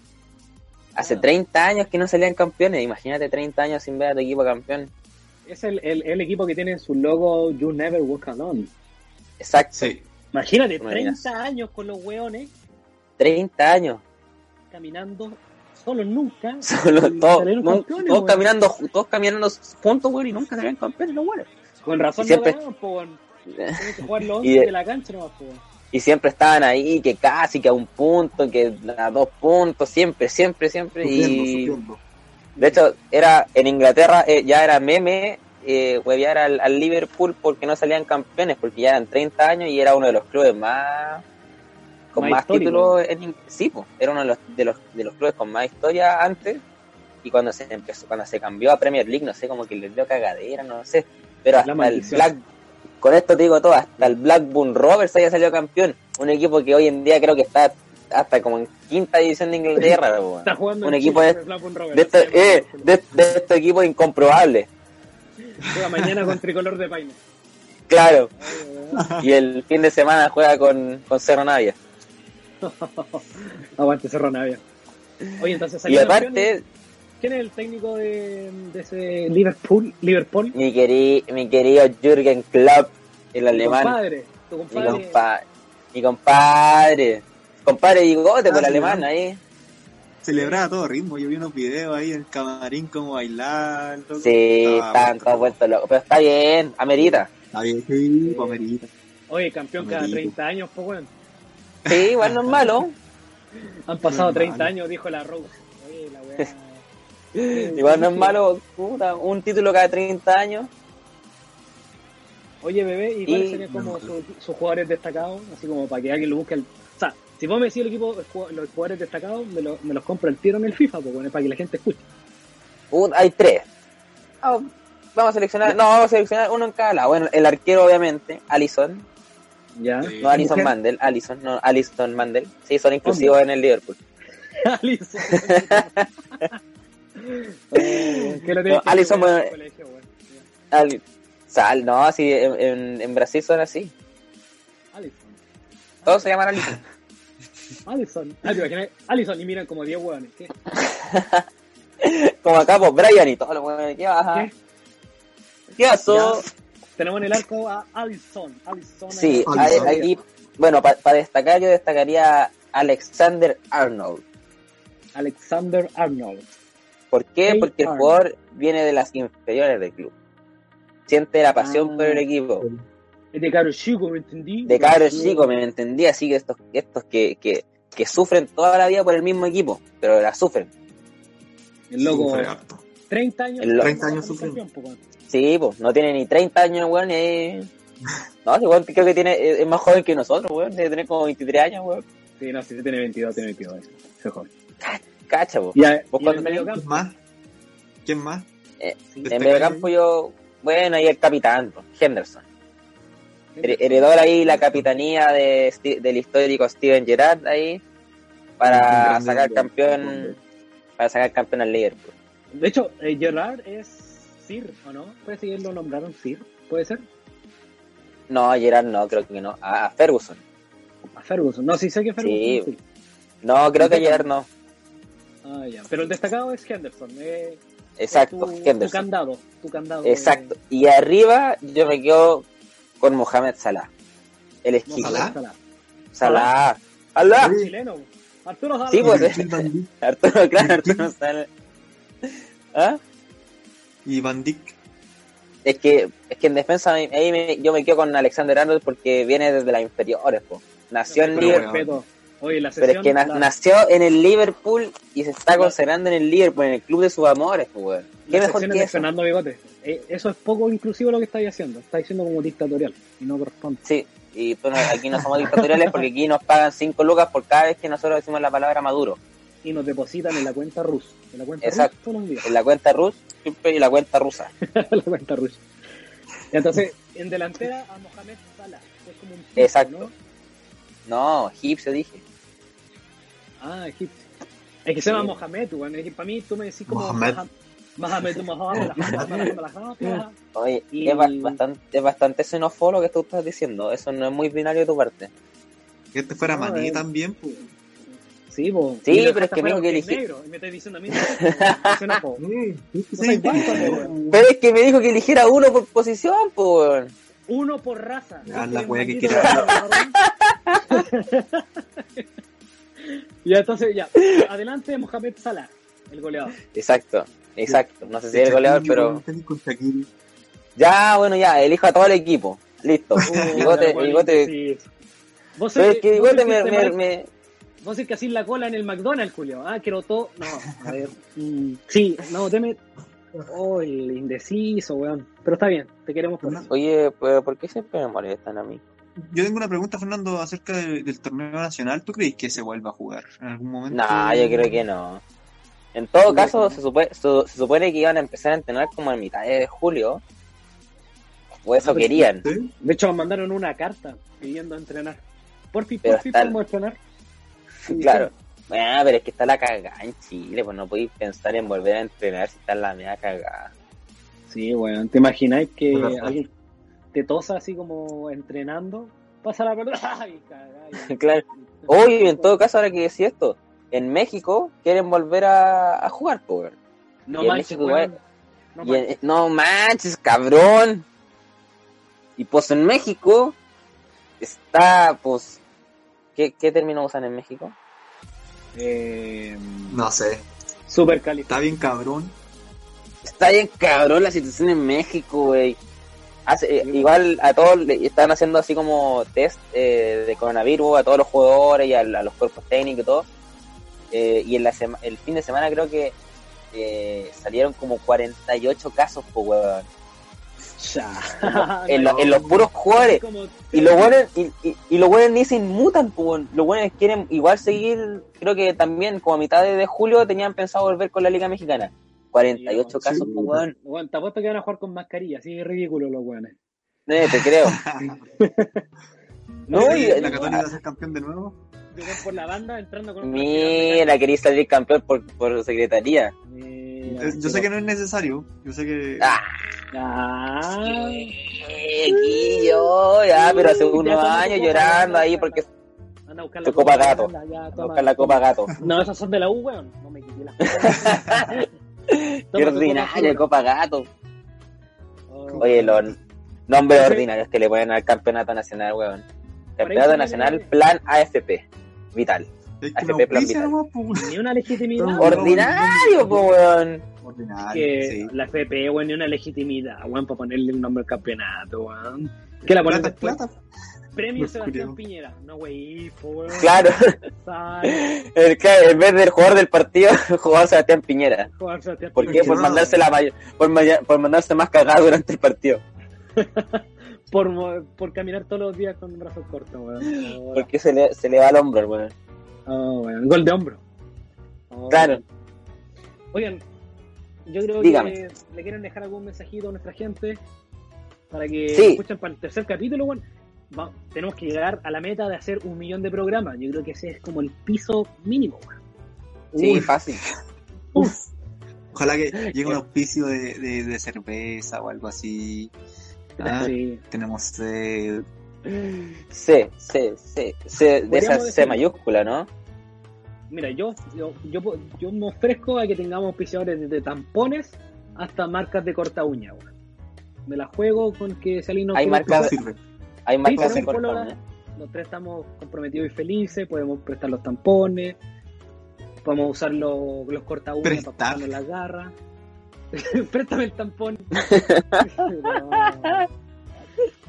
S3: Hace
S1: Ah.
S3: 30 años que no salían campeones, imagínate 30 años sin ver a tu equipo campeón.
S1: Es el, el, el equipo que tiene en su logo You Never Walk Alone.
S3: Exacto,
S4: Sí.
S1: Imagínate,
S3: Una
S1: 30 años con los hueones
S3: 30 años.
S1: caminando solos nunca.
S3: Solo
S1: Y
S3: todos,
S1: salieron
S3: no-
S1: campeones,
S3: todos
S1: weón.
S3: caminando, ju- todos caminando juntos, güey, y nunca salían campeones los güeyes.
S1: Con razón
S3: y siempre-
S1: no ganaron, po, weón. Tienen que jugar los
S3: Y
S1: 11
S3: de-
S1: de la cancha nomás, po, weón.
S3: Y siempre estaban ahí, que casi, que a un punto, que a dos puntos, siempre, siempre, siempre.
S4: Sufriendo,
S3: Y
S4: sufriendo.
S3: de hecho, era en Inglaterra eh, ya era meme eh, huevear al, al Liverpool porque no salían campeones, porque ya eran 30 años y era uno de los clubes más con
S1: Más
S3: más,
S1: histórico.
S3: títulos en Ing- sí, po, era uno de los, de los de los clubes con más historia antes y cuando se empezó cuando se cambió a Premier League, no sé, como que les dio cagadera, no sé, pero
S1: La
S3: hasta el
S1: maldición.
S3: Black con esto te digo todo, hasta el Blackburn Rovers haya salido campeón, un equipo que hoy en día creo que está hasta como en quinta división de Inglaterra, po, weón.
S1: Está jugando
S3: un
S1: en
S3: equipo
S1: Chile
S3: de,
S1: con el Blackburn Rovers,
S3: de,
S1: así
S3: este, eh,
S1: que-
S3: de, de este equipo incomprobable.
S1: Juega mañana con tricolor de paine.
S3: Claro. Y el fin de semana juega con, con Cerro Navia.
S1: Aguante Cerro Navia. Oye, entonces
S3: Y
S1: salió campeón.
S3: aparte,
S1: ¿Quién es el técnico de, de ese Liverpool? Liverpool.
S3: mi, queri- mi querido Jürgen Klopp, el alemán,
S1: Tu compadre. Tu
S3: mi
S1: compadre.
S3: compadre, mi compadre, compadre bigote por
S4: Ah,
S3: alemán ahí.
S4: Celebraba a todo ritmo. Yo vi unos videos ahí en el camarín como bailar. todo.
S3: Sí,
S4: Estaba
S3: están todos vueltos locos, pero está bien, amerita.
S4: Está bien, sí, pues, amerita.
S1: Oye, campeón cada
S4: Amarillo.
S1: 30 años, pues bueno.
S3: Sí, igual no es malo,
S1: Han pasado
S4: Normal.
S1: 30 años, dijo la Rose. Oye, la weá.
S3: igual no es malo, puta, un título cada 30 años.
S1: Oye, bebé, ¿y
S3: Y-
S1: cuáles serían como su- sus jugadores destacados? Así como para que alguien lo busque. al- O sea, si vos me decís el equipo, los jugadores destacados, me, lo- me los compro el tiro en el FIFA, pues bueno, para que la gente escuche.
S3: Un- hay tres. Ah, vamos a seleccionar, no, vamos a seleccionar uno en cada lado. Bueno, el arquero obviamente, Alison,
S1: Ya.
S4: Sí.
S3: No Alison
S4: Mujer.
S3: Mandel, Alison, no Alison Mandel. Sí, son inclusivos en el Liverpool.
S1: Alison. Oye, que lo tienes
S3: No,
S1: que
S3: Alison,
S1: estudiar en el
S3: bueno,
S1: colegio, weón.
S3: Al- Sal, no, sí, en, en- en Brasil son así.
S1: Alison.
S3: Todos se llaman Alison.
S1: Alison. Ah, te imaginas, Alison, y miran como 10 hueones. ¿Qué?
S3: Como acá, pues Brian y todos los huevones. ¿Qué baja?
S1: ¿Qué?
S3: ¿Qué pasó?
S1: Tenemos en el arco a Alison. Alison
S3: Sí,
S1: ahí.
S3: ahí-
S4: Alison.
S3: aquí, bueno, para destacar, yo destacaría a Alexander Arnold.
S1: Alexander Arnold.
S3: ¿Por qué?
S1: Hey,
S3: Porque el
S1: Arnold.
S3: jugador viene de las inferiores del club. Siente la pasión
S1: Ah.
S3: por el equipo.
S1: Es de Caro Chico, ¿me entendí?
S3: De cabros chicos, me entendí, así que estos, estos que, que, que sufren toda la vida por el mismo equipo, pero la sufren.
S1: El loco,
S4: Sufre harto.
S1: 30 años.
S3: El loco.
S4: 30 años sufriendo.
S1: Tiempo, weón.
S3: Sí, pues, no tiene ni 30 años, weón, y ahí- No, ese weón creo que tiene, es es más joven que nosotros, weón, debe tener como 23 años, weón.
S1: Sí, no, si tiene 22, tiene 22. eso, Ese joven.
S3: Cacha, po. ¿Vos
S1: Y, a, y en el
S3: cuánto
S1: medio
S4: ¿Quién
S1: campo,
S4: más? ¿Quién más?
S3: Eh, En medio campo yo, bueno, ahí el capitán, po, Henderson. Her-
S1: gente,
S3: Heredó ahí la capitanía de, Sti- del histórico Steven Gerrard ahí,
S4: Un
S3: para
S4: grande
S3: sacar
S4: hombre, un
S3: campeón,
S4: grande.
S3: para sacar campeón al Liverpool.
S1: De hecho, eh, Gerard es Sir, ¿o no? Puede ser que lo nombraron Sir, puede ser.
S3: No, Gerrard no, creo que no, a, a Ferguson.
S1: A Ferguson. No, sí sé que Ferguson.
S3: Sí.
S1: es Sir.
S3: No, creo que
S1: Beckham.
S3: Gerrard no.
S1: Ah, ya. Pero el destacado es Henderson. eh,
S3: Exacto,
S1: tu, tu
S3: Henderson.
S1: candado, tu candado. eh,
S3: Exacto. Y arriba yo me quedo con Mohamed Salah. El esquivo.
S1: Mohamed
S4: ¿Salah?
S1: Salah.
S3: Salah. Salah.
S4: Sí.
S1: Chileno. Arturo Salah.
S3: Ah. Sí, pues, eh.
S4: Y Van Dijk-
S3: Arturo, claro, Arturo Salah. ¿Ah?
S4: Y Van Dijk.
S3: Es que, es que en defensa ahí- ahí me- yo me quedo con Alexander Arnold porque viene desde las inferiores, po. Nació en
S1: Con
S4: Liverpool.
S1: respeto. Oye, la sesión.
S3: Pero es que na-
S1: la-
S3: nació en el Liverpool y se está
S1: Claro.
S3: consagrando en el Liverpool, en el club de sus amores, po, weón. ¿Qué
S1: Las
S3: mejor
S1: secciones
S3: que
S1: de
S3: eso?
S1: Fernando Bigote. Eh, eso es poco inclusivo lo que estáis haciendo. Estáis siendo como dictatorial y no corresponde.
S3: Sí, y bueno, aquí no somos dictatoriales porque aquí nos pagan 5 lucas por cada vez que nosotros decimos la palabra Maduro.
S1: Y nos depositan en la cuenta rusa. En la cuenta
S3: Exacto.
S1: rusa todos los días.
S3: En la cuenta rus siempre y la cuenta rusa.
S1: En la cuenta rusa. Y entonces, en delantera a Mohamed Salah. que Es como un tipo,
S3: Exacto.
S1: ¿no?
S3: No, egipcio dije.
S1: Ah, egipcio. Es que se llama
S3: Sí.
S1: Mohamed, weón. Es que para mí tú me decís como
S4: Mohamed.
S1: Mohamed. Mohamed, Mohamed, Mohamed, Mohamed.
S3: Oye,
S1: Y-
S3: es, ba- bastante, es bastante xenófobo lo que tú estás diciendo. Eso no es muy binario de tu parte.
S4: Que este fuera
S1: No,
S4: maní
S1: eh.
S4: también, pues.
S1: Sí, po.
S3: Sí,
S1: Y lo
S3: pero es
S1: dejaste
S3: que
S1: fuera
S3: amigo, que
S1: porque es
S3: elegí-
S1: negro. Y me estás diciendo a mí. ¿no? Es una po.
S4: Sí,
S1: soy bárbaro, weón.
S3: Pero es que me dijo que eligiera uno por posición, por.
S1: Uno por raza.
S4: Ah, la
S1: Este
S4: wea que
S1: maldito
S4: quiera.
S1: cabrón. Ya, entonces, ya. Adelante, Mohamed Salah, el goleador.
S3: Exacto, exacto. No sé si es el goleador, pero.
S4: Con Shakiri.
S3: Ya, bueno, ya, elijo a todo el equipo. Listo.
S1: Uh,
S3: Bigote,
S1: la wea
S3: bigote.
S1: que sí. Vos
S3: Pero es que
S1: vos
S3: bigote me.
S1: hiciste
S3: me,
S1: mal-
S3: me-
S1: Vos es que hacís la cola en el McDonald's, Julio. Ah, que rotó. No, a ver. Mm, sí, no, deme Oh, el indeciso, weón. Pero está bien, te queremos por
S4: No.
S1: eso.
S3: Oye, pero ¿por qué siempre me molestan a mí?
S4: Yo tengo una pregunta, Fernando, acerca del, del torneo nacional. ¿Tú crees que se vuelva a jugar en algún momento?
S3: Nah, yo creo que no. En todo
S4: Yo
S3: caso,
S4: creo que no.
S3: se supone, su- se supone que iban a empezar a entrenar como en mitad de julio. O eso querían.
S4: ¿Sí?
S1: De hecho, mandaron una carta pidiendo entrenar. Porfi,
S3: Pero
S1: porfi,
S3: está-
S1: podemos entrenar. Y
S3: Claro.
S1: dijeron,
S3: Ah, pero es que está la cagada en Chile, pues no podéis pensar en volver a entrenar si está la media cagada.
S1: Sí, weón. ¿Te imagináis que
S4: Con razón.
S1: alguien te tosa así como entrenando? Pasa la pelota. Ay, caray.
S3: Claro. Hoy, en todo caso, ahora que decía esto, en México quieren volver a, a jugar, pues. weón.
S1: No
S3: y en
S1: manches,
S3: México
S1: weón.
S3: igual-
S1: No
S3: Y en-
S1: manches.
S3: no manches, cabrón. Y pues en México está, pues, ¿qué, qué término usan en México?
S1: Eh,
S4: No sé.
S1: super cali.
S4: Está bien cabrón.
S3: Está bien cabrón la situación en México, güey. Hace- eh,
S1: Sí.
S3: igual a todos le están haciendo así como test eh, de coronavirus a todos los jugadores y al- a, los cuerpos técnicos y todo. Eh, y en la sema- el fin de semana creo que eh, salieron como 48 casos, po, weón.
S1: Ya.
S3: En, lo- en los puros jugadores. Y los buenos, y, y, y los buenos ni se inmutan, po, weón. Los buenos quieren igual seguir, creo que también como a mitad de, de julio tenían pensado volver con la Liga Mexicana. 48
S1: Sí,
S3: casos, po, weón.
S1: Bueno, te apuesto que van a jugar con mascarilla, así es ridículo los weones.
S3: Eh, te creo. No, y-
S4: Eh,
S3: ah.
S4: ¿La Católica va a ser campeón de nuevo?
S1: Llegan por la banda entrando con
S3: Mira, quería salir campeón por, por secretaría.
S4: Eh, Yo sé que no es necesario. Yo sé que...
S3: Ah,
S1: Ah,
S3: Eh, Guillo, ya, pero hace
S1: Ya
S3: unos
S1: toma tu
S3: años
S1: copa,
S3: llorando
S1: ya,
S3: ahí
S1: toma.
S3: porque
S1: anda a buscar
S3: Tu copa gato.
S1: anda, ya, toma,
S3: buscan la copa gato.
S1: No, esos son de la U, weón. No me quité las copas.
S3: Qué ordinario, copa gato.
S1: Oh,
S3: Oye, los nombres
S1: Ese-
S3: ordinarios que le ponen al campeonato nacional, weón.
S1: Por ahí
S3: Campeonato
S1: tiene-
S3: nacional, plan AFP. Vital.
S4: Es que
S3: AFP
S4: la auspicia
S3: Plan
S4: nomás, pues.
S1: Ni una legitimidad.
S4: No,
S1: weón.
S3: Ordinario, po, weón.
S4: Ordinario,
S1: que
S4: sí.
S1: la FP, weón, ni una legitimidad, weón, para ponerle un nombre al campeonato, weón. ¿Qué la ponen
S4: Plata es
S1: después?
S4: plata.
S1: Premio
S4: Los
S1: Sebastián
S4: culiados.
S1: Piñera. No, wey, po, weón.
S3: Claro,
S1: Sale,
S3: el, claro, en vez del jugador del partido, el jugador Sebastián Piñera.
S1: Juan Sebastián
S3: ¿Por qué?
S1: Piñera.
S3: Por
S4: No.
S3: mandarse, la may- por, maya- por mandarse más cagada durante el partido.
S1: Por, mo- por caminar todos los días con brazos cortos, weón. Ahora.
S3: Porque se le, se le va al hombro, weón.
S1: Oh, weón. Gol de hombro. Oh,
S3: Claro.
S1: Oigan, yo creo
S3: Dígame.
S1: que le quieren dejar algún mensajito a nuestra gente para que
S3: Sí.
S1: escuchen para el tercer capítulo, weón. Va- tenemos que llegar a la meta de hacer un millón de programas. Yo creo que ese es como el piso mínimo, weón.
S3: Sí,
S1: Uf,
S3: fácil.
S1: uf.
S4: Ojalá que llegue un auspicio de, de, de cerveza o algo así. Ah,
S1: Sí.
S4: Tenemos eh, sed.
S3: C, C, C, C, de esa
S1: Podríamos
S3: C
S1: decir-
S3: mayúscula, ¿no?
S1: Mira, yo, yo, yo, po- yo me ofrezco a que tengamos auspiciadores desde tampones hasta marcas de corta uña, weón. Me la juego con que si alguien no
S3: Hay
S1: quiere
S3: marcas-
S1: auspiciar-
S4: Sirve.
S3: Hay más
S1: tenemos
S3: clases ¿eh? por
S1: polola. los tres estamos comprometidos y felices, podemos prestar los tampones, podemos usar los, los corta uñas
S4: Prestar.
S1: para cortarnos las garras. Préstame el tampón. No.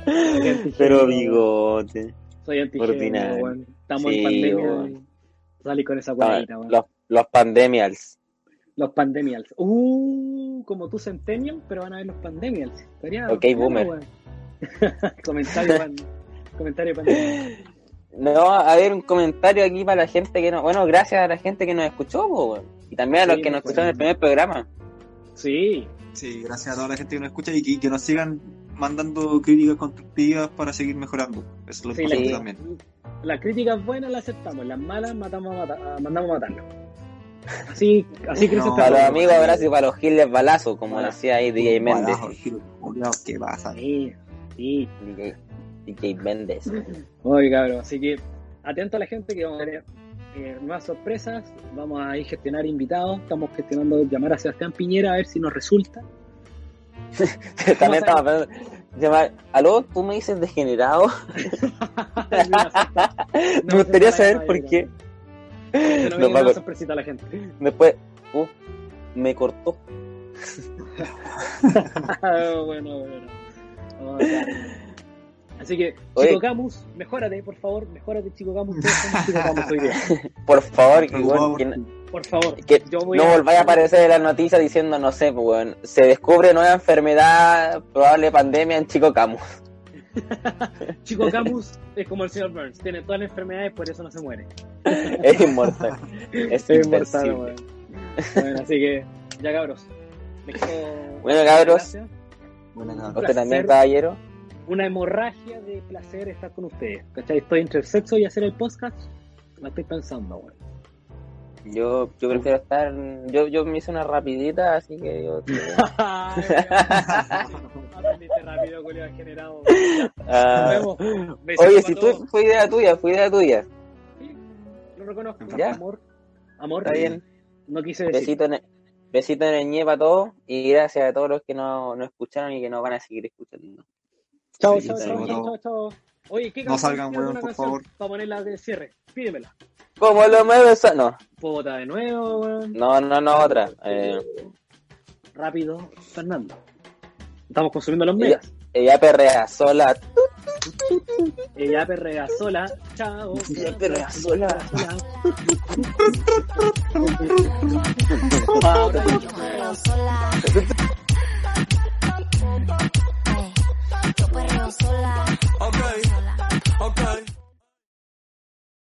S3: Pero bigote.
S1: Soy antigenio,
S3: Ordinario.
S1: weón. Estamos
S3: Sí,
S1: en pandemia.
S3: weón.
S1: weón. Salí con esa
S3: No,
S1: cuadrita, weón.
S3: los, los pandemials.
S1: Los pandemials. Uh, como tú centennial, pero van a ver los pandemials. Estaría
S3: Ok,
S1: bacano,
S3: boomer.
S1: weón. comentario, pan, comentario pandemia.
S3: No, a ver un comentario aquí para la gente que no. Bueno, gracias a la gente que nos escuchó, po, weón. Y también a los
S1: Sí,
S3: que nos
S1: pues,
S3: escucharon en el primer programa.
S1: Sí,
S4: Sí, gracias a toda la gente que nos escucha y que, que nos sigan mandando críticas constructivas para seguir mejorando. Eso es lo
S1: Sí,
S4: importante
S3: la-
S4: también.
S1: las críticas buenas las aceptamos, las malas matamos a mata- a- mandamos a matarlas. Así, así crece
S4: No,
S1: esta
S3: Para los
S1: weá.
S4: no,
S3: amigos,
S4: no.
S3: abrazos y para los giles, balazo, como
S1: Balazo.
S3: decía ahí DJ Méndez.
S4: Guadajo, giro, culiao, ¿Qué pasa?
S1: Sí, sí.
S3: DJ, DJ Méndez.
S1: Oye, cabrón, así que atento a la gente que vamos a tener eh, nuevas sorpresas, vamos a ir gestionar invitados, estamos gestionando llamar a Sebastián Piñera a ver si nos resulta.
S3: también estaba pensando. llamar- Aló, tú me dices degenerado. Me gustaría saber por qué.
S1: Se
S3: Nos
S1: nos
S3: va
S1: va
S3: a
S1: una
S3: cor-
S1: sorpresita a la gente.
S3: Después, uh, me cortó.
S1: Ah, bueno, bueno. Oh, cabrón. Así que,
S3: Oye.
S1: Chico Camus, mejórate, por favor, mejórate, Chico Camus. Todos somos Chico Camus hoy día.
S3: Por favor,
S4: Por
S3: que, weón,
S4: favor.
S3: que
S1: Por favor,
S3: Que
S1: yo voy
S3: no
S1: a-
S3: volváis a aparecer en las noticias diciendo, no sé, pues, weón, se descubre nueva enfermedad, probable pandemia en Chico Camus.
S1: Chico Camus es como el señor Burns, tiene todas las enfermedades, por eso no se muere.
S3: Es inmortal. Es
S1: Es inmortal,
S3: invencible.
S1: weón. Bueno, así que, ya cabros. Les dejo-
S3: Bueno, cabros.
S1: Gracias.
S4: Buena nada.
S3: Usted también,
S1: Placer.
S3: caballero.
S1: Una hemorragia de placer estar con ustedes. ¿Cachai? Estoy entre el sexo y hacer el podcast. La estoy pensando, weón.
S3: Yo, yo prefiero estar. Yo, yo me hice una rapidita, así que yo.
S1: Ay, weón. Aprendiste rápido, Julio, has generado. Nos
S3: Ah,
S1: vemos. Besitos
S3: oye,
S1: para
S3: si
S1: todos.
S3: tú. Fue idea tuya, fue idea tuya.
S1: Lo reconozco.
S3: Ya.
S1: Amor. Amor.
S3: Está bien.
S1: No quise decir.
S3: Besito en el. Besito en el ñe para todos y gracias a todos los que no, no escucharon y que no van a seguir escuchando.
S1: Chao,
S4: Sí,
S1: chao, chao,
S4: saludos.
S1: chao, chao, chao. Oye, ¿qué
S4: No
S1: canción
S4: salgan,
S1: tienes
S4: weón,
S1: una
S4: por
S1: canción
S4: favor.
S1: Para ponerla de cierre. Pídemela.
S3: ¿Cómo lo mueves? No,
S1: Bota de nuevo, weón.
S3: no, no, no, otra. Eh,
S1: Rápido, Fernando. Estamos consumiendo los medios.
S3: ella perrea sola,
S1: Ella perrea sola. Chao.
S3: Ella perrea sola.
S1: Ahora
S8: Yo perreo sola.